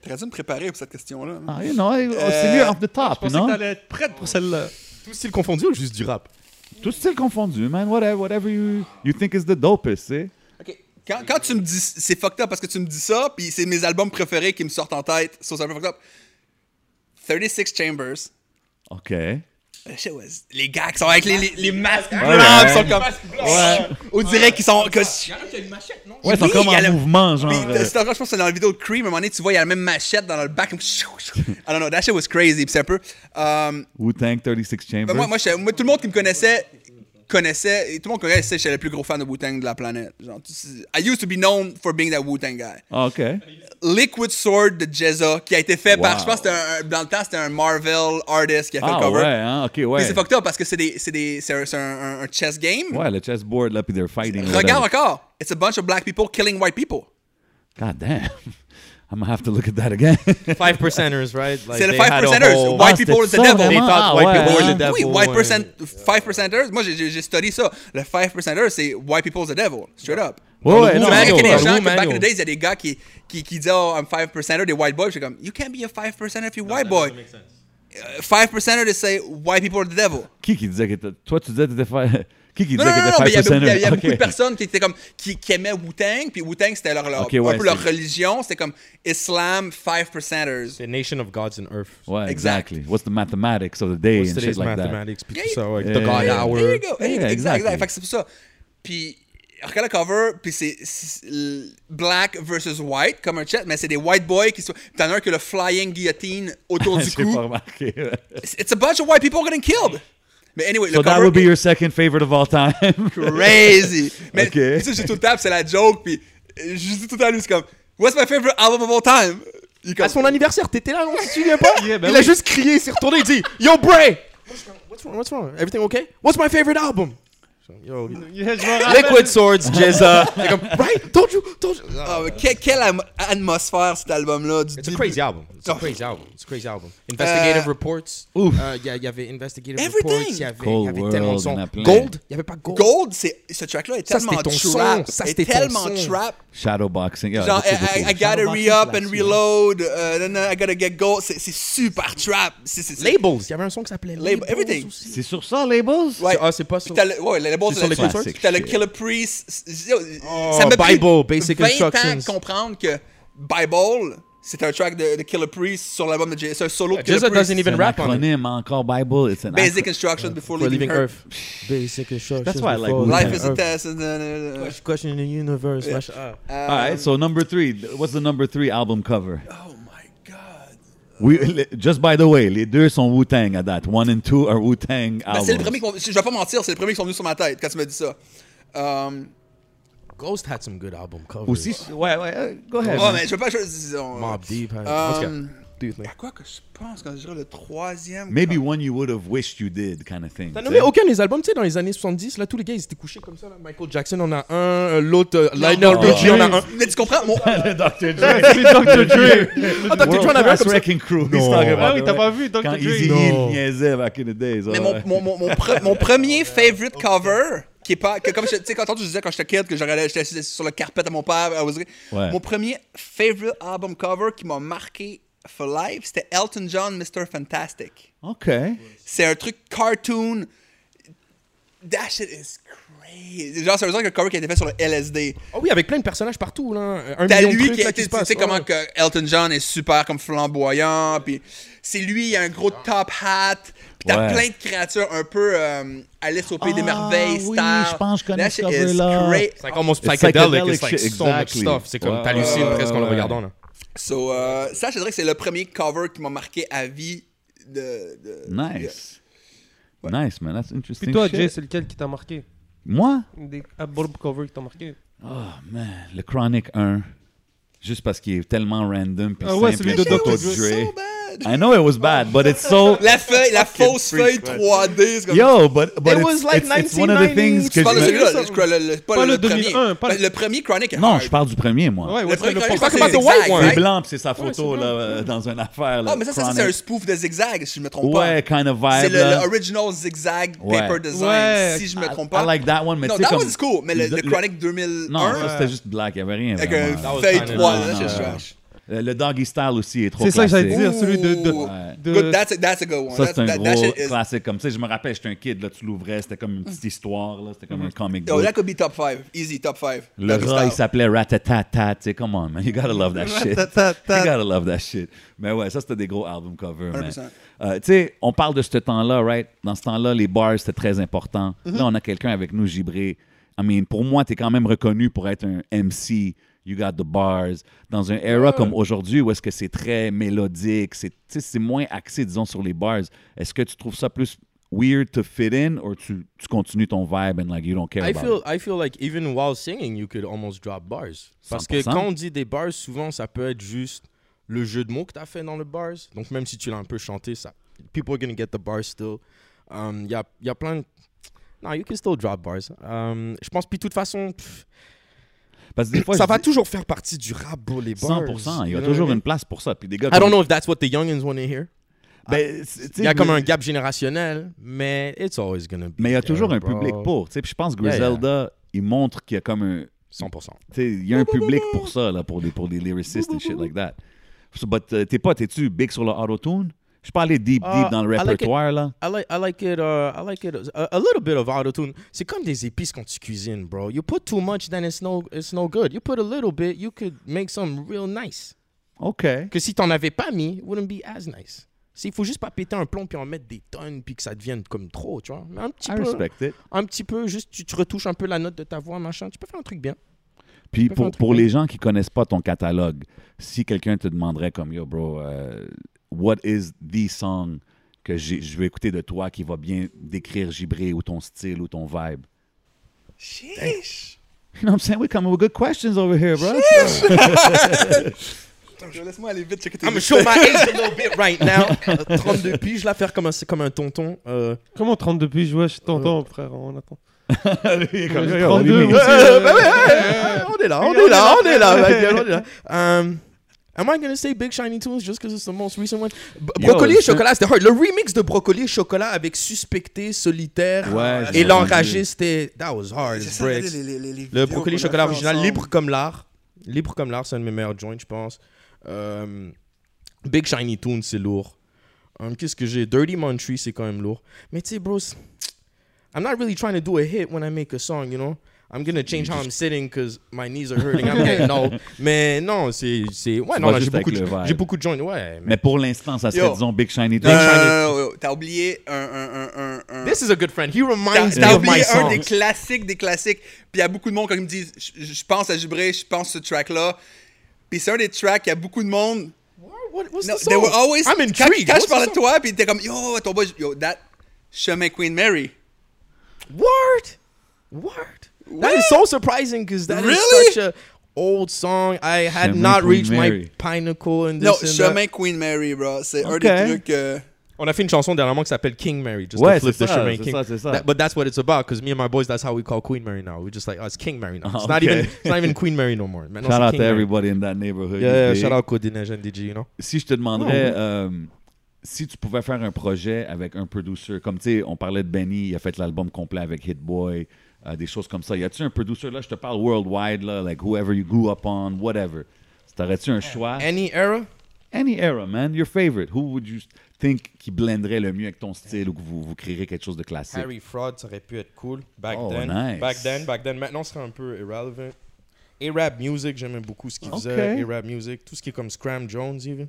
S3: T'aurais dû me préparer pour cette question-là. hein.
S2: Ah, you know, eh, oh,
S3: Euh,
S2: c'est mieux off the top,
S1: Je
S2: you
S1: pensais que
S2: know?
S1: t'allais être prête pour celle-là.
S4: Tout style confondu ou juste du rap
S2: Tout style confondu, man. Whatever, whatever you, you think is the dopest, tu sais.
S3: Ok. Quand, quand tu me dis c'est fucked up parce que tu me dis ça, puis c'est mes albums préférés qui me sortent en tête, so c'est un peu fucked up. 36 Chambers.
S2: OK.
S3: Euh, shit, ouais, Les gars qui sont avec les, les, les masques blancs,
S2: ouais.
S3: ils sont comme. On dirait qu'ils sont. que-
S2: Ouais, c'est
S3: Oui,
S2: encore
S3: il y a
S2: en
S3: le-
S2: mouvement, genre.
S3: Puis,
S2: euh,
S3: c'est encore, je pense que c'est dans la vidéo de Cream, à un moment donné, tu vois, il y a la même machette dans le bac. comme- I don't know, that shit was crazy. Puis c'est un peu. euh,
S2: Wu-Tang 36 Chambers.
S3: ben, moi, moi, je- moi, tout le monde qui me connaissait connaissait, et tout le monde connaissait, j'étais le plus gros fan de Wu-Tang de la planète. Genre, tu sais, I used to be known for being that Wu-Tang guy.
S2: Ah, OK.
S3: Liquid Sword de Jezza, qui a été fait
S2: Wow.
S3: par, je pense, que c'était un- un- dans le temps, c'était un Marvel artist qui a fait
S2: Ah,
S3: le cover.
S2: ouais, hein? OK,
S3: Puis
S2: ouais.
S3: c'est fucked up parce que c'est des, c'est des, c'est un, c'est un- un- un chess game.
S2: Ouais, le chessboard, là, puis they're fighting.
S3: Regarde
S2: whatever.
S3: encore. It's a bunch of black people killing white people.
S2: God damn. I'm gonna have to look at that again.
S4: 5 percenters, right Like,
S3: C'est le
S4: they
S3: 5
S4: had a
S3: percenters.
S4: whole-
S3: White
S2: Ah, c'était
S3: people is the
S2: ça,
S3: devil.
S4: They
S2: vraiment?
S4: thought
S2: Ah,
S4: white
S2: ouais,
S4: people were
S2: hein?
S4: the devil.
S3: oui, white
S4: ouais.
S3: percent, 5 percenters. Moi, j'ai- j'ai j'ai studié ça. Le 5 percenters, c'est white people's the devil. Straight up.
S2: Ouais, ouais, non,
S3: Tu
S4: Manuel,
S3: m'as
S2: yo,
S3: des
S4: Manuel.
S3: gens que back in
S4: Manuel.
S3: the days, il y a des gars qui, qui, qui disaient Oh, I'm 5%er, des white boys. J'étais comme You can't be a 5%er if you're white boy. Euh, 5%er, they say white people are the devil.
S2: Qui qui disait que t'étais- toi tu disais que t'étais fa- qui qui disait
S3: Non, non,
S2: que t'étais
S3: non, non, mais il y avait, il y avait- il y avait
S2: Ok.
S3: beaucoup de personnes qui étaient comme qui, qui aimaient Wu-Tang, puis Wu-Tang c'était leur, leur-
S2: Ok,
S3: un
S2: ouais,
S3: peu leur
S2: c'est-
S3: religion, c'était comme Islam 5%ers.
S4: The nation of gods and earth.
S2: Ouais,
S3: Exact.
S2: exactly. What's the mathematics of the day
S4: What's
S2: and
S4: today's
S2: shit like that.
S4: mathematics, puis tout ça, ouais, The
S2: Yeah.
S4: God
S2: Yeah.
S4: Hour.
S3: There you go.
S2: Yeah,
S3: exact, exact.
S2: exactly.
S3: Fait que c'est pour ça. Puis regarde le cover, puis c'est c'est l- black versus white comme un chat, mais c'est des white boys qui sont t'en as un qui a le flying guillotine autour du
S2: J'ai
S3: cou.
S2: pas remarqué.
S3: It's- It's a bunch of white people getting killed. Mais anyway,
S2: So
S3: le
S2: that
S3: cover
S2: would be
S3: est
S2: your second favorite of all time.
S3: crazy. Mais
S2: Ok.
S3: tu sais, j'ai tout le temps, c'est la joke, puis euh, je dis tout le temps à lui, c'est comme What's my favorite album of all time? Il est
S4: À
S3: comme,
S4: son anniversaire, t'étais là, non Tu te souviens pas
S2: Yeah, ben
S4: Il a
S2: oui.
S4: juste crié, il s'est retourné, il dit Yo, Bray What's wrong What's wrong Everything okay What's my favorite album Yo, Liquid Swords, Jezza. Like, I'm- right? Told you, told you.
S3: Ah, mais que- quelle am- atmosphère cet album-là. du
S4: It's a
S3: début.
S4: crazy album. It's a
S3: Oh.
S4: crazy album. It's a crazy album. Investigative reports.
S2: Ouf.
S4: Euh, y a- y avait investigative
S3: Everything.
S4: reports. Il y avait,
S2: Cold
S4: y avait
S2: World,
S4: tellement de
S2: il y en a
S4: sons.
S2: plein.
S4: Gold. Il y avait pas gold.
S3: Gold, c'est ce track-là est
S4: Ça,
S3: tellement
S4: c'était ton
S3: trap,
S4: son. Ça,
S3: est
S4: c'était ton
S3: tellement
S4: son.
S3: trap.
S2: Shadowboxing. Yeah,
S3: Genre,
S2: that's
S3: I,
S2: a good
S3: I- I
S2: one.
S3: gotta
S4: Charles
S3: re-up and
S4: Barkley,
S3: reload. uh, then I gotta get gold. C'est c'est super trap. C'est- c'est- c'est-
S4: Labels. Il y avait un son qui s'appelait
S3: Label-
S4: Labels.
S3: everything.
S4: aussi.
S2: C'est sur ça, labels?
S3: Ouais.
S4: Ah, c'est pas sur-
S3: Puis t'as le- Ouais, les labels,
S4: C'est
S3: c'est
S4: sur les
S3: là-dessus.
S4: concerts?
S3: Puis T'as le
S2: Shit.
S3: Killer Priest. c'est- yo,
S4: Oh,
S3: ça m'a pris
S4: Bible, Basic
S3: 20 ans
S4: Instructions.
S3: à comprendre que Bible, c'est un track de, de Killer Priest sur l'album de Jay. C'est un solo de Killer
S4: Jezza
S3: Priest.
S4: doesn't
S2: C'est
S4: even
S2: un
S4: rap hein. on it.
S2: acronyme encore, Bible. It's an
S3: Basic
S2: acro-
S3: Instructions Before
S4: For
S3: Leaving
S4: Living
S3: Earth.
S4: Earth. Basic instructions.
S2: That's why I like
S4: before
S2: Wu-Tang.
S3: Life is a
S4: Earth.
S3: test. and, uh, uh,
S4: Question the universe. machin. Ah.
S3: uh,
S2: All right, so number three. What's the number three album cover?
S3: Oh my god.
S2: We, le- just by the way, les deux sont Wu-Tang à date. One and two are Wu-Tang
S3: Ben,
S2: albums.
S3: c'est le premier qu'on- Je vais pas mentir, c'est le premier qui sont venus sur ma tête quand tu m'as dit ça. Um,
S4: Ghost had some good album covers.
S2: Aussi, ouais, ouais, euh, go ahead.
S3: oh,
S2: man.
S3: mais je veux pas. Je, disons, euh,
S4: Mob Deep. hein. En tout cas,
S3: Um,
S4: do you think?
S3: à quoi que je pense quand je dirais le troisième
S2: Maybe one you would have wished you did, kind of thing.
S4: T'as
S2: tu
S4: nommé
S2: sais.
S4: aucun des albums, tu sais, dans les années 70, là, tous les gars, ils étaient couchés comme ça, là. Michael Jackson en a un, euh, l'autre, euh, Lionel
S2: non,
S4: Richie en a un.
S3: Mais tu comprends mon...
S2: Le Dr. Dre.
S4: Ah, Dr. Dre en avait un comme ça.
S2: Wrecking Crew.
S4: Non.
S1: Ah oui, t'as pas vu Dr.
S2: Quand
S1: Dre?
S2: Easy
S4: Non.
S2: Hill niaisait back in the days. ouais.
S3: Mais mon, mon, mon, mon, pre- mon premier favorite cover, qui est pas. que comme je- tu sais, quand je disais quand j'étais kid que je regardais- j'étais assis sur le carpet à mon père, I was-
S2: Ouais.
S3: mon premier favorite album cover qui m'a marqué for life, c'était Elton John, Mr. Fantastic.
S2: euh, OK.
S3: C'est un truc cartoon That shit is crazy. Genre, c'est un que le cover qui a été fait sur le LSD.
S4: Oh oui, avec plein de personnages partout, là. Un
S3: T'as
S4: million de
S3: lui
S4: trucs,
S3: qui a
S4: là,
S3: été.
S4: se
S3: Tu
S4: passent,
S3: sais
S4: ouais.
S3: comment que Elton John est super comme flamboyant. Puis c'est lui, il a un gros top hat. Puis t'as
S2: Ouais.
S3: plein de créatures un peu euh, Alice au Pays des
S2: Ah,
S3: Merveilles,
S2: oui,
S3: Star.
S2: je pense que je connais
S3: That
S2: ce
S3: shit is
S2: cover-là.
S3: great.
S4: C'est comme mon
S2: psychedelic
S4: psychedelic, c'est like
S2: shit,
S4: so much
S2: exactly.
S4: stuff. C'est comme
S2: Ouais,
S4: t'hallucines
S3: ouais,
S4: presque en le
S2: ouais.
S4: regardant, là.
S3: So, euh, ça, je te dirais que c'est le premier cover qui m'a marqué à vie de. de-
S2: Nice. Nice, man. That's interesting.
S1: Puis toi,
S2: shit.
S1: Jay, c'est lequel qui t'a marqué
S2: Moi?
S1: Des albums cover qui t'ont marqué
S2: Oh, man. Le Chronic 1. Juste parce qu'il est tellement random. Puis
S1: Ah ouais,
S2: simple,
S1: celui
S2: et
S1: de
S2: une photo
S1: Dr.
S2: Dre.
S3: So bad.
S2: I know it was bad, but it's so.
S3: La feuille, la fausse feuille
S4: freak, ouais.
S3: 3D. c'est comme-
S2: Yo, but, but
S4: It
S2: it's,
S4: was like
S2: it's, it's one of the
S4: 1990.
S2: things que
S3: Tu parles de
S2: je me-
S3: celui-là, le- le- le- pas,
S1: Pas
S3: le,
S1: le
S3: premier. Ben,
S1: 2001, pas le-
S3: le premier Chronic. est
S2: Non,
S3: hard.
S2: je parle du premier, moi.
S1: Ouais,
S3: Le
S1: ouais,
S3: premier
S1: le
S3: Chronic,
S1: portrait,
S3: je
S1: c'est-
S3: pense que
S4: White
S2: C'est
S3: c'est
S4: One.
S3: Zigzag, right?
S2: blanc, puis c'est sa photo là, euh, dans une affaire. Là,
S3: Ah, mais ça, ça, c'est
S2: Chronic.
S3: un spoof de Zigzag, si je me trompe pas.
S2: Ouais, kind of vibe.
S3: C'est le,
S2: là.
S3: le original Zigzag
S2: Ouais.
S3: paper design,
S1: Ouais.
S3: si je me
S2: I-
S3: trompe pas.
S2: I like that one, mais
S3: non,
S2: tu sais
S3: that
S2: comme...
S3: one's cool, mais le, le Chronic 2001
S2: Non, ça, c'était juste black, il n'y avait rien.
S3: avec
S2: vraiment.
S3: un
S4: was
S3: feuille
S4: kinda
S3: 3,
S2: nice.
S3: là,
S2: Non,
S3: c'est
S2: non,
S3: trash.
S2: Euh, Le doggy style aussi est trop
S1: C'est ça que j'allais
S2: classique.
S1: dire, celui de. de,
S3: euh, Ouh.
S1: de-
S3: Good, that's a, that's a good one.
S2: Ça, c'est un
S3: That- that- that
S2: gros
S3: shit is-
S2: classique. Comme ça, je me rappelle, j'étais un kid, là, tu l'ouvrais, c'était comme une petite histoire, là, c'était comme un comic
S3: Oh,
S2: book.
S3: that could be top 5. Easy, top 5.
S2: Le rat, il s'appelait Ratatata, tu sais, come on, man, you gotta love that shit.
S1: Ratatata.
S2: You gotta love that shit. Mais ouais, ça, c'était des gros album covers, man.
S3: 100%.
S2: Euh, tu sais, on parle de ce temps-là, right? Dans ce temps-là, les bars, c'était très important.
S4: Mm-hmm.
S2: Là, on a quelqu'un avec nous, Gibré. I mean, pour moi, t'es quand même reconnu pour être un MC. You got the bars. Dans un era comme aujourd'hui, où est-ce que c'est très mélodique, c'est tu sais, c'est moins axé, disons, sur les bars, est-ce que tu trouves ça plus weird to fit in ou tu, tu continues ton vibe and like you don't care
S4: I
S2: about
S4: feel,
S2: it?
S4: I feel like even while singing, you could almost drop bars. Parce que
S2: 100%.
S4: quand on dit des bars, souvent, ça peut être juste le jeu de mots que tu as fait dans le bars. Donc, même si tu l'as un peu chanté, ça, people are gonna get the bars still. Il y, a, y a plein de... Non, you can still drop bars. Um, je pense, puis de toute façon, pff,
S2: Parce que des fois,
S4: ça
S2: je
S4: va
S2: dis-
S4: toujours faire partie du rap, bro, les bars.
S2: 100%. Il y
S4: You
S2: a
S4: know
S2: toujours
S4: what I
S2: une place pour ça. Puis des gars
S4: mean? I
S2: comme-
S4: don't know if that's what the youngins want to hear.
S2: Ben, c'est- tu sais,
S4: Il y a comme
S2: mais-
S4: un gap générationnel, mais it's always gonna be
S2: Mais il y a toujours
S4: there,
S2: un
S4: bro.
S2: public pour. tu sais. Puis je pense que
S4: Yeah, yeah.
S2: Griselda, il montre qu'il y a comme un.
S4: 100%.
S2: tu sais, Il y a un public pour ça, là, pour des, pour des lyricistes et shit like that. So, but euh, t'es pas, t'es-tu big sur le auto-tune? Je suis pas allé deep, deep
S4: Ah,
S2: dans le
S4: I like it.
S2: répertoire, là.
S4: I like, I like it, uh, I like it a, a little bit of autotune. C'est comme des épices quand tu cuisines, bro. You put too much, then it's no, it's no good. You put a little bit, you could make some real nice.
S2: OK.
S4: Que si t'en avais pas mis, it wouldn't be as nice. C'est- Il faut juste pas péter un plomb puis en mettre des tonnes puis que ça devienne comme trop, tu vois. Mais un petit
S2: I
S4: peu,
S2: respect it.
S4: un petit peu, juste tu, tu retouches un peu la note de ta voix, machin. Tu peux faire un truc bien.
S2: Puis
S4: peux faire un
S2: pour,
S4: truc
S2: pour
S4: bien.
S2: les gens qui connaissent pas ton catalogue, si quelqu'un te demanderait comme yo bro, euh, what is the song que j'ai- je vais écouter de toi qui va bien décrire Gibré ou ton style ou ton vibe?
S3: Sheesh.
S2: You know what I'm saying? We're coming with good questions over here, bro.
S3: Attends, je- Laisse-moi aller vite checker tes
S4: I'm show my age a little bit right now. Euh, 32 piges, la faire comme un, c'est comme un tonton. Euh,
S1: Comment 30 depuis Je vois, je t'entends, frère, on attend.
S2: Il est comme, yo, yo, what do
S1: 32
S2: you mean?
S1: aussi,
S4: bah
S1: euh,
S4: on est là, on est là, on est là, ma gueule, on est là. Um, am I gonna say Big Shiny Tunes just because it's the most recent one? B-
S2: Yo,
S4: Brocoli et
S2: c'est-
S4: chocolat, c'était hard. Le remix de Brocoli et chocolat avec Suspecté, Solitaire
S2: Ouais, Ah,
S4: et
S2: j'ai
S4: l'enragé,
S2: entendu.
S4: c'était that was hard. as bricks. Le Brocoli et
S3: et
S4: chocolat original, libre comme l'art, libre comme l'art, c'est un de mes meilleurs joints, je pense. Um, Big Shiny Tunes, c'est lourd. Um, Qu'est-ce que j'ai? Dirty Montree, c'est quand même lourd. Mais tu sais, bro, c'est- I'm not really trying to do a hit when I make a song, you know? I'm gonna change how I'm sitting because my knees are hurting. I'm getting old. Mais non, c'est. c'est- Ouais, non,
S2: vas
S4: non, j'ai
S2: juste
S4: beaucoup,
S2: avec
S4: de-
S2: le vibe.
S4: j'ai beaucoup de joints. Ouais, mais.
S2: Mais pour l'instant, ça serait
S3: Yo.
S2: disons Big Shiny
S3: Non,
S2: Dick.
S3: non, non, non, non, Euh, T'as oublié un. un, un, un, un...
S4: This is a good friend. He
S3: T'as
S4: reminds me
S3: t'as
S4: of my
S3: oublié un des
S4: songs.
S3: classiques des classiques. Puis il y a beaucoup de monde quand ils me disent je, je pense à Gibré, je pense à ce track-là. Puis c'est un des tracks, il y a beaucoup de monde.
S4: What, what's
S3: No,
S4: the
S3: they
S4: song?
S3: were always,
S4: I'm
S3: quand,
S4: intrigued.
S3: quand
S4: What's
S3: je
S4: the
S3: parlais de
S4: song?
S3: toi, puis t'es comme Yo, ton boy, yo, that chemin Queen Mary.
S4: Word. Word. That is so surprising because that is
S3: Really?
S4: such a old song. I had
S2: Chemin
S4: not
S2: Queen
S4: reached my
S2: Mary.
S4: pinnacle in
S3: Non,
S4: this and that.
S3: chemin Queen Mary, bro. C'est un des
S2: Ok.
S3: trucs. euh,
S4: On a fait une chanson dernièrement qui s'appelle King Mary. Just
S2: Ouais,
S4: to flip
S2: c'est
S4: the
S2: ça,
S4: Chemin
S2: c'est
S4: King.
S2: ça, c'est ça.
S4: That- but that's what it's about because me and my boys, that's how we call Queen Mary now. We're just like, oh, it's King Mary now. It's,
S2: Ah,
S4: not,
S2: ok.
S4: even, it's not even Queen Mary no more.
S2: Shout
S4: Maintenant, c'est
S2: out
S4: King
S2: to
S4: Mary.
S2: everybody in that neighborhood.
S4: Yeah, yeah,
S2: you
S4: shout
S2: dig?
S4: out Codineige and DG, you know?
S2: Si je te demanderais euh, si tu pouvais faire un projet avec un producer, comme tu sais, on parlait de Benny, il a fait l'album complet avec Hit Boy, euh, des choses comme ça. Y a-tu un producer là, je te parle worldwide là, like whoever you grew up on,
S3: Euh,
S2: whatever. T'aurais-tu un choix?
S4: Any era?
S2: Any era, man, your favorite. Who would you? think qui blenderait le mieux avec ton style ou que vous, vous créerez quelque chose de classique?
S4: Harry Fraud, ça aurait pu être cool. Back
S2: Oh,
S4: then.
S2: nice.
S4: Back then, back then. Maintenant, ce serait un peu irrelevant. A-Rap Music, j'aimais beaucoup ce qu'il
S1: Ok.
S4: faisait. A-Rap Music, tout ce qui est comme Scram Jones, even.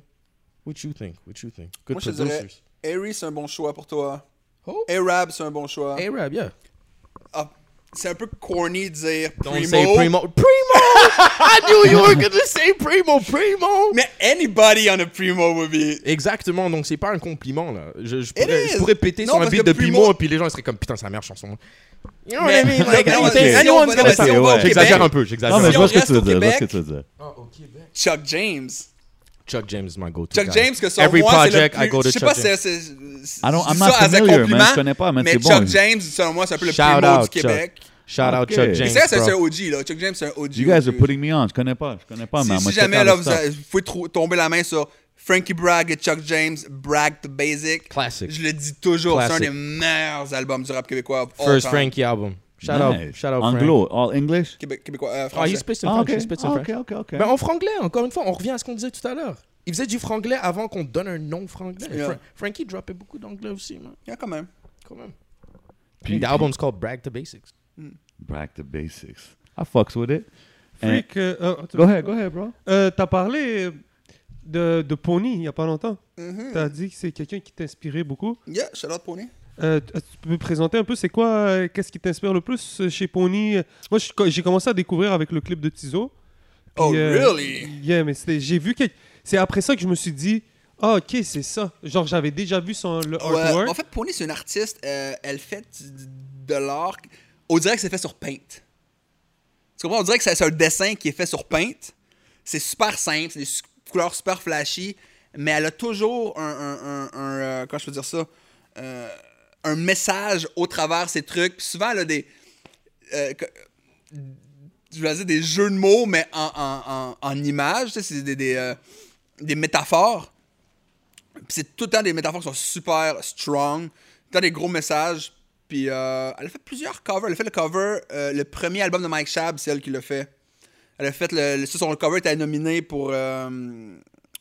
S4: What you think? What you think? Good
S3: Moi, je te dirais,
S4: producers. Oh.
S3: Harry, c'est un bon choix pour toi.
S4: Who?
S3: Arab, c'est un bon choix.
S4: A-Rap, yeah.
S3: Ah, c'est un peu corny de dire
S4: Don't
S3: primo,
S4: say Primo. Primo! I knew you were gonna say Primo, Primo!
S3: Mais anybody on a primo would be.
S4: Exactement, donc c'est pas un compliment là. Je, je, pourrais, je
S3: is.
S4: pourrais péter
S3: Non,
S4: sur un
S3: parce
S4: beat
S3: que
S4: de
S3: Primo-
S4: Primo, puis les gens ils seraient comme putain, sa mère chanson. You know what
S3: Mais-
S4: I mean? Like,
S3: Non,
S2: mais-
S4: anything-
S2: si
S3: on
S4: anyone's
S3: va-
S4: gonna
S3: si on
S4: say- oh,
S3: va au
S4: J'exagère
S3: Québec-
S4: un peu, j'exagère
S2: Non, mais
S4: un peu.
S3: Si
S2: je
S3: on
S2: vois ce que
S3: reste
S2: tu veux
S3: au
S2: dire. Je vois ce que
S3: Québec-
S2: tu veux dire.
S3: Chuck James.
S4: Chuck James is my go-to.
S3: Chuck
S4: guy.
S3: James, que sur
S4: Every
S3: moi,
S4: project,
S3: c'est le
S4: I go
S3: plus... Je
S4: to
S3: sais pas
S4: Chuck
S3: si
S4: James.
S3: c'est... c'est-
S2: I don't- I'm
S3: c'est
S2: not
S3: ça as un
S2: familiar, man.
S3: compliment,
S2: Je connais pas, man.
S3: mais
S2: C'est bon,
S3: Chuck
S2: lui.
S3: James, selon moi, c'est un peu le
S4: Shout
S3: primo
S4: out,
S3: du Québec.
S4: Chuck. Shout out
S2: Ok.
S4: Chuck
S3: C'est
S4: James.
S3: ça, c'est un
S4: bro.
S3: OG, là. Chuck James, c'est un OG.
S2: You guys are
S3: OG.
S2: putting me on. Je connais pas. Je
S4: Ah,
S2: connais pas,
S3: Si,
S2: man.
S3: si
S2: Moi, check
S3: jamais,
S2: out
S3: là,
S2: the
S3: vous,
S2: stuff.
S3: a- vous pouvez trou- tomber la main sur Frankie Bragg et Chuck James, Bragg the Basic.
S4: Classic.
S3: Je le dis toujours, c'est un
S4: Classic.
S3: des meilleurs albums du rap québécois. of all
S4: First
S3: time.
S4: Frankie album. Shout out,
S2: Nice.
S4: shout out Frank.
S2: Anglo, all English?
S3: Québé- Québécois, euh,
S4: Ah,
S3: français.
S4: il spit
S2: Ah,
S4: in French,
S2: ok.
S4: he spits in
S2: Ah,
S4: French.
S2: ok, ok, ok.
S4: Ben, en franglais, encore une fois, on revient à ce qu'on disait tout à l'heure. Il faisait du franglais avant qu'on donne un nom franglais.
S3: Yeah.
S4: Fra- Frankie droppait beaucoup d'anglais aussi, man.
S3: Yeah, quand même.
S4: Quand même.
S2: Puis-
S4: the album's called Brag to Basics.
S2: Back to basics. I fucks with it. And-
S1: Freak, euh, euh, attends.
S2: Go ahead, go ahead, bro.
S1: Euh, T'as parlé de, de Pony il n'y a pas longtemps. T'as dit que c'est quelqu'un qui t'inspirait beaucoup.
S3: Yeah, shout out Pony.
S1: Euh, t- tu peux me présenter un peu, c'est quoi, euh, qu'est-ce qui t'inspire le plus euh, chez Pony Euh, Moi, je- j'ai commencé à découvrir avec le clip de Tizo.
S3: Oh,
S1: Puis, euh,
S3: really?
S1: Yeah, mais c'était- j'ai vu que c'est après ça que je me suis dit, ah ok, c'est ça. Genre, j'avais déjà vu son le
S3: Ouais,
S1: artwork.
S3: en fait, Pony, c'est une artiste. euh, elle fait du- du- de l'art. On dirait que c'est fait sur Paint. Tu comprends? On dirait que c'est c'est un dessin qui est fait sur Paint. C'est super simple, c'est des su- couleurs super flashy, mais elle a toujours un. un, un- un, euh, comment je peux dire ça? Euh, un message au travers ces trucs. Puis souvent, elle a des. euh, que- je vais dire des jeux de mots, mais en, en, en, en images. Tu sais, c'est des, des, euh, des métaphores. Puis c'est tout le temps des métaphores qui sont super strong. Tout le temps des gros messages. Puis euh, elle a fait plusieurs covers. Elle a fait le cover, euh, le premier album de Mike Shab, c'est elle qui l'a fait. Elle a fait le, le- sur son cover, était nominé pour euh,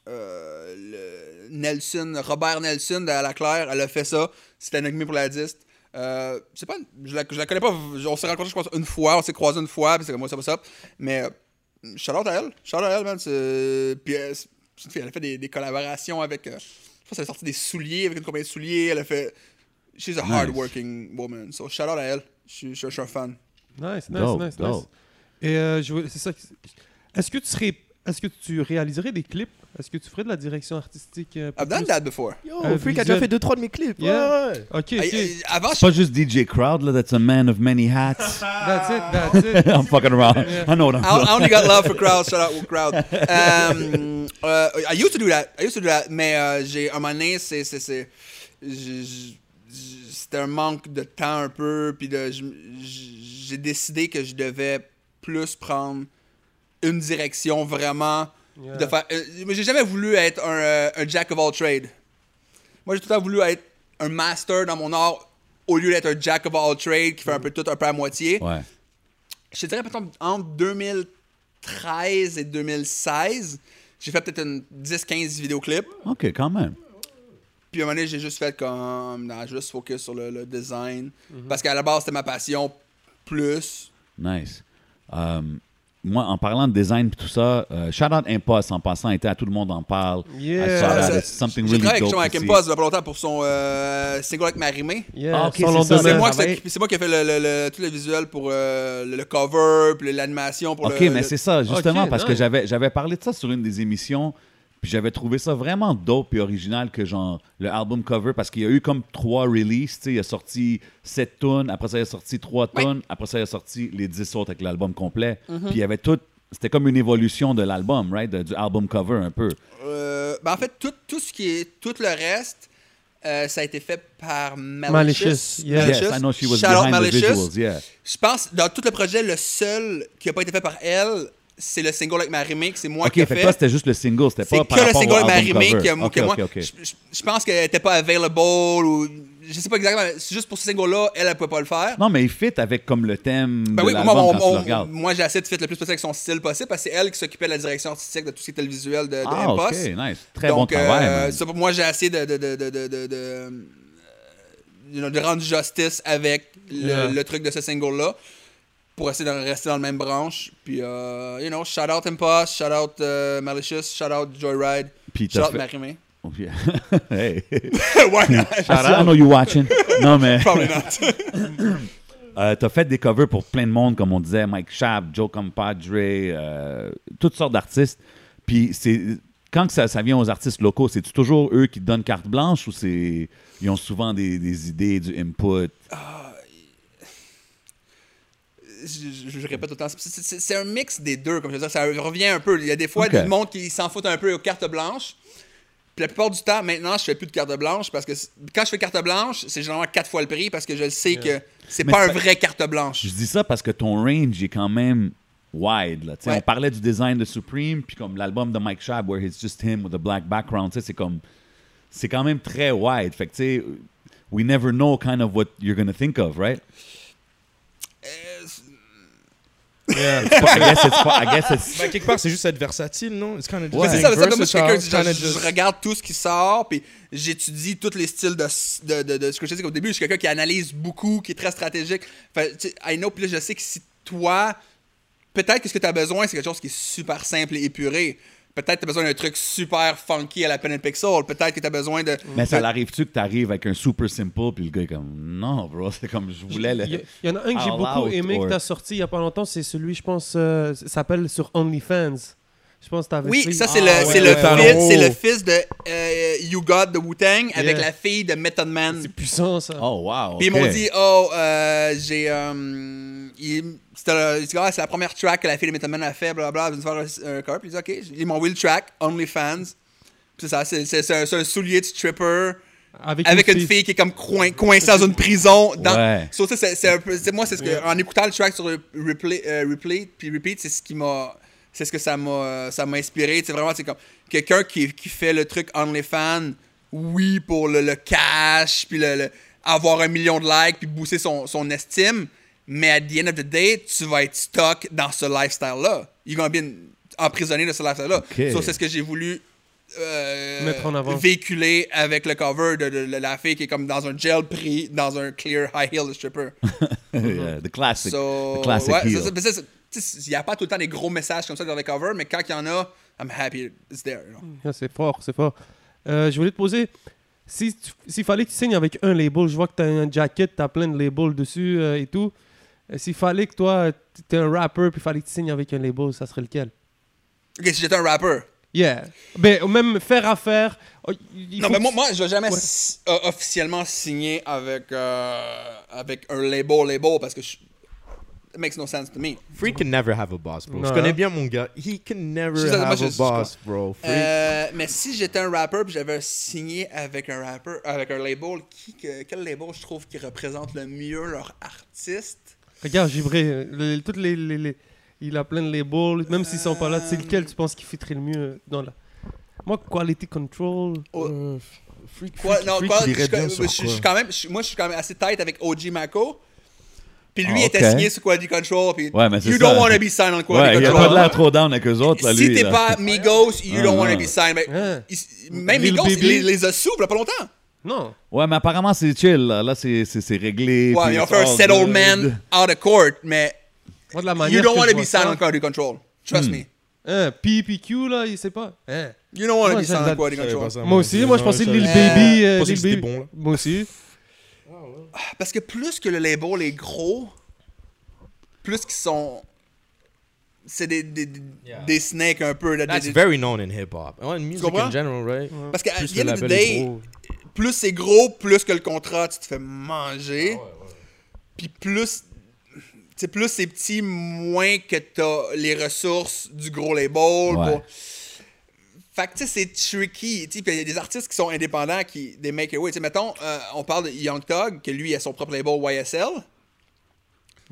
S3: euh, le Nelson, Robert Nelson de la Claire. Elle a fait ça. C'était nominé pour la disque. Euh, c'est pas, une- je, la, je la connais pas. On s'est rencontrés, je pense, une fois. On s'est croisés une fois. Puis c'est comme moi, ça, ça. Mais euh, shout out à elle. Shout out à elle, man. C'est- Puis euh, c'est- c'est une fille, elle a fait des, des collaborations avec. euh, je pense qu'elle a sorti des souliers avec une compagnie de souliers. Elle a fait. She's a
S2: Nice.
S3: hardworking woman. So shout out à elle. Je suis- je suis un fan.
S1: Nice, nice,
S2: Dope,
S1: nice,
S2: dope.
S1: nice. Et euh, je voulais- c'est ça. que- Est-ce que tu serais, est-ce que tu réaliserais des clips Est-ce que tu ferais de la direction artistique euh,
S3: I've done
S1: plus-
S3: that before.
S4: Yo,
S1: Euh,
S4: Freak a déjà
S1: visuel.
S4: fait 2-3 de mes clips.
S1: Yeah.
S4: Ouais, ouais.
S1: Ok,
S3: I-
S1: ok.
S3: I- avant,
S2: It's not just DJ Crowd, là, that's a man of many hats.
S1: That's it, that's it.
S2: I'm fucking around. I know what I'm
S3: I,
S2: doing.
S3: I only got love for crowd. Shout out crowd. Um, uh, I used to do that. I used to do that. Mais euh, j'ai un moment donné, c'est c'est c'est je- je- je- c'était un manque de temps un peu. Puis de je- je- j'ai décidé que je devais plus prendre une direction vraiment.
S1: Yeah.
S3: De faire, euh, mais j'ai jamais voulu être un, euh, un jack of all trades. Moi, j'ai tout le temps voulu être un master dans mon art au lieu d'être un jack of all trades qui fait un peu tout, un peu à moitié
S2: Ouais.
S3: je te dirais, par exemple, entre 2013 et 2016, j'ai fait peut-être une 10-15 vidéoclips.
S2: OK, quand même.
S3: Puis à un moment donné, j'ai juste fait comme. Non, juste focus sur le, le design. Parce qu'à la base, c'était ma passion plus.
S2: Nice. Euh, moi, en parlant de design et tout ça, euh, shout out Impost en passant, était à tout le monde en parle.
S1: Yeah.
S2: I
S1: Ah,
S2: saw that.
S3: ça-
S2: It's something
S3: Euh, J'ai
S2: really
S3: travaillé avec
S2: dope.
S3: Sean avec
S2: to see.
S3: Impost il y a pas longtemps pour son euh, single avec Marimé.
S1: Yeah,
S2: Ah,
S1: sans
S2: ok, c'est ça,
S1: lendemain.
S2: c'est
S3: C'est moi, qui
S2: travail.
S3: s'occupe- c'est moi qui ai fait le, le- le- tout le visuel pour euh, le, le cover, puis l'animation pour
S2: OK,
S3: le.
S2: mais
S3: le-
S2: c'est ça, justement,
S1: Ok,
S2: parce que
S1: nice.
S2: j'avais, j'avais parlé de ça sur une des émissions, puis j'avais trouvé ça vraiment dope et original que genre le album cover, parce qu'il y a eu comme trois releases, tu sais, il a sorti sept tonnes, après ça il a sorti trois tonnes, après ça il a sorti les dix autres avec l'album complet,
S3: Mhm.
S2: puis il y avait tout, c'était comme une évolution de l'album, right, de- du album cover un peu.
S3: Euh, ben en fait, tout, tout ce qui est. Tout le reste, euh, ça a été fait par
S1: Malicious,
S3: Malicious.
S1: yeah.
S2: Yes, I know she was
S3: Shout
S2: behind
S3: out
S2: the
S3: Malicious.
S2: visuals, yeah.
S3: Je pense, dans tout le projet, le seul qui n'a pas été fait par elle, c'est le single avec ma remake, c'est moi
S2: Ok,
S3: qui
S2: fait
S3: l'ai
S2: que
S3: fait.
S2: toi, c'était juste le single, c'était
S3: C'est
S2: pas par
S3: que le
S2: rapport
S3: single
S2: au
S3: avec ma
S2: album
S3: remake
S2: cover.
S3: que, moi- que
S2: Ok,
S3: moi.
S2: ok, ok.
S3: Je, je- je pense qu'elle était pas available ou. Je sais pas exactement, mais c'est juste pour ce single-là, elle, elle pouvait pas le faire.
S2: Non, mais il fit avec comme le thème
S3: Ben
S2: de
S3: oui, moi,
S2: l'album
S3: on-
S2: quand tu le
S3: on-
S2: regardes.
S3: moi j'ai essayé de faire le plus possible avec son style possible parce que c'est elle qui s'occupait de la direction artistique de tout ce qui était le visuel de, de
S2: Ah, ok,
S3: Impost.
S2: nice. Très
S3: Euh, Donc,
S2: bon travail.
S3: euh,
S2: man.
S3: ça, moi, j'ai essayé de, de, de, de, de, de, de, euh, you know, de rendre justice avec le,
S1: Yeah.
S3: le truc de ce single-là pour essayer de rester dans la même branche. Puis, euh, you know, shout out Impost, shout out euh, Malicious, shout out Joyride,
S2: Puis
S3: shout
S2: t'as
S3: out
S2: fait...
S3: Marimé.
S2: Oh, puis- hey.
S3: ouais,
S2: I see- I know you watching. non, mais...
S3: probably not.
S2: Euh, t'as fait des covers pour plein de monde, comme on disait, Mike Schaap, Joe Compadre, euh, toutes sortes d'artistes. Puis c'est quand que ça, ça vient aux artistes locaux, c'est toujours eux qui te donnent carte blanche ou c'est ils ont souvent des, des idées, du input.
S3: je, je- je répète autant. C'est- c'est- C'est c'est un mix des deux, comme je veux dire. Ça revient un peu. Il y a des fois
S2: Ok.
S3: du monde qui s'en fout un peu aux cartes blanches. Puis la plupart du temps, maintenant, je fais plus de carte blanche parce que c- quand je fais carte blanche, c'est généralement quatre fois le prix parce que je sais que c'est
S2: Mais
S3: pas
S2: c'est
S3: un
S2: pas-
S3: vrai carte blanche.
S2: Je dis ça parce que ton range est quand même wide. Là, Tu sais,
S3: Ouais.
S2: On parlait du design de Supreme, puis comme l'album de Mike Schaap, where it's just him with a black background, tu sais, c'est comme c'est quand même très wide. Fait que tu sais, we never know kind of what you're gonna think of, right?
S1: Yeah.
S2: I guess it's, I guess it's
S4: Bah, quelque part, c'est juste être versatile, non It's kinda just
S2: Ouais.
S3: Mais
S4: being
S3: C'est ça, mais ça, comme moi, je suis
S4: versatile,
S3: quelqu'un, je-
S4: kinda
S3: je, je
S4: just-
S3: regarde tout ce qui sort, puis j'étudie tous les styles de, de, de, de ce que je te disais au début. Je suis quelqu'un qui analyse beaucoup, qui est très stratégique. Fait, tu sais, I know, puis là, je sais que si toi, peut-être que ce que tu as besoin, c'est quelque chose qui est super simple et épuré. Peut-être que tu as besoin d'un truc super funky à la Pen and Pixel. Peut-être que tu as besoin de.
S2: Mais ça l'arrive-tu que t'arrives avec un super simple, puis le gars est comme non, bro, c'est comme je voulais le.
S1: Il y- il y en a un que j'ai
S2: All
S1: beaucoup
S2: Out
S1: aimé
S2: or-
S1: que tu as sorti il n'y a pas longtemps, c'est celui, je pense, euh, ça s'appelle sur OnlyFans. Je pense que tu avais
S3: Oui, ça, c'est
S4: Ah,
S3: le,
S4: ouais,
S3: c'est
S4: ouais,
S3: le,
S4: ouais.
S3: fils, c'est le
S4: Oh.
S3: fils de euh, You God de Wu-Tang avec
S1: Yeah.
S3: la fille de Method Man.
S1: C'est puissant, ça.
S2: Oh, wow.
S3: Puis
S2: ok.
S3: ils m'ont dit, oh, euh, j'ai. euh, il- c'était le- ils disent, Ah, c'est la première track que la fille de Method Man a fait, blablabla, ils vont faire un, un cover. Puis ils disent, ok, ils m'ont envoyé le track, OnlyFans. Puis c'est ça, c'est, c'est- c'est un, c'est un soulier de stripper
S1: Avec,
S3: avec une fille qui est comme coin- coincée dans une prison. Dans...
S2: Ouais.
S3: So, ça, c'est, c'est un peu- c'est- moi, c'est ce que, en écoutant le track sur Replay, euh, Replay, puis Repeat, c'est ce qui m'a. C'est ce que ça m'a, euh, ça m'a inspiré. C'est vraiment, c'est comme quelqu'un qui, qui fait le truc OnlyFans, oui, pour le, le cash, puis le, le- avoir un million de likes, puis booster son, son estime. Mais à the end of the day, tu vas être stuck dans ce lifestyle-là. You're gonna be in- emprisonné de ce lifestyle-là.
S2: Ok.
S3: So, c'est ce que j'ai voulu euh,
S1: Mettre en avant.
S3: véhiculé avec le cover de, de- de la fille qui est comme dans un gel pris dans un clear high heel de stripper.
S2: Yeah, the classic.
S3: so,
S2: the classic
S3: ouais,
S2: heel.
S3: ça, ça- mais ça, c'est- tu sais, il n'y a pas tout le temps des gros messages comme ça dans les covers, mais quand il y en a, I'm happy it's there. you know.
S1: Ah, C'est fort, c'est fort. Euh, je voulais te poser, si tu- s'il fallait que tu signes avec un label, je vois que tu as un jacket, tu as plein de labels dessus euh, et tout. Euh, S'il fallait que toi, tu es un rapper, puis il fallait que tu signes avec un label, ça serait lequel
S3: Ok, si j'étais un rapper.
S1: Yeah. Ben, ou même faire affaire. euh, il
S3: non,
S1: faut
S3: mais
S1: que
S3: moi,
S1: tu-
S3: moi, je vais jamais
S1: Ouais.
S3: si- euh, officiellement signer avec, euh, avec un label, label, parce que je- it makes no sense to me.
S4: Free can never have a boss, bro.
S1: Non,
S4: Je
S1: hein.
S4: connais bien mon gars. He can never
S3: Je sais, moi,
S4: have
S3: je-
S4: a
S3: je-
S4: boss, bro. Free.
S3: Euh, mais si j'étais un rappeur puis j'avais signé avec un rappeur, avec un label, qui, que- quel label je trouve qui représente le mieux leur artiste
S1: Regarde, Gibré, euh, le- toutes les, les- les- il a plein de labels, même s'ils sont pas là, c'est lequel tu penses qui fitterait le mieux euh, dans la. Moi, Quality Control.
S3: Oh.
S4: Euh, free,
S3: Quoi,
S4: free-
S3: non,
S4: free
S3: quoi,
S4: qui
S3: je,
S4: irait bien
S3: je-
S4: sur
S3: je- je
S4: quoi?
S3: suis quand même, je- moi je suis quand même assez tight avec OG Mako. Puis lui
S2: Ah,
S3: était
S2: ok.
S3: signé sur Quality Control. Puis
S2: Ouais, mais c'est
S3: you
S2: ça.
S3: don't want to be signed on
S2: Ouais,
S3: Quality
S2: il a pas de
S3: Control.
S2: l'air trop down avec eux autres, là, lui.
S3: si t'es
S2: là.
S3: pas Migos, you
S2: Ah,
S3: don't want to
S2: non.
S3: be signed. Mais
S1: Hein?
S3: il- même
S1: Lil
S3: Migos, il
S1: Baby.
S3: les, les a sous il y a pas longtemps.
S1: Non.
S2: Ouais, mais apparemment, c'est chill. Là, Là, c'est c'est- c'est réglé.
S3: Ouais,
S2: puis
S3: ils ont
S2: it's
S3: fait un
S2: all good.
S3: settlement out of court, mais
S1: Moi, de la manière.
S3: you don't
S1: que
S3: want
S1: je
S3: to be
S1: vois
S3: signed
S1: ça.
S3: on Quality Control. Trust
S2: Hmm.
S3: me.
S1: Hein, PPQ, là, il sait pas. Hein.
S3: You don't want to
S1: Moi,
S3: be signed on
S1: j'adore-
S3: Quality
S4: Je savais
S3: Control.
S4: pas ça,
S1: Moi aussi, moi je pensais
S4: je
S1: Lil
S4: savais-
S1: Baby.
S4: Je
S1: euh,
S4: pensais
S1: Lil
S4: que c'était
S1: Baby.
S4: bon, là.
S1: Moi aussi.
S3: Parce que plus que le label est gros, plus qu'ils sont. C'est des, des, des- des snakes un peu. là, des-
S4: That's
S3: des-
S4: very known in hip hop. Oh, in music
S3: comprends?
S4: in general, right?
S3: Parce qu'à
S4: Plus
S3: the
S4: le
S3: end of the
S4: label est
S3: day,
S4: gros.
S3: plus c'est gros, plus que le contrat, tu te fais
S2: Ah
S3: manger. Puis plus. C'est plus c'est petit, moins que t'as les ressources du gros label.
S2: Ouais.
S3: pour- Fait que, tu sais, c'est tricky. tu sais, puis Il y a des artistes qui sont indépendants, qui, des make-away. Tu sais, mettons, euh, on parle de Young Thug, que lui, il a son propre label YSL.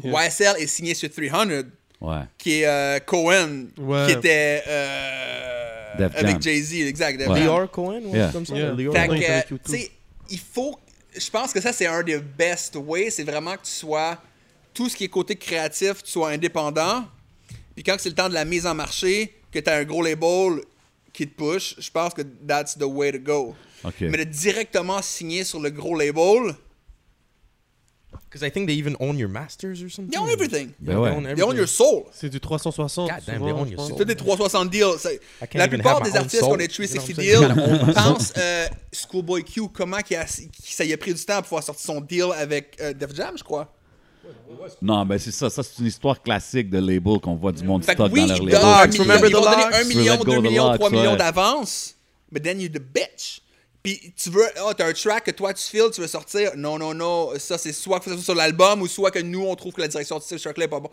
S3: YSL est signé sur 300.
S2: Ouais.
S3: qui est euh, Cohen,
S1: Ouais.
S3: qui était euh,
S2: Def Jam.
S3: avec Jay-Z, exact. Def
S2: Ouais.
S3: Jam.
S4: Lior Cohen ou un
S2: Yeah.
S4: truc comme ça
S1: Yeah.
S4: Lior
S3: Fait
S1: Ouais,
S3: que,
S1: il est avec
S3: euh,
S1: U2.
S3: tu sais, il faut. Je pense que ça, c'est un des best ways. C'est vraiment que tu sois. Tout ce qui est côté créatif, tu sois indépendant. Puis quand c'est le temps de la mise en marché, que tu as un gros label qui te push, je pense que that's the way to go.
S2: OK.
S3: Mais de directement signer sur le gros label,
S4: Because I think they even own your masters or something.
S3: they own everything.
S2: Ben
S4: They
S2: ouais.
S4: own
S3: They own your soul.
S1: C'est du 360.
S4: God damn,
S1: souvent,
S4: they own
S1: je
S4: your
S1: pense.
S4: soul.
S3: Tous des 360 deals. c'est-
S4: I can't
S3: La
S4: even
S3: plupart
S4: have my
S3: des
S4: own
S3: artistes
S4: soul.
S3: qu'on a
S4: You
S3: 360
S4: know what
S3: deals,
S4: I'm
S3: on pense euh, Schoolboy Q, comment qu'il a- qu'il- ça y a pris du temps pour pouvoir sortir son deal avec euh, Def Jam, je crois.
S2: Non, ben c'est ça. Ça, c'est une histoire classique de label qu'on voit du monde
S3: Fait que
S2: stock
S3: oui,
S2: dans leur
S3: ils donnent un
S2: label.
S4: Locks,
S3: million,
S4: remember
S3: ils vont
S4: the
S3: donner
S4: Locks?
S3: 1 million,
S2: Let go
S3: 2
S2: the
S3: millions,
S2: Locks,
S3: 3 millions
S2: ouais.
S3: d'avance. But then you the bitch. Puis tu veux, ah, t'as un track que toi tu files, tu veux sortir. Non, non, non, ça c'est soit que ça soit sur l'album ou soit que nous on trouve que la direction artistique de ce track-là est pas bon.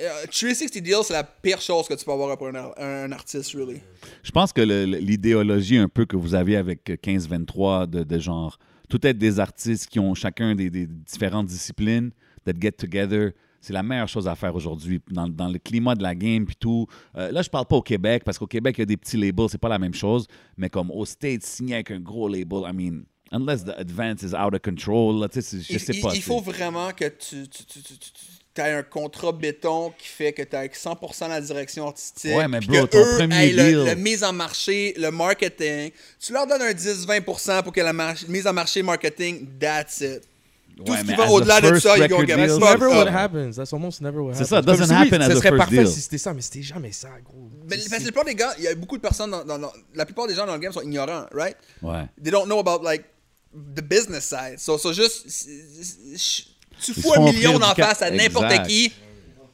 S3: Euh, 360 deals, c'est la pire chose que tu peux avoir pour un, ar- un artiste, really.
S2: Je pense que le- le- l'idéologie un peu que vous aviez avec euh, 15-23 de, de genre, tout être des artistes qui ont chacun des, des différentes disciplines, that get together, c'est la meilleure chose à faire aujourd'hui dans, dans le climat de la game puis tout. Euh, là, je parle pas au Québec parce qu'au Québec il y a des petits labels, c'est pas la même chose, mais comme au States, signer avec un gros label, I mean, unless the advance is out of control, là, tu sais, c'est- je
S3: il,
S2: sais
S3: il-
S2: pas.
S3: il
S2: tu sais.
S3: faut vraiment que tu, tu, tu, tu- tu- tu- t'aies un contrat béton qui fait que tu as 100% la direction artistique.
S2: Ouais, mais
S3: puis
S2: bro,
S3: que
S2: ton
S3: eux
S2: premier
S3: aient le-
S2: deal.
S3: La mise en marché, le marketing. Tu leur donnes un 10-20% pour que la mar- mise en marché marketing, that's it. Tout
S2: Ouais,
S3: ce qui
S2: mais
S3: va
S2: as
S3: au-delà
S2: a
S3: de
S2: first
S3: ça, ils
S2: record
S3: vont get
S2: deal,
S4: That's
S2: c'est
S3: fucked
S4: never
S2: ça.
S4: what
S3: up.
S4: happens. That's almost never what
S2: C'est
S4: happens.
S2: ça, doesn't
S4: Comme si, oui,
S2: happen as
S4: Ce
S2: a
S4: serait
S2: first
S4: parfait
S2: deal.
S4: si c'était ça, mais c'était jamais ça, gros.
S3: Mais
S4: C'est-
S3: parce que la
S4: c'est-
S3: plupart des gars, il y a beaucoup de personnes dans, dans- dans- la plupart des gens dans le game sont ignorants, right?
S2: Ouais.
S3: They don't know about like the business side. So, so juste c- c- tu
S2: Ils
S3: fous
S2: se
S3: un
S2: font
S3: million
S2: offrir
S3: d'en
S2: du cap-
S3: face à n'importe
S2: Exact.
S3: qui. You're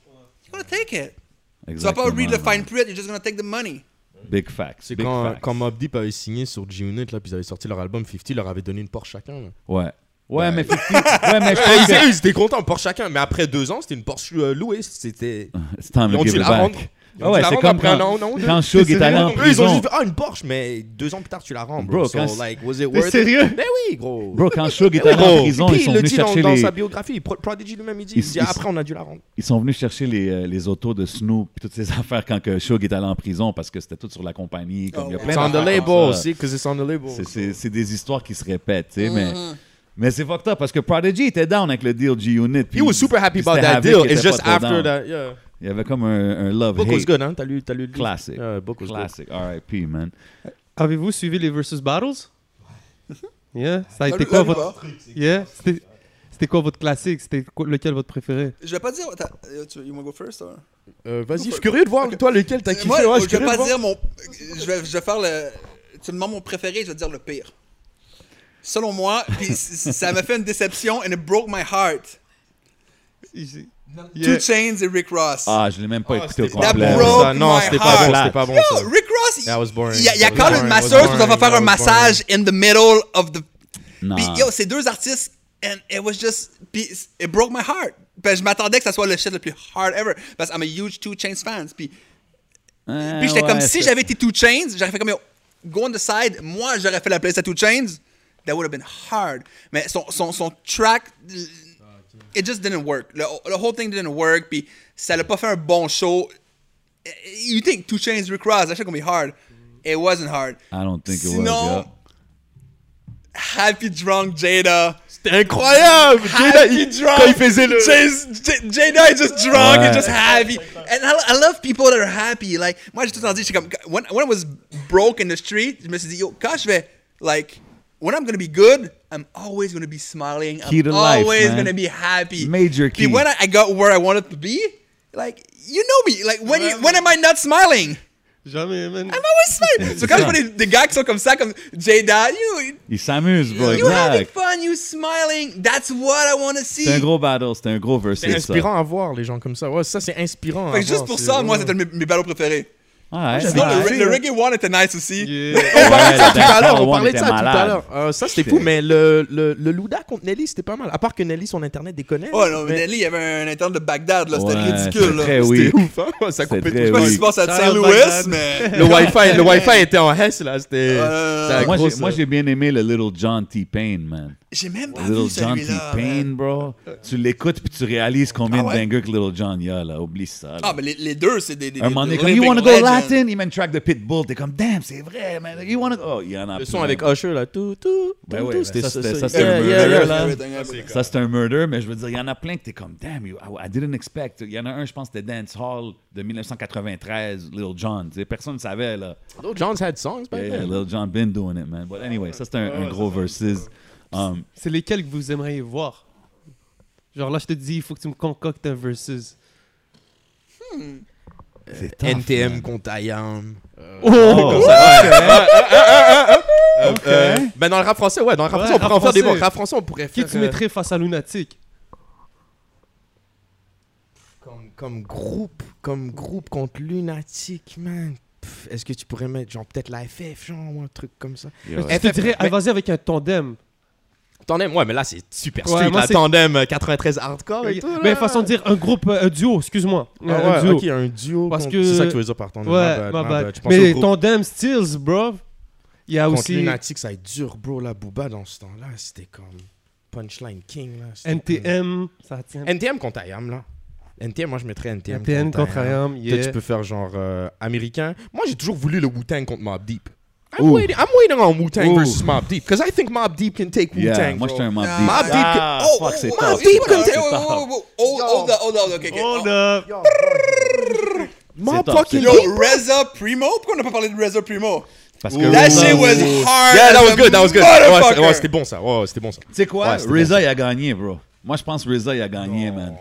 S3: gonna take it. Tu vas
S2: Exactement,
S3: pas read the
S2: ouais.
S3: fine print, you're just gonna take the money.
S2: Big facts.
S4: C'est
S2: big
S4: quand,
S2: facts.
S4: quand Mobb Deep avait signé sur G-Unit, là, puis ils avaient sorti leur album 50, ils leur avaient donné une Porsche chacun. Là.
S2: Ouais. Ouais, mais 50 ouais, mais je pense que-
S4: Ben, Ils ils étaient contents, Porsche chacun, mais après deux ans, c'était une Porsche euh, louée. C'était.
S2: C'est temps de
S4: Ils ont
S2: Ah, give
S4: dû
S2: it
S4: la
S2: back.
S4: rendre. Ils ont
S2: Ah ouais,
S4: dû la hein.
S2: c'est
S4: rendre
S2: comme
S4: après
S2: quand,
S4: un an, un an ou deux.
S2: quand Shug est allé en
S4: Eux, ils ont
S2: prison.
S4: juste fait, ah, une Porsche, mais deux ans plus tard, tu la rends.
S2: Bro,
S4: Bro,
S2: quand-
S4: So, like, was it
S1: T'es
S4: worth it?
S1: sérieux?
S4: Ben oui, gros.
S2: Bro, quand Shug est
S4: Ben oui,
S2: allé en
S4: gros.
S2: prison,
S4: Puis
S2: ils sont
S4: il le
S2: venus
S4: dit dans,
S2: chercher
S4: dans
S2: les,
S4: sa biographie. Pro- Prodigy lui-même, il dit,
S2: Il-
S4: il dit,
S2: il-
S4: après, on a dû la rendre.
S2: ils sont venus chercher les, euh, les autos de Snoop et toutes ces affaires quand que Shug est allé en prison parce que c'était tout sur la compagnie. Comme il y a
S3: Oh,
S2: plein
S4: It's on the
S2: d'affaires
S4: label
S2: comme ça.
S4: aussi, because it's on the label.
S2: C'est- C'est c'est des histoires qui se répètent, tu sais, mais...
S4: Mm-hmm.
S2: Mais c'est fucked up parce que Prodigy était down avec le deal G-Unit. puis-
S4: He was super
S2: puis
S4: happy about
S2: c'était
S4: that
S2: Havoc
S4: deal.
S2: qui
S4: It's
S2: était
S4: just
S2: pas trop
S4: after
S2: down.
S4: that, yeah.
S2: Il y avait comme un, un love
S4: Book was
S2: hate.
S4: good, hein? T'as lu, t'as lu le livre?
S2: Classic.
S4: Yeah, book was good.
S2: Classic. R.I.P. man.
S1: Avez-vous suivi les versus battles? Yeah. Ça a
S3: Salut,
S1: été quoi
S3: salut,
S1: votre. Yeah. C'était c'était quoi votre classique? C'était quoi- lequel votre préféré?
S3: Je vais pas dire. attends, euh, tu- You wanna go first? or?
S4: Euh, Vas-y, je
S2: Oh,
S4: suis curieux de voir, toi, lequel t'as kiffé.
S3: Moi,
S4: ouais,
S3: je vais
S4: curieux de
S3: pas
S4: voir.
S3: dire mon. Je vais, je vais faire le. Tu me demandes mon préféré, je vais dire le pire. Selon moi, puis c- ça m'a fait une déception and it broke my heart.
S1: Yeah.
S3: Two Chains et Rick Ross.
S2: Ah, je l'ai même pas écouté au
S4: Oh, c'était pas
S2: complet.
S4: bon,
S3: broke
S4: ça. Non,
S3: my
S4: c'était pas bon,
S2: heart.
S4: c'était pas bon.
S3: Yo,
S4: ça.
S3: Rick Ross,
S4: That was boring.
S3: il y a, il y a
S4: That was
S3: quand
S4: boring,
S3: une
S4: that was
S3: masseuse pour
S4: boring,
S3: va faire
S4: that
S3: un
S4: was
S3: massage in the middle of the
S2: Non.
S3: Puis yo, ces deux artistes, and it was just. Puis it broke my heart. Ben, je m'attendais que ça soit le shit le plus hard ever. Parce que I'm a huge Two Chains fan. Puis,
S2: Ah,
S3: puis j'étais comme
S2: ouais,
S3: si
S2: c'est-
S3: j'avais été Two Chains, j'aurais fait comme yo, go on the side. Moi, j'aurais fait la place à Two Chains. That would have been hard. Mais son, son, son track. It just didn't work. Le, le whole thing didn't work. Puis ça l'a pas fait un bon show. You think Two Chains Rick Ross, that shit gonna be hard. It wasn't hard.
S2: I don't think it was,
S3: Sinon,
S2: yeah.
S3: Happy Drunk Jada.
S4: C'était incroyable! Jada,
S3: Happy
S4: il-
S3: drunk.
S4: Quand il faisait le.
S3: Jay's- J- Jada is just drunk and
S2: Ouais.
S3: just happy. And I, I love people that are happy. Like, moi, j'ai tout le temps dit, j'étais comme, when, when I was broke in the street, je me suis dit, yo, quand je vais, like, when I'm gonna be good, I'm always gonna be smiling.
S2: Key
S3: I'm
S2: to life,
S3: always
S2: man.
S3: gonna be happy.
S2: Major key.
S3: Puis when I, I got where I wanted to be, like, you know me. Like, when, you,
S1: Ouais.
S3: when am I not smiling?
S1: Jamais, man.
S4: Ah,
S3: I'm always smiling. so quand je vois des, des gars qui sont comme ça, comme Jada, you,
S2: Il s'amuse, bro.
S3: you having
S2: Exact.
S3: fun, you smiling. That's what I wanna see.
S2: C'était un gros battle, c'était un gros versus.
S4: C'est
S2: ça.
S4: inspirant à voir, les gens comme ça. Ouais, ça, c'est inspirant.
S3: Fait
S4: à
S3: que juste
S4: voir,
S3: pour
S4: c'est
S3: ça, moi,
S4: vraiment-
S3: c'était un de mes, mes ballots préférés.
S2: Ah, ouais.
S3: Sinon, le,
S1: Ouais.
S3: le Reggae One était nice aussi.
S4: On parlait de ça
S2: Ouais,
S4: tout
S2: le
S4: à l'heure,
S2: Dancehall
S4: on
S2: One
S4: parlait de ça tout
S2: était
S4: à
S2: malade.
S4: l'heure. Euh, ça, c'était fou, mais le, le, le Luda contre Nelly, c'était pas mal. À part que Nelly, son internet déconnait.
S3: Oh non, mais
S4: mais-
S3: Nelly, il y avait un interne de Bagdad, là. C'était
S2: Ouais,
S3: ridicule,
S2: c'était
S3: là.
S2: très
S3: Je
S2: oui.
S4: C'était ouf, hein? Ça
S2: C'était
S4: coupait
S2: très
S3: sais
S4: tout.
S3: pas ce qui
S2: oui.
S3: se passe à
S1: Shout
S3: Saint
S1: out
S3: Louis,
S1: Bagdad.
S3: mais.
S4: Le Wi-Fi, le Wi-Fi était en Hesse, là. C'était.
S3: Euh,
S4: c'était la
S2: Moi,
S4: grosse,
S2: j'ai- Moi,
S4: euh,
S2: j'ai bien aimé le Little John T. Pain, man.
S3: J'ai même
S4: Ah,
S3: pas vu
S2: Little John T.
S3: celui-là.
S2: Pain,
S3: man.
S2: bro. Tu l'écoutes puis tu réalises combien
S3: Ah
S2: de
S3: ouais?
S2: bangers que Little John y a, là. Oublie ça. là.
S3: Ah, mais les, les deux, c'est des. des
S2: un moment
S3: des
S2: donné, comme You
S3: living
S2: wanna go
S3: legends.
S2: Latin, il même track de Pitbull. T'es comme, damn, c'est vrai, man. You wanna go. Oh, il y en a
S4: Le
S2: plus,
S4: son
S2: man.
S4: avec Usher, là. Tout, tout.
S2: Ben
S4: tout,
S2: ouais,
S4: tout,
S2: ben ça, c'était- ça, c'était
S4: Yeah,
S2: un
S4: yeah,
S2: murder,
S4: yeah.
S2: là.
S3: Everything,
S2: Ça, c'est un murder, mais je veux dire, il y en a plein que t'es comme, damn, you- I, I didn't expect. Il y en a un, je pense, c'était Dance Hall de 1993, Little John. Tu sais, personne ne savait, là.
S4: Little John's had songs back
S2: Yeah, yeah,
S4: then.
S2: Little John been doing it, man. But anyway, ça, c'est un, un gros versus. Um,
S1: C'est lesquels que vous aimeriez voir Genre là, je te dis, il faut que tu me concoctes un versus.
S2: c'est tough,
S4: NTM
S2: man.
S4: contre IAM.
S2: Oh,
S4: Euh, ben dans le rap français, ouais, dans le rap
S1: Ouais,
S4: français, on
S1: rap
S4: pourrait en faire des
S1: français.
S4: bons. Rap français, on pourrait
S1: Qui
S4: faire.
S1: tu
S4: euh,
S1: mettrais face à Lunatic
S4: euh, comme, comme groupe, comme groupe contre Lunatic, man. Pff, Est-ce que tu pourrais mettre genre peut-être la FF, genre ou un truc comme ça.
S2: Yeah.
S1: Je te dirais, ah, vas-y avec un tandem.
S4: Tandem, ouais, mais là c'est super
S1: Ouais,
S4: street.
S1: moi,
S4: là,
S1: c'est-
S4: tandem euh, 93 hardcore et tout. là.
S1: Mais façon de dire, un groupe, euh, un duo, excuse-moi.
S4: Ah
S1: Un
S4: ouais,
S1: duo.
S4: ok, un duo.
S1: Parce
S4: contre-
S1: que-
S4: C'est ça que tu veux dire par tandem.
S1: Ouais,
S4: my bad,
S1: ma
S4: my
S1: bad.
S4: bad. Je pensais
S1: Mais
S4: au groupe
S1: tandem Steels, bro. Il y a
S4: contre
S1: aussi
S4: Lunatic, ça va être dur, bro. La Booba dans ce temps-là, c'était comme Punchline King. Là, c'était comme-
S1: NTM. Ça tient.
S4: NTM contre IAM, là. NTM, moi je mettrais NTM.
S1: NTM contre IAM.
S4: Peut-être
S1: Yeah.
S4: tu peux faire genre euh, américain. Moi, j'ai toujours voulu le Wu-Tang contre Mob Deep. I'm,
S2: Ooh.
S4: waiting, I'm waiting on Wu-Tang
S2: Ooh.
S4: versus Mob Deep. Because I think Mob Deep can take
S2: Yeah,
S4: Wu-Tang.
S2: moi, je suis un mob
S3: Ah,
S2: deep.
S4: Mob Deep.
S2: Ah,
S3: Oh,
S2: fuck, c'est
S3: oh,
S2: tough.
S3: oh, deep
S2: C'est
S3: comme ça.
S2: tough.
S3: Hold hold up, hold up, ok, ok.
S1: Hold up.
S4: Mob
S2: top,
S4: fucking
S2: c'est
S3: Yo,
S4: Deep.
S3: Reza Primo? Pourquoi on n'a pas parlé de Reza Primo?
S2: Parce
S4: Ouh.
S3: That
S2: Reza-
S3: shit was hard.
S4: Yeah, that
S3: as
S4: was
S3: a
S4: good, that was good. Ouais, c'est-
S3: motherfucker.
S4: ouais, c'était bon ça. Ouais, ouais, c'était bon ça.
S2: Tu sais quoi?
S4: Ouais, c'était bon,
S2: Reza,
S4: ça.
S2: il a gagné, bro. Moi, je pense que Reza, il a gagné, man.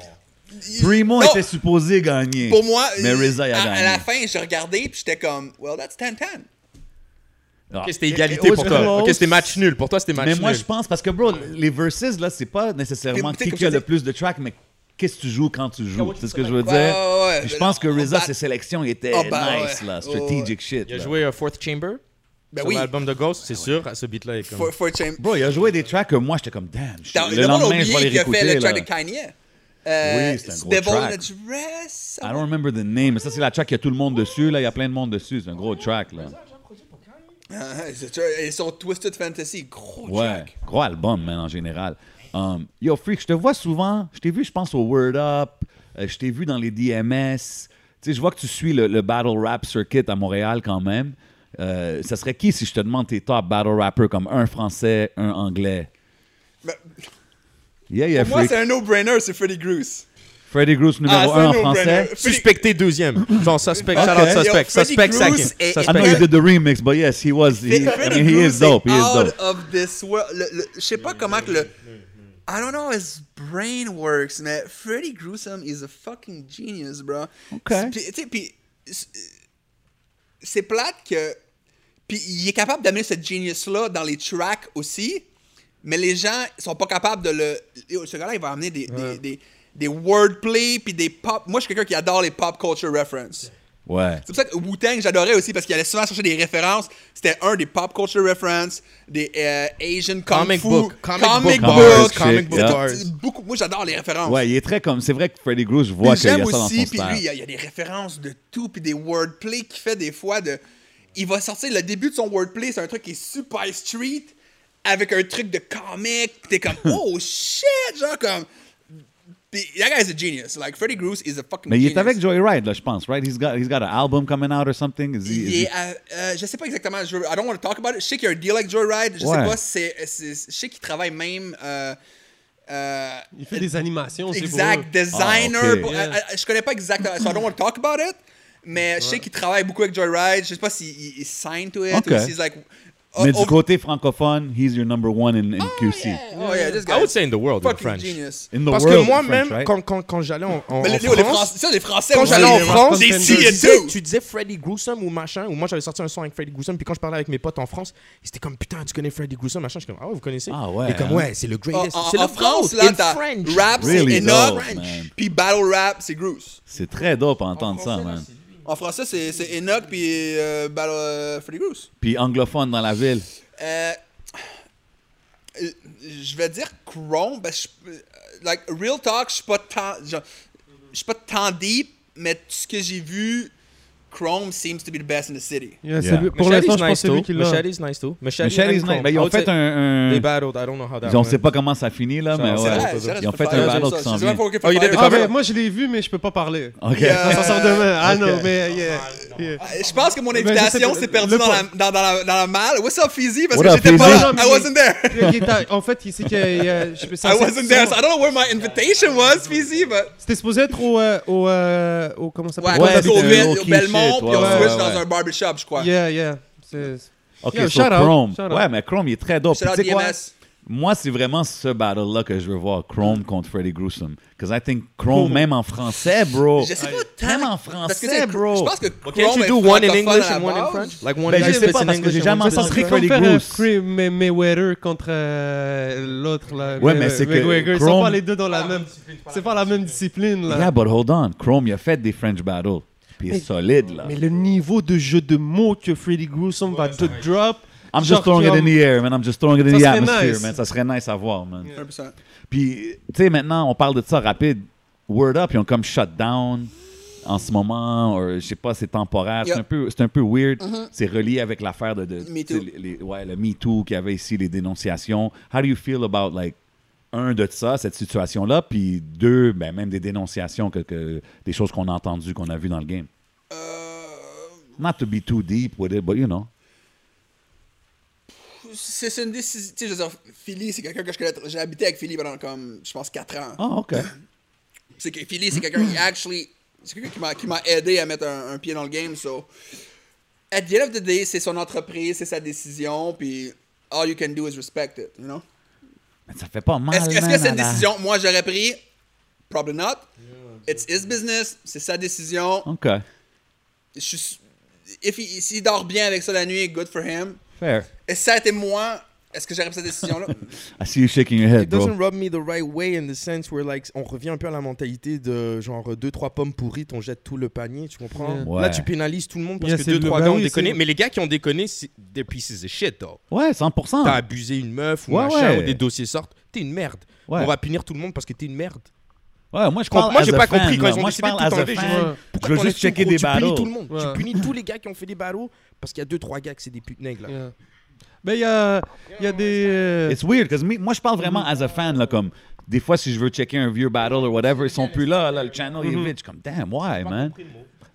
S3: Il-
S2: Primo
S3: Non,
S2: était supposé gagner.
S3: Pour moi,
S2: Mais Reza, il a
S3: à, à la
S2: gagné.
S3: fin, j'ai regardé puis j'étais comme, well, that's 10-10.
S2: Ah.
S4: Ok, c'était égalité pour toi. Ok, c'était match nul. Pour toi, c'était match
S2: Mais
S4: nul.
S2: moi, je pense, parce que, bro, les verses, là, c'est pas nécessairement
S3: Mais, tu sais,
S2: qui
S3: comme
S2: qui a
S3: je
S2: le
S3: dis-
S2: plus de tracks, mais qu'est-ce que tu joues quand tu joues. C'est ce que je veux
S3: Ouais,
S2: dire.
S3: ouais, ouais.
S2: Puis je pense que
S3: Oh,
S2: Reza,
S3: bah-
S2: ses sélections étaient
S3: Oh, bah,
S2: nice,
S3: ouais.
S2: là.
S3: Oh,
S2: Strategic shit.
S4: Il a
S2: là.
S4: joué euh, Fourth Chamber.
S3: Ben
S4: sur
S3: oui,
S4: l'album de Ghost,
S2: Ah
S4: c'est sûr. à Ce beat-là est comme.
S3: for, for shame.
S2: Bro, il a joué des tracks que moi, j'étais comme, damn. je-
S3: T'as-
S2: Le
S3: le monde a
S2: lendemain, je
S3: oublié
S2: vais les
S3: qu'il a fait
S2: réécouter.
S3: le
S2: là.
S3: track de Kanye. Euh,
S2: Oui, c'est un gros
S3: Devil
S2: track. Ah.
S3: in a Dress.
S2: I don't remember the name, mais ça, c'est la track, il y a tout le monde dessus, là. Il y a plein de monde dessus. C'est un gros track, là.
S3: Ah, c'est sûr, Et son Twisted Fantasy, gros
S2: Ouais,
S3: track.
S2: gros album, man, en général. Um, yo, Freak, je te vois souvent. Je t'ai vu, je pense, au Word Up. euh, je t'ai vu dans les DMS. Tu sais, je vois que tu suis le, le battle rap circuit à Montréal quand même. Euh, ça serait qui si je te demande tes top battle rappers comme un français, un anglais?
S3: Mais-
S2: Yeah, yeah,
S3: Pour moi,
S2: Freak.
S3: c'est un no-brainer, c'est Freddy Groose.
S2: Freddy Groose numéro
S3: Ah, c'est
S2: 1 en
S3: no-brainer.
S2: français.
S3: Freddy-
S4: Suspecté deuxième. Genre suspect, shout out
S2: Yo,
S4: suspect.
S3: Freddy
S4: Suspect
S3: Cruz
S4: second.
S3: est-
S2: I know
S4: Suspect
S2: you did the remix, but yes, he was. He, I
S3: Freddy
S2: mean, he
S3: Groose
S2: is dope. He is
S3: out
S2: dope.
S3: of this world. Le- le- Je sais pas comment que le... I don't know how his brain works, mais Freddy Gruesome is a fucking genius, bro.
S2: Ok.
S3: Puis, tu sais, puis c'est- c'est plate que... Puis il est capable d'amener ce genius-là dans les tracks aussi, mais les gens sont pas capables de le... Yo, Ce gars-là, il va amener des, des- des, des wordplay puis des pop... Moi, je suis quelqu'un qui adore les pop culture references.
S2: Ouais.
S3: C'est pour ça que Wu-Tang, j'adorais aussi parce qu'il allait souvent chercher des références. C'était un des pop culture references, des euh, Asian kung
S4: Comic
S3: fu,
S4: book, comic book
S2: bars,
S3: book.
S2: comic book
S3: C'est tout-
S4: bars.
S3: Beaucoup, moi, j'adore les références.
S2: Ouais, il est très comme. C'est vrai que Freddy Groove, je
S3: Puis
S2: vois qu'il y a ça
S3: j'aime
S2: dans son
S3: aussi, puis
S2: style.
S3: lui, il y, a, il y a des références de tout, puis des wordplay qu'il fait des fois. De, il va sortir le début de son wordplay, c'est un truc qui est super street, avec un truc de comic. puis T'es comme, oh shit, genre comme. Puis, that guy is a genius. Like, Freddy Groose is a fucking
S2: Mais il
S3: genius.
S2: est avec Joyride, là, je pense, right? He's got, he's got an album coming out or something. Is he, is
S3: Il
S2: he-
S3: est à- euh, je sais pas exactement. Je, I don't want to talk about it. Je sais qu'il y a un deal avec Joyride. Je
S2: Ouais.
S3: sais pas. C'est, euh, c'est- je sais qu'il travaille même. euh, euh,
S1: Il fait des animations. aussi pour eux.
S3: exact designer.
S2: Ah, ok.
S3: pour-
S1: Yeah.
S3: euh, euh, je connais pas exactement. So I don't want to talk about it. Mais je sais qu'il travaille beaucoup avec Joyride. Je sais pas s'il il, il sign to it.
S2: Ok.
S3: Ou s'il like, oh,
S2: Mais du
S3: oh,
S2: côté francophone, he's your number one in, in QC.
S3: yeah. Oh yeah, this guy
S4: I would
S3: is
S4: say in the world in
S3: fucking
S4: French.
S3: genius.
S2: In the
S4: Parce
S2: world,
S4: que
S2: in
S4: moi-même,
S2: French, right?
S4: quand, quand, quand j'allais en, en,
S3: Mais
S4: en
S3: les, les
S4: France,
S3: Français, ça, les Français,
S4: quand
S3: moi,
S4: j'allais
S3: les
S4: en
S1: les
S4: France,
S1: Rock
S4: tu
S1: Contenders.
S4: disais,
S3: Contenders.
S4: tu disais Freddy Gruesome ou machin, ou moi j'avais sorti un son avec Freddy Gruesome, puis quand je parlais avec mes potes en France, ils étaient comme putain, tu connais Freddy Gruesome, machin, je suis comme ah ouais, vous connaissez
S2: Ah ouais,
S4: Et comme
S2: hein.
S4: ouais, c'est le
S3: En,
S4: greatest.
S3: en-
S4: c'est
S3: en
S4: le
S3: France,
S4: GOAT
S3: là,
S4: in
S3: t'as
S4: French.
S3: rap,
S2: Really
S3: c'est Enoch,
S2: dope, man.
S3: puis battle rap, c'est Groose.
S2: C'est très dope à entendre ça, man.
S3: En En français, c'est c'est Enoch puis euh, ben, euh, Freddy Grouse.
S2: Puis anglophone dans la ville.
S3: Euh, euh, je vais dire Chrome, parce que je- euh, like, real talk, je suis pas tant, genre, je suis pas tant deep, mais tout ce que j'ai vu, Chrome seems to be the best in the city.
S1: Yeah, c'est
S2: Yeah.
S1: lui- Pour l'instant, je pense que c'est lui qui l'a.
S4: Machete's nice too. Machete's
S2: Michel is nice. Ben, ils ont fait un.
S4: They
S2: un...
S4: battled. I don't know how that.
S2: Ils- On
S4: went.
S2: sait pas comment ça finit là,
S4: Ça,
S2: mais
S4: on sait
S2: ouais.
S4: pas.
S2: Ils ont fait un battle qui s'en vient.
S4: Oh, il était
S1: Ah,
S4: pas
S1: mais
S4: vrai.
S1: moi, je l'ai vu, mais je peux pas parler.
S2: Ok.
S3: Yeah.
S1: Ça sort demain. Ah
S4: Ok.
S1: non, mais yeah, yeah.
S3: Je pense que mon
S1: je sais
S3: invitation
S1: pas,
S3: s'est perdue
S1: le
S3: dans la, dans, dans la, dans la malle. What's up, Fizzy? Parce
S2: What
S3: que
S2: up,
S3: j'étais pas
S2: Fizzy?
S1: Non,
S3: là. I
S1: mais-
S3: wasn't there.
S1: Il est à- En fait, il sait que euh, je peux ça-
S3: I
S1: c'est-
S3: wasn't there.
S1: c'est-
S3: So I don't know where my invitation was, Fizzy, but.
S1: C'était supposé être au euh, au euh, au comment ça
S3: Ouais,
S1: s'appelle
S2: Ouais,
S3: ouais,
S2: c'était
S3: au
S2: un
S3: Ville,
S2: low-key
S3: au Belmont,
S2: shit,
S3: puis
S2: ouais,
S3: on
S2: ouais,
S3: switch
S2: ouais.
S3: dans un barbershop, je crois.
S1: Yeah, yeah. C'est
S2: Ok,
S1: Yo,
S2: so
S1: shout out,
S2: Chrome.
S1: shout out.
S2: Ouais, mais Chrome, il est très dope.
S3: Shout out
S2: Tu sais quoi?
S3: DMS.
S2: Moi, c'est vraiment ce battle-là que je veux voir. Chrome contre Freddy Gruesome. Because I think Chrome, même en français, bro.
S3: Je sais pas tant.
S2: Même en
S3: Parce que,
S2: français,
S3: tu sais,
S2: Oh. bro.
S3: je pense que
S4: Well,
S3: Chrome
S4: Can't you
S3: est
S4: do one in
S3: francophone
S4: English
S3: à la
S4: and one in
S3: base.
S4: French? Like one.
S2: Ben,
S4: in
S2: je sais
S4: English
S2: pas,
S4: and
S2: parce que
S4: one
S2: j'ai
S4: in
S2: jamais
S4: French.
S1: ça serait comme
S2: entendu Freddy
S1: faire euh,
S2: Groose.
S1: Cray- May- Mayweather contre euh, l'autre là.
S2: Ouais,
S1: May-
S2: mais c'est que
S1: Mayweather, ils sont
S2: Chrome-
S1: pas les deux dans la même. C'est pas la même discipline là.
S2: Yeah, but hold on. Chrome, il a fait des French battles. Puis il est
S1: Mais-
S2: solide, là.
S1: Mais le niveau de jeu de mots que Freddy Gruesome va te drop.
S2: I'm
S1: genre,
S2: just throwing it
S1: comme-
S2: in the air, man. I'm just throwing it in
S1: Ça
S2: the
S1: serait
S2: atmosphere,
S1: nice.
S2: man. Ça serait nice à voir, man.
S3: 100%.
S2: Puis, tu sais, maintenant, on parle de ça rapide. Word Up, ils ont comme shut down en ce moment, ou je sais pas, c'est temporaire.
S3: Yep.
S2: C'est un peu, c'est un peu weird.
S1: Mm-hmm.
S2: C'est relié avec l'affaire de, de
S3: Me
S2: tu sais,
S3: Too.
S2: les- les- ouais, le Me Too qu'il y avait ici, les dénonciations. How do you feel about like un de ça, cette situation-là, puis deux, ben, même des dénonciations que, que- des choses qu'on a entendues, qu'on a vues dans le game.
S3: Euh,
S2: Not to be too deep with it, but you know.
S3: c'est c'est une décision. Tu sais, je veux dire, Philly, c'est quelqu'un que je connais. J'ai habité avec Philly pendant comme, je pense, 4 ans.
S2: Ah, Mm-hmm. ok.
S3: C'est que Philly, c'est quelqu'un qui actually. C'est quelqu'un qui m'a- qui m'a aidé à mettre un, un pied dans le game. So, at the end of the day, c'est son entreprise, c'est sa décision, puis all you can do is respect it, you know?
S2: Mais ça fait pas mal.
S3: Est-ce que- est-ce
S2: man,
S3: que c'est
S2: à
S3: une
S2: la-
S3: décision? Moi, j'aurais pris. Probably not. It's his business, c'est sa décision.
S2: Ok,
S3: Je suis. if he- S'il dort bien avec ça la nuit, good for him.
S2: fair.
S3: Et si ça a été moi, est-ce que j'aurais pris cette décision-là?
S2: I see you shaking your head,
S4: It
S2: bro.
S4: doesn't rub me the right way in the sense where like on revient un peu à la mentalité de genre deux trois pommes pourries, on jette tout le panier, tu comprends
S1: Yeah.
S2: Ouais.
S4: Là tu pénalises tout le monde parce
S1: Yeah,
S4: que
S1: c'est
S4: deux
S1: le-
S4: trois
S1: bah
S4: gars ont
S1: oui,
S4: déconné,
S1: c'est-
S4: mais les gars qui ont déconné, c'est des pieces of shit though.
S2: Ouais, 100%.
S4: T'as abusé une meuf ou
S2: Ah. Ouais,
S4: machin
S2: ouais.
S4: ou des dossiers sortent, t'es une merde.
S2: Ouais.
S4: On va punir tout le monde parce que t'es une merde.
S2: Ouais, moi je
S4: Com-
S2: parle
S4: moi,
S2: as
S4: j'ai
S2: a
S4: pas
S2: fan,
S4: compris quand
S2: là.
S4: ils ont
S2: Moi,
S4: décidé
S2: je parle
S4: de tout
S2: as a
S4: enlever,
S2: fan.
S1: Ouais.
S4: Pourquoi
S2: Je veux
S4: t'enlèves
S2: juste
S4: tout le
S2: checker
S4: gros?
S2: des
S4: Tu punis
S2: battles.
S4: tout le monde.
S1: Ouais.
S4: Tu punis tous les gars qui ont fait des barreaux parce qu'il y a deux trois gars que c'est des putes nègres là.
S1: Yeah. Ben il y a il y a des. euh,
S2: It's weird, parce que moi je parle vraiment as a fan, là, comme des fois si je veux checker un vieux battle ou whatever, ils sont plus là, là, le channel il est
S4: Mm-hmm.
S2: vide. Je suis comme, damn, why, man?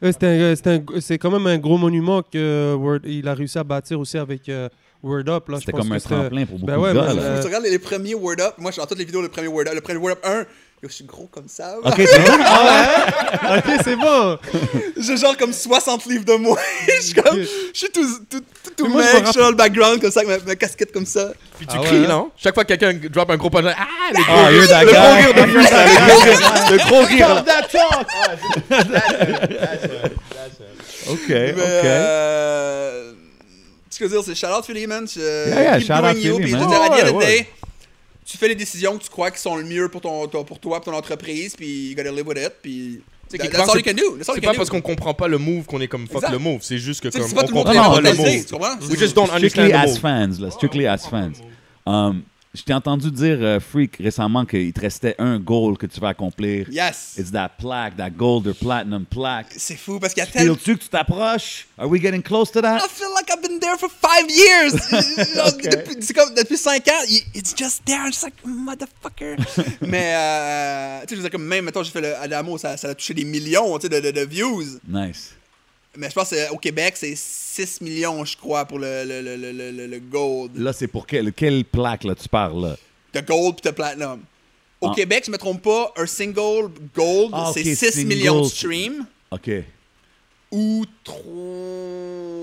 S1: Euh, C'est un- euh, c'est un- c'est quand même un gros monument que euh, Word, il a réussi à bâtir aussi avec euh, Word Up. là. Je
S2: C'était
S1: pense
S2: comme
S1: que
S2: un
S1: c'était-
S2: tremplin pour beaucoup
S1: Ben ouais,
S2: de
S1: mais,
S2: gars, là.
S1: euh,
S3: Tu regardes les, les premiers Word Up. Moi, je suis dans toutes les vidéos, le premier Word Up. Le premier Word Up 1, yo, je suis gros comme ça.
S2: Ok, c'est bon?
S1: Ok, c'est bon.
S3: J'ai genre comme 60 livres de moi. je suis comme. Je suis tout, tout, tout, tout
S1: Mais moi, je me
S3: mec, je suis
S1: rappelle-
S3: dans le background comme ça, avec ma, ma casquette comme ça.
S4: Puis
S1: Ah
S4: tu
S1: ouais,
S4: cries
S1: hein?
S4: non Chaque fois que quelqu'un drop un gros panneau, ah le gros
S2: Oh, you're that
S4: le gros
S2: guy.
S4: rire de le gros rire là.
S2: Ok,
S3: Mais,
S2: ok.
S3: ben, euh, Ce que je veux dire, c'est shout out Philly, man. Je,
S2: Yeah, yeah,
S3: keep
S2: shout
S3: doing
S2: out
S3: you.
S2: Philly,
S3: Puis je veux
S2: man.
S3: dire, à the end of the
S4: Ouais, ouais.
S3: day, tu fais les décisions que tu crois qui sont le mieux pour, ton, ton- pour toi, pour ton entreprise, puis you gotta live with it, puis.
S4: C'est
S3: that-
S4: quelque
S3: That's
S4: part,
S3: all you can do. That's all you
S4: C'est
S3: can
S4: pas
S3: do.
S4: parce qu'on comprend pas le move qu'on est comme fuck
S3: Exact.
S4: le move, c'est juste que
S3: Tu sais,
S4: comme
S3: c'est
S4: on
S3: pas tout le monde
S4: comprend
S3: qui a
S2: comprend
S3: la
S2: pas le
S3: mentalité,
S2: mot.
S3: tu comprends? C'est-
S4: We just don't understand
S2: Strictly
S4: the
S2: as
S4: move.
S2: fans, là. Strictly as fans. Um, je t'ai entendu dire, euh, Freak, récemment qu'il te restait un goal que tu vas accomplir.
S3: Yes.
S2: It's that plaque, that gold or platinum plaque.
S3: C'est fou parce qu'il y a tellement.
S2: Feel-tu que tu t'approches? Are we getting close to that?
S3: I feel like I've been there for five years. Genre, depuis, c'est comme, depuis cinq ans, y- it's just there. I'm just like, motherfucker. Mais, euh, tu sais, je veux dire, comme même, mettons, j'ai fait le Adamo, ça, ça a touché des millions, tu sais, de, de, de views.
S2: Nice.
S3: Mais je pense qu'au Québec, c'est 6 millions, je crois, pour le, le, le, le, le, le- le gold.
S2: Là, c'est pour quelle, quelle plaque là, tu parles là?
S3: De gold puis de platinum. Au
S2: Ah.
S3: Québec, je me trompe pas, un single gold,
S2: Ah, ok,
S3: c'est 6
S2: single.
S3: millions de streams
S2: OK.
S3: ou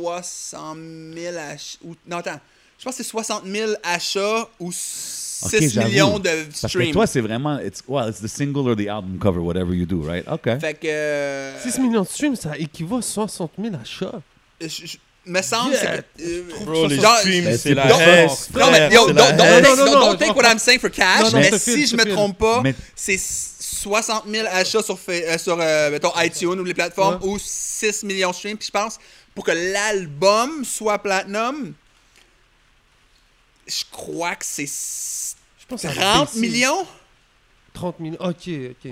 S3: 300 000 achats. Ou, non, attends. Je pense que c'est 60 000 achats ou 6
S2: Ok, j'avoue.
S3: millions de
S2: Parce que
S3: streams.
S2: toi, c'est vraiment. It's, well, it's the single or the album cover, whatever you do, right? OK.
S3: Fait que. euh,
S1: 6 millions de streams, ça équivaut à 60 000 achats.
S3: je- je- me semble
S1: Yeah.
S3: c'est que. euh,
S4: Bro, les
S3: genre,
S4: streams,
S3: je-
S4: c'est la
S3: non,
S4: S,
S3: Non, mais
S4: frère,
S3: yo,
S4: c'est
S3: don't,
S4: la
S3: don't
S4: S.
S3: take,
S1: Non, non,
S3: don't-
S1: non,
S3: don't take
S1: non,
S3: what I'm saying for cash,
S1: non, non,
S3: mais
S1: je te
S3: si
S1: file, je
S3: je
S1: te
S3: me
S1: file.
S3: trompe pas,
S2: Mais-
S3: c'est 60 000 achats sur, Fa- euh, sur euh, mettons, iTunes ou les plateformes
S1: Ouais.
S3: ou 6 millions de streams. Puis je pense, pour que l'album soit platinum, je crois que c'est s-
S1: Je pense que ça a
S3: 30
S1: baissé.
S3: millions.
S1: 30 millions. Ok, ok.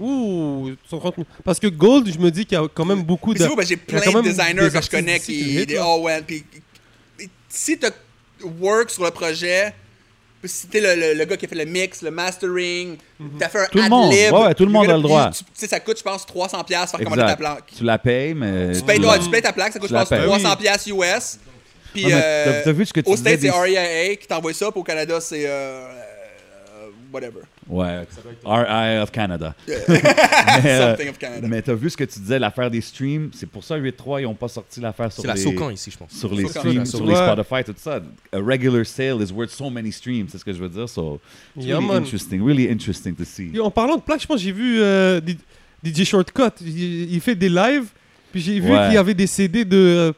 S1: Ouh, 130 millions. Parce que Gold, je me dis qu'il y a quand même beaucoup
S3: Puis
S1: de.
S3: c'est fou, parce que ben, j'ai
S1: il y a
S3: plein
S1: quand
S3: de
S1: même
S3: designers
S1: des
S3: que je
S1: artistes
S3: connais
S1: ici qui
S3: qui.
S1: le
S3: des-
S1: hit, là.
S3: oh, ouais. Puis et si t'as work sur le projet, puis si t'es le, le, le gars qui a fait le mix, le mastering,
S1: Mhm.
S3: t'as fait un
S2: Tout le monde,
S3: ad-lib,
S2: ouais, tout le monde
S3: gars,
S2: a le
S3: puis
S2: droit.
S3: Tu tu sais, ça coûte, je pense, 300$ piastres faire commander ta
S2: Exact.
S3: plaque.
S2: Tu la payes, mais.
S3: Tu payes,
S2: tu
S3: ouais,
S2: la-
S3: tu payes ta plaque, ça coûte,
S2: Tu
S3: je
S2: la
S3: pense,
S2: payes.
S3: 300$ piastres US. Puis,
S2: Ouais, mais t'as-
S3: euh,
S2: t'as vu ce que tu
S3: Au States, c'est
S2: disais des-
S3: RIAA qui t'envoie ça, puis au Canada, c'est. euh, euh, whatever.
S2: Ouais, RI of Canada. euh,
S3: Something of Canada.
S2: Mais t'as vu ce que tu disais, l'affaire des streams, c'est pour ça 8.3, ils ont pas sorti l'affaire sur
S4: C'est la
S2: les-
S4: Socan ici, je pense.
S2: sur les
S3: Sur quand
S2: streams,
S4: même.
S2: sur
S1: Ouais.
S2: les Spotify, tout ça. A regular sale is worth so many streams, c'est ce que je veux dire. So, it's
S1: Yeah,
S2: really
S1: man.
S2: interesting, really interesting to see.
S1: Et En parlant de plaques, je pense que j'ai vu euh, D- DJ Shortcut. Il, il fait des lives. Puis j'ai vu
S2: Ouais.
S1: qu'il y avait des CD de, euh,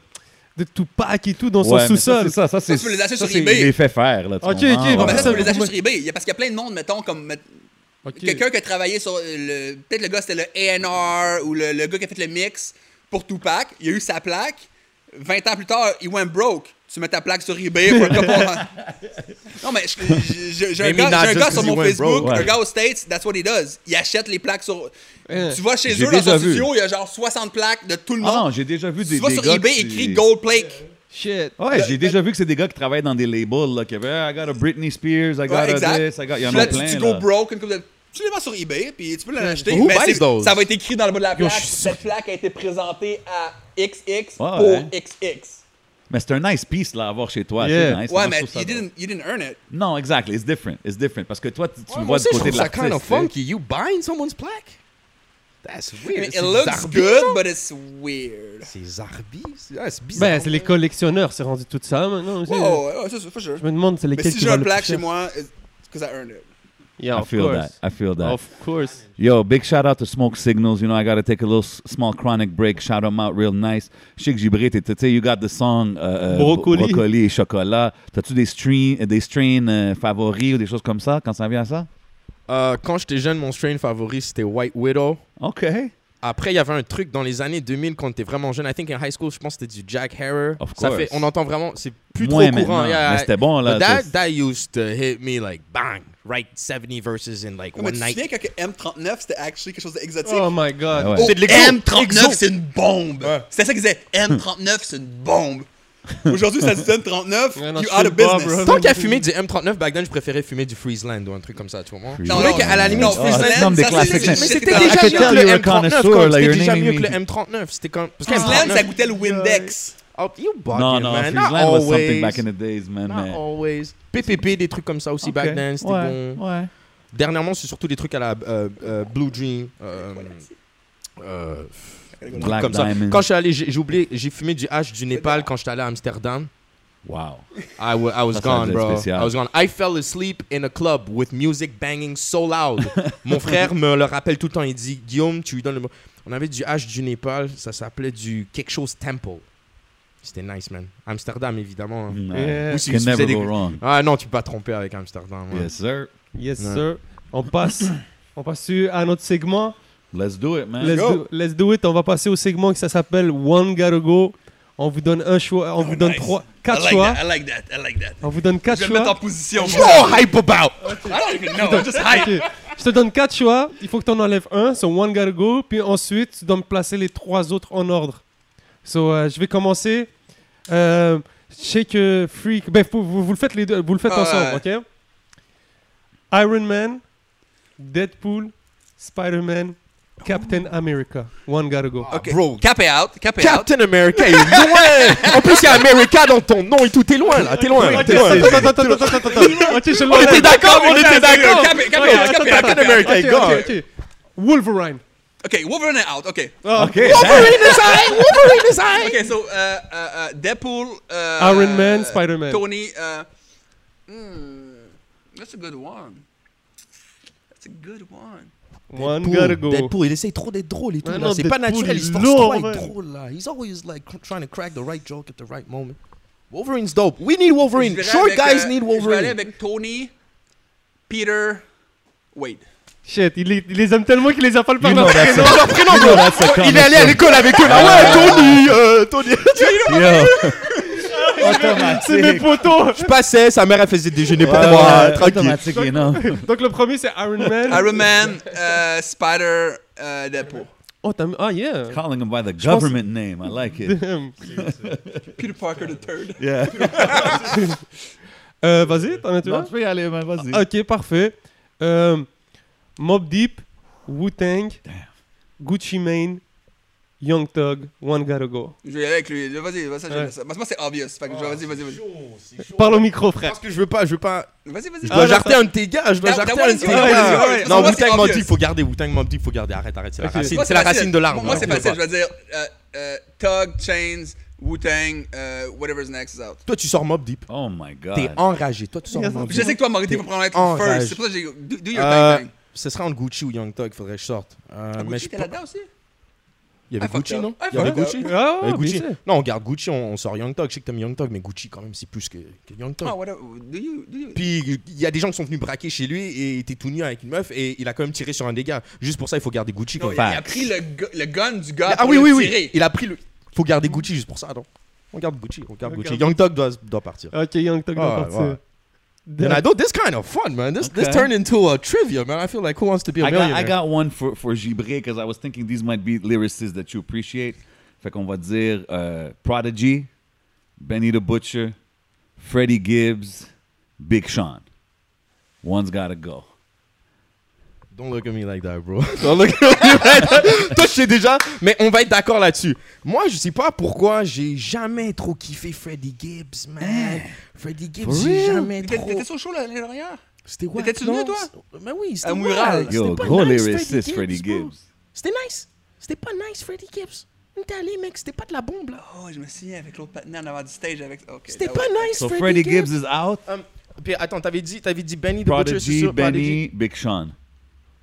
S1: de Tupac et tout dans
S2: Ouais, mais
S1: son
S2: ça,
S1: sous-sol.
S2: c'est ça, ça, c'est
S3: tu peux les acheter
S2: ça,
S3: sur
S2: c'est-
S3: eBay.
S2: Il les fait faire, là. tu
S1: Ok,
S2: comprends?
S1: ok, bon,
S3: Mais
S1: Ouais.
S3: ça, tu peux les acheter
S1: Ouais.
S3: sur eBay. Il y a- Parce qu'il y a plein de monde, mettons, comme.
S1: Ok.
S3: Quelqu'un qui a travaillé sur le. Peut-être le gars, c'était le ANR ou le, le gars qui a fait le mix pour Tupac. Il a eu sa plaque. 20 ans plus tard, il went broke. Tu mets ta plaque sur eBay pour un copain. Non, mais je- je- j'ai un
S4: Maybe
S3: gars,
S4: not
S3: j'ai un
S4: just
S3: gars
S4: 'cause
S3: sur
S4: he
S3: mon
S4: went
S3: Facebook,
S2: broke.
S3: un
S2: Ouais.
S3: gars aux States, that's what he does. Il achète les plaques sur.
S1: Hein.
S3: Tu vas chez
S2: J'ai
S3: eux dans
S2: déjà
S3: son
S2: vu.
S3: studio, il y a genre 60 plaques de tout le
S2: Ah non,
S3: monde.
S2: j'ai déjà vu des.
S3: Tu vas
S2: des
S3: sur
S2: gars
S3: eBay,
S2: qui-
S3: écrit Gold Plate.
S1: Shit.
S2: Ouais, j'ai déjà vu que c'est des gars qui travaillent dans des labels, là, qui avaient, Ah, I got a Britney Spears, I got
S3: Ouais,
S2: a
S3: exact.
S2: this, I got. Il y en
S3: Puis
S2: a
S3: là, tu,
S2: plein.
S3: tu
S2: là.
S3: go broke, une couple de- Tu les vends sur eBay, puis tu peux l'acheter.
S4: Who
S3: mais
S4: buys
S3: c'est-
S4: those?
S3: Ça va être écrit dans le bas de la
S1: Yo,
S3: plaque.
S1: je suis
S3: Cette plaque a été présentée à XX
S2: ouais.
S3: pour XX.
S2: Mais c'est un nice piece là, à avoir chez toi.
S1: Yeah.
S2: C'est nice. Moi,
S3: Ouais,
S2: je
S3: mais
S2: trouve ça
S3: you
S2: drôle.
S3: didn't, you didn't earn it.
S2: Non, exactly. It's different. It's different. Parce que toi, tu, tu le
S4: Moi
S2: vois
S4: aussi,
S2: du
S4: je
S2: côté
S4: trouve
S2: de
S4: ça
S2: l'artiste.
S4: kind of
S2: tu sais.
S4: funky. You buying someone's plaque? That's
S3: I mean,
S4: weird.
S3: it
S4: C'est
S3: looks
S4: zarbi,
S3: good,
S4: non?
S3: but it's weird.
S4: C'est zarbi. C'est ah, c'est bizarre.
S1: Ben, c'est les collectionneurs, c'est rendu tout ça maintenant.
S3: Ouais,
S1: Je
S3: ouais, ouais, c'est ça, for sure.
S1: me demande, c'est
S3: Mais
S1: lesquels
S3: si
S1: qui
S3: j'ai
S1: valent le
S3: un
S1: plus
S3: plaque
S1: cher.
S3: chez moi, it's because I earned it.
S1: Yeah,
S2: I
S1: of
S2: feel
S1: course.
S2: that. I feel that.
S1: Of course.
S2: Yo, big shout out to Smoke Signals. You know, I got to take a little s- small chronic break. Shout them out real nice. Chic Gibré, t'étais- tu sais, you got the song euh, euh,
S1: Brocoli.
S2: Brocoli et Chocolat. T'as-tu des, stream, des strains euh, favoris ou des choses comme ça quand ça vient à ça?
S4: Euh, quand j'étais jeune, mon strain favori, c'était White Widow.
S2: OK.
S4: Après, il y avait un truc dans les années 2000 quand t'es vraiment jeune. I think in high school, je pense que c'était du Jack Harrer.
S2: Of
S4: Ça
S2: course.
S4: fait, on entend vraiment, c'est plus
S2: Moins
S4: trop courant.
S2: maintenant,
S4: Yeah,
S2: mais c'était bon, là,
S4: But that,
S2: c'est-
S4: that used to hit me like bang, right 70 verses in like
S3: Ouais,
S4: one
S3: mais tu
S4: night.
S3: te souviens quand que M39, c'était actually quelque chose d'exotique?
S1: Oh my god.
S2: Ouais.
S3: Oh,
S4: C'est de l'exo.
S3: M39,
S4: Exo.
S3: c'est une bombe.
S4: Ouais.
S3: C'est ça qu'ils disaient. M39, c'est une bombe. Aujourd'hui, ça se dit
S1: Ouais,
S3: M39,
S1: non,
S3: you
S1: je
S3: out
S1: sais
S3: of
S1: pas, bro.
S3: business.
S4: Tant qu'à fumer du M39 back then, je préférais fumer du Freezeland ou un truc comme ça, tu vois.
S3: Non,
S4: vrai
S3: non,
S4: qu'à la limite,
S3: non,
S4: tu
S2: Oh,
S4: fais
S2: that's
S3: Freezeland,
S2: some of the
S3: ça,
S2: classic
S3: c'est-
S2: things.
S4: Mais
S3: c'est-
S4: c'était
S2: I
S4: déjà
S2: could tell
S4: mieux que
S2: you're a
S4: le M39.
S2: connoisseur,
S4: comme,
S2: là,
S4: C'était
S2: you're
S4: déjà
S2: naming
S4: mieux que le
S2: me.
S4: M39. C'était comme. Parce que
S3: Freezeland, ça
S4: M39.
S3: goûtait le Windex.
S4: Oh, you bugging,
S2: Non, non,
S4: man. Not
S2: Freezeland was something
S4: always.
S2: back in the days, man.
S4: Not
S2: mais-
S4: always. PPP, des trucs comme ça aussi back
S2: Ok.
S4: then, c'était
S2: ouais,
S4: bon.
S2: Ouais.
S4: Dernièrement, c'est surtout des trucs à la euh, euh, Blue Dream. euh, euh,
S2: Black
S4: comme ça.
S2: Diamond.
S4: Quand je suis allé, j'ai j'ai oublié, j'ai fumé du hash du Népal quand j'étais allé à Amsterdam.
S2: Wow.
S4: I, wa- I was
S2: Ça, ça doit
S4: gone,
S2: être
S4: bro.
S2: spécial.
S4: I was gone. I fell asleep in a club with music banging so loud. Mon frère me le rappelle tout le temps. Il dit Guillaume, tu lui donnes le mot. On avait du H du Népal. Ça s'appelait du quelque chose Temple. C'était nice, man. Amsterdam, évidemment. hein.
S1: Yeah.
S2: Yeah.
S4: Ou si
S2: Mm, Can
S4: vous
S2: never
S4: faisiez
S2: go
S4: des-
S2: wrong.
S4: Ah non, tu peux pas te tromper avec Amsterdam. hein. ouais.
S2: Yes, sir.
S1: Yes,
S4: Ouais.
S1: sir. On passe. On passe sur- à notre segment.
S2: Let's do it, man.
S1: Let's
S3: go.
S1: do, let's do it. On va passer au segment qui ça s'appelle One Gotta Go. On vous donne un choix. On vous donne
S3: Oh, nice.
S1: trois,
S3: I
S1: quatre
S3: like
S1: choix.
S3: that, I like that, I like that.
S1: On vous donne
S3: Je
S1: quatre
S3: vais me mettre en
S1: choix.
S3: position.
S4: Yo,
S3: moi.
S4: hype about!
S3: I don't even know, I'm just hype.
S1: Ok. Je te donne quatre choix. Il faut que tu en enlèves un. So One Gotta Go. Puis ensuite, tu dois me placer les trois autres en ordre. So euh, je vais commencer. Euh, je sais que Freak. Ben, vous, vous- vous le faites les deux. Vous le faites
S3: Ah,
S1: ensemble, ok? Iron Man, Deadpool, Spider-Man, Captain America. One Gotta
S2: Ah,
S1: Go.
S3: Ok.
S4: Bro.
S3: Cap est out, cap est out.
S4: Captain America est loin! en plus, il y a America dans ton nom et tout. T'es loin, là. T'es loin. T'es loin.
S1: Attends, attends, attends, attends, attends, attends. Ok, je
S4: On
S1: l'enlève.
S4: était d'accord, on était d'accord.
S3: Cap est- cap est out, cap est out, cap
S4: Captain
S3: est out.
S4: America est
S1: Ok,
S4: gone.
S1: ok, ok. Wolverine.
S3: Ok, Wolverine est out, ok.
S2: OK.
S4: Wolverine is high! Wolverine is high!
S3: Ok, so, euh, euh, euh, Deadpool, euh,
S1: Iron Man,
S3: euh,
S1: Spider-Man.
S3: Tony, euh, hmm, that's a good one. That's a good one.
S1: One
S4: Deadpool,
S1: gotta go.
S4: Deadpool, il essaye trop d'être drôle et tout.
S1: Ouais,
S4: là.
S1: non,
S4: C'est pas
S1: Deadpool,
S4: naturel,
S1: il est
S4: l'histoire
S1: lourd,
S4: histoire est
S1: ouais.
S4: drôle là. He's always like cr- trying to crack the right joke at the right moment. Wolverine's dope. We need
S3: euh, Je
S4: Wolverine.
S3: verrais
S4: Short
S3: avec,
S4: guys
S3: euh,
S4: need
S3: Je vais aller
S4: Wolverine.
S3: avec Tony, Peter, Wade.
S1: Shit, il les, il les aime tellement qu'il les appelle par
S2: You
S1: leur
S2: know that's
S1: prénom.
S2: a-
S4: Leur prénom,
S2: you
S4: bro.
S2: know that's a
S4: Il est allé à
S2: common
S4: l'école avec eux.
S1: Ah,
S4: là. ouais, Tony, euh, Tony.
S2: Yo.
S1: C'est mes potos.
S4: Je passais, sa mère, elle faisait déjeuner pour
S2: Ouais,
S4: moi,
S2: ouais,
S4: tranquille.
S2: automatique, you know.
S1: Donc le premier c'est Iron Man.
S3: Iron Man, euh, Spider, euh, Deadpool.
S1: Oh, t'as mis- Ah, yeah.
S2: Calling him by the government name, I like it.
S1: Damn.
S3: Peter Parker the Third.
S2: Yeah.
S1: Euh, Vas-y, t'en as tu
S2: Non,
S1: un?
S2: tu peux y aller, man, vas-y.
S1: Ok, parfait. Euh, Mob Deep, Wu-Tang, Gucci Mane, Young Thug, One Gotta Go.
S3: Je vais y aller avec lui. Vas-y, vas-y, je vais
S1: Ouais.
S3: laisser. Parce que moi, c'est obvious. Fait que je- vas-y, vas-y, vas-y.
S1: Parle au micro, frère.
S4: Parce que je veux pas, je veux pas.
S3: Vas-y, vas-y.
S4: Je dois
S1: Ah,
S4: jarter un de tes gars, je dois
S3: That-
S4: jarter
S3: that
S4: un de
S3: one's
S4: tes
S3: yours, that one's
S4: gars.
S3: yours.
S4: Non,
S3: Moi,
S4: Wu-Tang
S3: c'est
S4: m'a dit
S3: obvious.
S4: qu'il faut garder, Wu-Tang m'a dit qu'il faut garder. Arrête, arrête, c'est la
S1: Ok.
S4: racine.
S3: Moi,
S4: C'est la
S3: facile.
S4: racine de l'arbre.
S3: Moi,
S4: hein,
S3: c'est
S4: on peut
S3: facile.
S4: pas.
S3: Je veux dire euh, euh, Tug, Chains, Wu-Tang, euh, whatever's next is out.
S4: Toi, tu sors Mob Deep.
S2: Oh my God.
S4: T'es enragé. Toi, tu sors
S1: Yes.
S4: Mob
S3: Je
S4: Deep.
S3: sais que toi, Maurice, tu vas prendre être
S4: en rage.
S3: first. C'est pour ça que j'ai. Do, do your
S4: Euh,
S3: thing,
S4: Ce serait entre Gucci ou Young Thug, faudrait que je sorte. Euh,
S3: thing.
S4: mais je
S3: Ah, Gucci, t'es
S4: pe-
S3: là-dedans aussi?
S4: Il y avait
S3: Ah, fuck
S4: Gucci,
S3: up.
S4: non
S3: Ah,
S4: Il y avait
S3: fuck up.
S4: Gucci
S1: Ah,
S4: Euh,
S1: mais
S4: Gucci.
S1: c'est-
S4: Non, on garde Gucci, on, on sort Young Thug. Je sais que t'aimes Young Thug, mais Gucci, quand même, c'est plus que, que Young Thug.
S3: Ah, whatever. Do you. Do you...
S4: Puis il y a des gens qui sont venus braquer chez lui et il était tout nu avec une meuf et il a quand même tiré sur un des gars. Juste pour ça, il faut garder Gucci
S3: Non,
S4: quand
S3: il,
S4: même.
S3: il a pris le, gu- le gun du gars.
S4: Ah
S3: pour
S4: oui,
S3: le
S4: oui, oui.
S3: tirer.
S4: Il a pris le. Faut garder Gucci juste pour ça, non On garde Gucci, on garde
S1: On
S4: Gucci.
S1: garde
S4: Young Thug doit, doit partir.
S2: Euh,
S1: Ok, Young Thug doit
S4: Ah,
S1: partir.
S4: ouais. And I do this kind of fun, man. This this
S2: Okay.
S4: turned into a trivia, man. I feel like who wants to be a
S2: I got, I
S4: millionaire?
S2: got one for, for Gibré because I was thinking these might be lyricists that you appreciate. Fait qu'on va dire euh, Prodigy, Benny the Butcher, Freddie Gibbs, Big Sean. One's gotta go.
S4: Don't look at me like that, bro. Don't look at me like that. Toi, je sais déjà, mais on va être d'accord là-dessus. Moi, je sais pas pourquoi j'ai jamais trop kiffé Freddie Gibbs, man.
S2: Eh.
S4: Freddie Gibbs, j'ai jamais
S3: T'étais-
S4: trop.
S3: T'étais au show là, l'année dernière?
S4: C'était what?
S3: T'étais-tu
S4: non,
S3: venu, toi?
S4: c'est- Mais oui, c'était
S3: À
S4: wild.
S3: Mural.
S4: C'était
S2: Yo,
S4: pas
S2: gros
S4: nice,
S2: lyriciste, Freddie
S4: bro.
S2: Gibbs.
S4: C'était nice. C'était pas nice, Freddie Gibbs. On était allé, mec, c'était pas de la bombe, là.
S3: Oh, je me souviens avec l'autre partenaire en avant du stage. avec. ok, ah
S4: C'était
S3: that
S4: pas
S3: was-
S4: nice,
S2: So Freddie Gibbs Uh, is out.
S4: Um, puis attends, t'avais dit, t'avais dit Benny the Butcher, c'est
S2: Prodigy,
S4: sûr, Prodigy.
S2: Benny, Big Sean.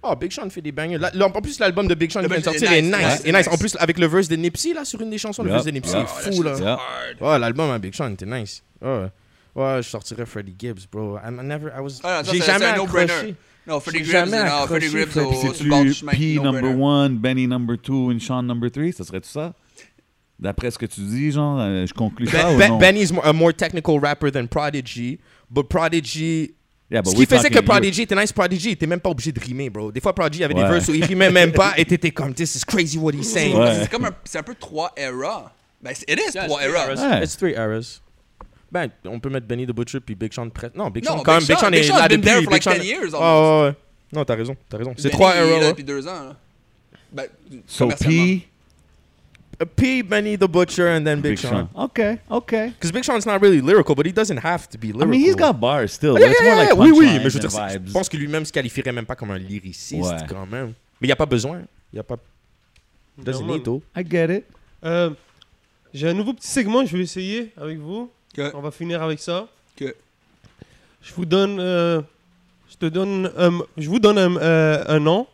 S4: Oh, Big Sean fait des bangers. Là, là, en plus, l'album de Big Sean
S3: Le
S4: qui vient de
S3: Big-
S4: sortir
S3: est
S4: est
S3: nice,
S4: nice.
S3: ouais,
S4: est
S3: c'est
S4: nice. En
S3: nice.
S4: plus, avec le verse de Nipsey, là, sur une des chansons, le
S2: Yup, Ah,
S4: verse de Nipsey
S2: yup.
S3: Oh,
S4: est
S3: that
S4: fou,
S3: shit
S4: là.
S3: is
S2: Yeah.
S3: hard.
S4: Ouais, l'album à Big Sean était nice. Ah Ouais. Ouais, je sortirais Freddie Gibbs, bro. I'm never, I was.
S3: Ah, non, ça,
S4: J'ai
S3: c'est- c'est
S4: jamais
S3: un no-brainer.
S4: accroché.
S3: Non, Freddie
S4: J'ai
S3: Gibbs,
S4: jamais
S3: non,
S4: accroché,
S3: Freddie Gibbs
S4: Freddie.
S3: au
S4: C'est-tu
S3: sur le bord du
S2: C'est-tu
S3: chemin.
S2: P
S3: no
S2: number
S3: brainer.
S2: one, Benny number two, and Sean number three? Ça serait tout ça? D'après ce que tu dis, genre, euh, je conclus ça ou
S4: Ben-
S2: non?
S4: Benny's mo- a more technical rapper than Prodigy, but Prodigy.
S2: Yeah, Ah, but
S4: Ce
S2: we
S4: qui faisait que
S2: talking Europe.
S4: Prodigy était nice, Prodigy était même pas obligé de rimer, bro. Des fois, Prodigy avait des
S2: Ouais.
S4: verses où il rimait même pas et t'étais comme, this is crazy what he's saying.
S2: Ouais.
S3: C'est comme un, c'est un peu trois eras. Ben, c'est- it is trois
S4: Three
S3: eras.
S4: errors.
S2: Ouais.
S4: It's three errors. Ben, on peut mettre Benny the Butcher puis Big Sean près. Non, Big
S3: Non,
S4: Sean quand même.
S3: Big
S4: Big
S3: Sean-
S4: Sean
S3: Big
S4: est
S3: Sean
S4: là
S3: been
S4: depuis.
S3: there for
S4: Big
S3: like
S4: Sean.
S3: 10 years,
S4: Ah, ouais, ouais. Non, t'as raison, t'as raison. C'est
S3: Benny,
S4: trois
S3: Il est là
S4: errors.
S3: depuis deux ans. là. Ben,
S2: So
S3: commercialement.
S2: P,
S4: ouais. Uh, P, Benny the Butcher and then Big,
S2: Big
S4: Sean.
S2: Sean. Okay, okay.
S4: Because Big Sean's not really lyrical, but he doesn't have to
S2: I
S4: be lyrical.
S2: mean, he's got bars still. but
S4: Yeah,
S2: it's
S4: yeah,
S2: more like
S4: yeah, oui, oui,
S2: punchline
S4: mais je veux dire,
S2: and
S4: c'est- je
S2: vibes.
S4: pense que lui-même se qualifierait même pas comme un lyriciste
S2: Ouais.
S4: quand même. Mais il n'y a pas besoin. Il n'y a pas. Doesn't
S1: Vraiment.
S4: need to.
S2: I get it.
S1: Euh, J'ai un nouveau petit segment, je vais essayer avec vous.
S3: Ok.
S1: On va finir avec ça.
S3: Ok.
S1: Je vous donne, euh, je te donne, euh, je vous donne un, euh, un nom,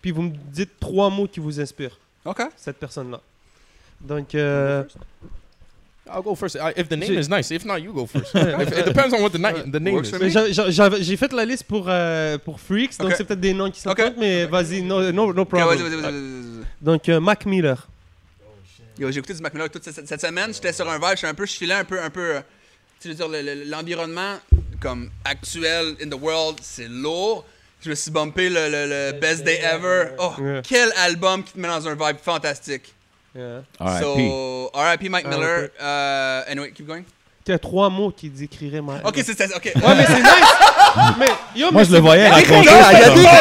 S1: puis vous me dites trois mots qui vous inspirent
S3: Ok.
S1: cette personne-là. Donc, euh,
S4: I'll go first. Uh, if the name
S1: J'ai-
S4: is nice, if not, you go first. If- it depends on what the, ni- the name
S3: Works
S4: is.
S3: for me.
S1: mais j'a- j'a- j'avais- j'ai fait la liste pour euh, pour freaks, donc
S3: Ok.
S1: c'est peut-être des noms qui sont
S3: Ok.
S1: mais vas-y, no, no, no
S3: Ok,
S1: problem.
S3: vas-y, vas-y, vas-y, vas-y, vas-y.
S1: Donc euh, Mac Miller.
S3: Yo, j'ai écouté du Mac Miller toute cette, cette semaine. J'étais sur un verre, je suis un peu chillé, un peu, un peu. euh, Tu sais, je veux dire, le- le- l'environnement comme actuel in the world, c'est lourd. Je me suis bumpé le, le- le Best Day Ever. Oh,
S1: Yeah.
S3: quel album qui te met dans un vibe fantastique.
S1: Yeah.
S2: R.I.P.
S3: So, R.I.P. Mike Miller.
S1: R.I.P..
S3: Euh, anyway, keep going.
S1: Tu as trois mots qui décriraient ma.
S3: Ok, c'est ça. Ok.
S1: Ouais, mais c'est nice. mais yo,
S2: Moi,
S1: mais
S2: je le voyais
S1: c'est-
S2: raconter.
S4: Ah, il y a
S2: ça,
S4: des
S2: genre.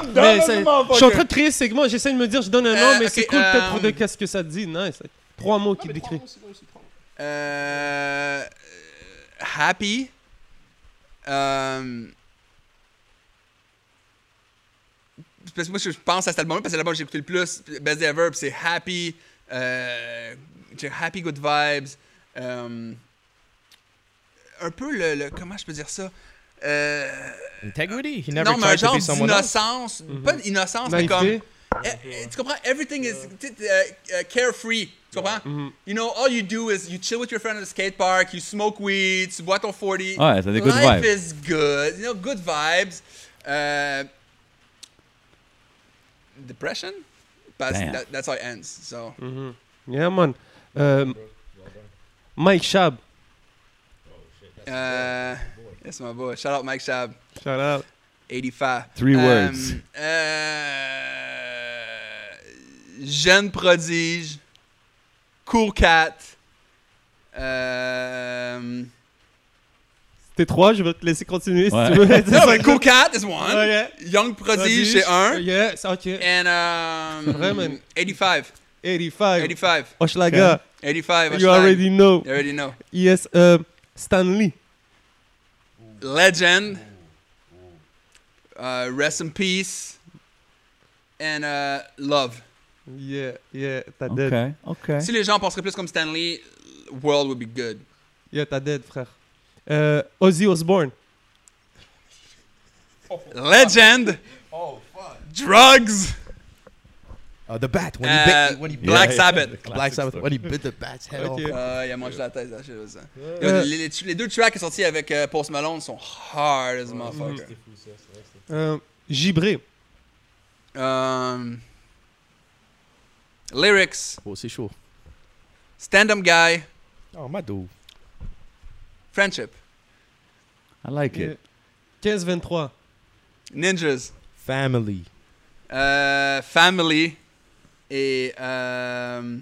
S4: règles là!
S1: Mais c'est- je suis en train de créer ce segment, j'essaie de me dire, je donne un nom,
S3: Euh,
S1: mais
S3: ok,
S1: c'est cool
S3: euh,
S1: peut-être de qu'est-ce que ça dit. Nice. Trois mots qui décrit.
S3: Euh, happy. Euh, parce que moi, je je pense à cet album parce que c'est l'album que j'ai écouté le plus. puis Best Day Ever, puis c'est Happy. Euh, j'ai happy Good Vibes. euh, un peu le, le- Comment je peux dire ça? Euh,
S4: Integrity. He never
S3: non, mais un
S4: tried to
S3: genre
S4: be someone else.
S3: d'innocence. Pas d'innocence, mais comme.
S1: Naïveté.
S3: Eh, eh, tu comprends? Everything is t- t- euh, euh, carefree. Tu comprends? You know, all you do is you chill with your friend at the skate park, you smoke weed, tu bois ton 40.
S2: Ouais, t'as des good
S3: Life
S2: vibes.
S3: is good. You know, good vibes. Euh, depression. Because
S2: Damn.
S3: that, that's how it ends. So
S1: Yeah, man. Euh, Mike Shab.
S3: uh, that's my boy. Shout out Mike Shab,
S1: Shout out.
S3: 85.
S2: Three
S3: Um,
S2: words.
S3: euh, jeune prodige, cool cat. Euh,
S1: T'es trois, je vais te laisser continuer
S2: Ouais.
S1: si tu veux. C'est
S3: no,
S1: ça
S3: but
S1: que-
S3: cool cat is one.
S1: Okay.
S3: Young prodige, c'est un. Eh,
S1: Yes, ok.
S3: And um,
S1: Vraiment.
S3: 85.
S1: 85.
S3: 85.
S1: Oshlaga.
S3: 85.
S1: You
S3: Einstein.
S1: already know.
S3: You already know.
S1: Yes, euh, Stanley.
S3: Legend. Uh, rest in peace. And uh, love.
S1: Yeah, yeah, t'as dead.
S2: OK, OK.
S3: Si les gens penseraient plus comme Stanley, world would be good.
S1: Yeah, t'as dead, frère. Euh, Ozzy Osbourne.
S3: Legend. Oh, Drugs.
S4: Uh, the bat, when
S3: Uh,
S4: he bit, when he bit
S3: Black Sabbath.
S4: Black Sabbath, when he bit the bat's head
S1: Okay.
S4: off.
S3: Ah, il a mangé la tête, ça, je sais pas ça. Yo,
S1: Euh.
S3: les, les- les deux tracks qui sont sortis avec euh, Post Malone sont hard as a motherfucker.
S1: Euh, Gibré.
S3: Um, lyrics.
S4: Oh, c'est chaud.
S3: Stand-up guy.
S4: Oh, Mado.
S3: Friendship.
S2: I like it.
S1: 15-23.
S3: Ninjas.
S4: Family.
S3: Euh, family et euh,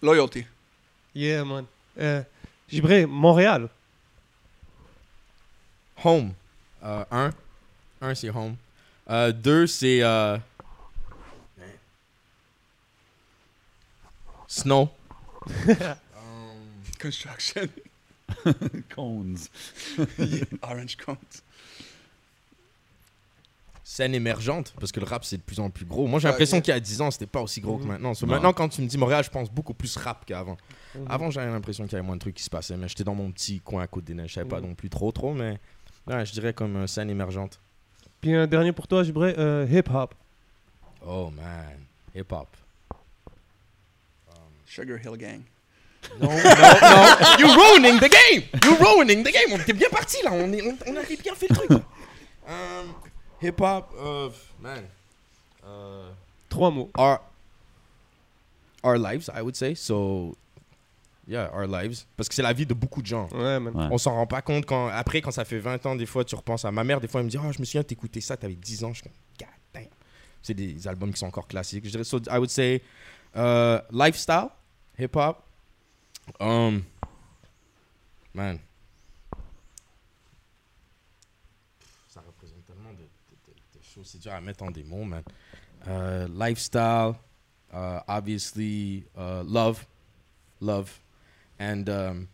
S3: loyalty.
S1: Yeah, man. Euh, Gibré, Montréal.
S4: Home. Euh, un. Un, c'est home. Euh, deux, c'est. euh, Snow.
S3: Construction.
S2: Cones.
S3: Orange Cones.
S4: Scène émergente, parce que le rap, c'est de plus en plus gros. Moi, j'ai
S3: Ouais,
S4: l'impression
S3: ok.
S4: qu'il y a 10 ans, c'était pas aussi gros que maintenant. So,
S2: Non.
S4: Maintenant, quand tu me dis Montréal, je pense beaucoup plus rap qu'avant. Avant, j'avais l'impression qu'il y avait moins de trucs qui se passaient, mais j'étais dans mon petit coin à Côte-des-Neiges. Je savais pas
S1: Mhm.
S4: non plus trop, trop, mais. ouais, je dirais comme euh, scène émergente.
S1: Puis un dernier pour toi, Gibré, euh, hip-hop.
S4: Oh, man. Hip-hop.
S3: Sugar Hill Gang.
S4: Non, non, non. You're ruining the game. You're ruining the game. On était bien parti là. On, est, on, on avait bien fait le truc. Euh, hip hop, euh, man. Euh,
S1: Trois mots.
S4: our our lives, I would say. So yeah, our lives. Parce que c'est la vie de beaucoup de gens.
S1: Ouais, man.
S2: Ouais.
S4: On s'en rend pas compte quand après quand ça fait 20 ans des fois tu repenses à ma mère des fois elle me dit "Ah, je me souviens t'écoutais ça, t'avais 10 ans." Je suis comme "God damn." C'est des albums qui sont encore classiques. Je dirais so I would say euh, lifestyle, hip hop. Um man. Ça représente tellement de, de- de- de choses, c'est dur à mettre en des mots, man. Euh, lifestyle, uh, obviously uh, love, love and um,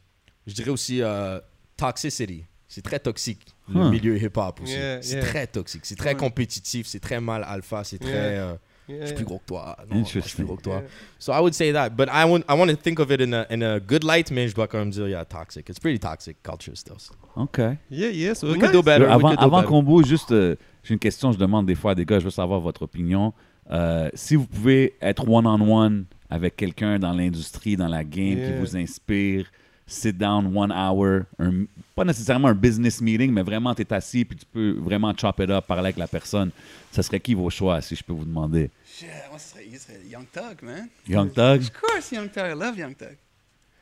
S4: je dirais aussi euh, toxicity. C'est très toxique, le
S2: Hmm.
S4: milieu hip-hop aussi.
S1: Yeah,
S4: c'est
S1: yeah.
S4: très toxique, c'est très
S1: Ouais.
S4: compétitif, c'est très mal alpha, c'est
S1: Yeah.
S4: très... euh,
S1: Yeah.
S4: je suis plus gros que toi. Non, moi, je suis plus
S2: Interesting.
S4: gros que toi. So I would say that, but I want, I want to think of it in a, in a good light, mais je dois quand même dire, yeah, toxic. It's pretty toxic culture still.
S2: OK.
S1: Yeah, yeah, so
S4: We
S1: nice.
S4: could do better. we
S2: avant
S4: could do
S2: avant
S4: better.
S2: qu'on bouge, juste, euh, j'ai une question, je demande des fois à des gars, je veux savoir votre opinion. Euh, si vous pouvez être one-on-one avec quelqu'un dans l'industrie, dans la game,
S1: Yeah.
S2: qui vous inspire, sit down one hour, un- pas nécessairement un business meeting, mais vraiment t'es assis puis tu peux vraiment chop it up, parler avec la personne, ça serait qui vos choix, si je peux vous demander?
S3: Shit, moi, ce serait, ce serait Young Thug, man.
S2: Young Thug?
S3: Of course, Young Thug. I love Young Thug.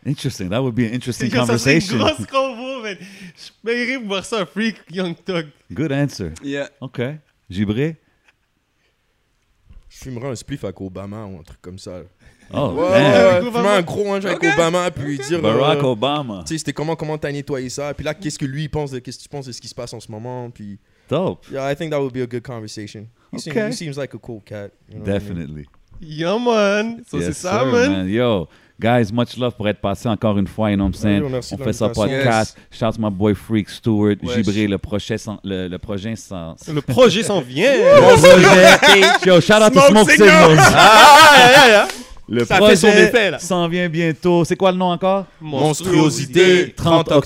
S2: Interesting, that would be an interesting
S1: Yo, ça serait une
S2: conversation.
S1: grosse combo, man. Je paierais pour voir ça, un freak Young Thug.
S2: Good answer.
S3: Yeah.
S2: OK. Gibré?
S4: Je fumerais un spliff avec Obama ou un truc comme ça.
S2: Oh,
S4: Ouais,
S2: man.
S4: ouais,
S1: Avec
S4: fumer un gros ange avec
S3: Ok.
S4: Obama, puis dire...
S2: Barack
S4: euh,
S2: Obama.
S4: Tu sais, c'était comment, comment t'as nettoyé ça, puis là, qu'est-ce que lui, il pense de, qu'est-ce que tu penses de ce qui se passe en ce moment, puis...
S2: Dope.
S4: Yeah, I think that would be a good conversation. He, seem-
S2: Okay.
S4: he seems like a cool cat. you know what I mean?
S2: Definitely.
S1: Yeah, man. So c'est
S2: Yes,
S1: ça,
S2: sir,
S1: man.
S2: Yo, guys, much love pour être passé encore une fois. You know what I'm saying?
S4: Yo, merci
S2: On
S4: de
S2: fait ça
S4: l'invitation.
S2: podcast. Shout out to my boy Freak Stewart,
S3: Wesh.
S2: Gibré, le projet sans. Le, le projet sans.
S1: Le projet s'en vient.
S2: Le projet- Yo, shout out to
S4: Smoke
S2: Smoke
S4: Signal.
S2: Signals. Ah,
S4: Ah,
S2: Le
S4: Ça
S2: projet
S4: fait son effet, là.
S2: s'en vient bientôt. C'est quoi le nom encore?
S4: Monstruosité.
S2: 30
S4: 30
S2: octobre.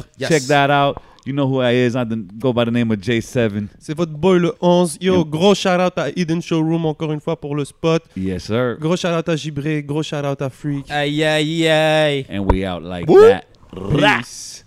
S4: octobre. Yes.
S2: Check that out. You know who I is. I didn't go by the name of J7.
S1: C'est votre boy le 11. Yo, gros shout-out à Hidden Showroom encore une fois pour le spot.
S2: Yes, sir.
S1: Gros shout-out à Gibré. Gros shout-out à Freak.
S4: Aïe, aïe, aïe.
S2: And we out like
S4: Woo.
S2: that. Rah.
S1: Peace.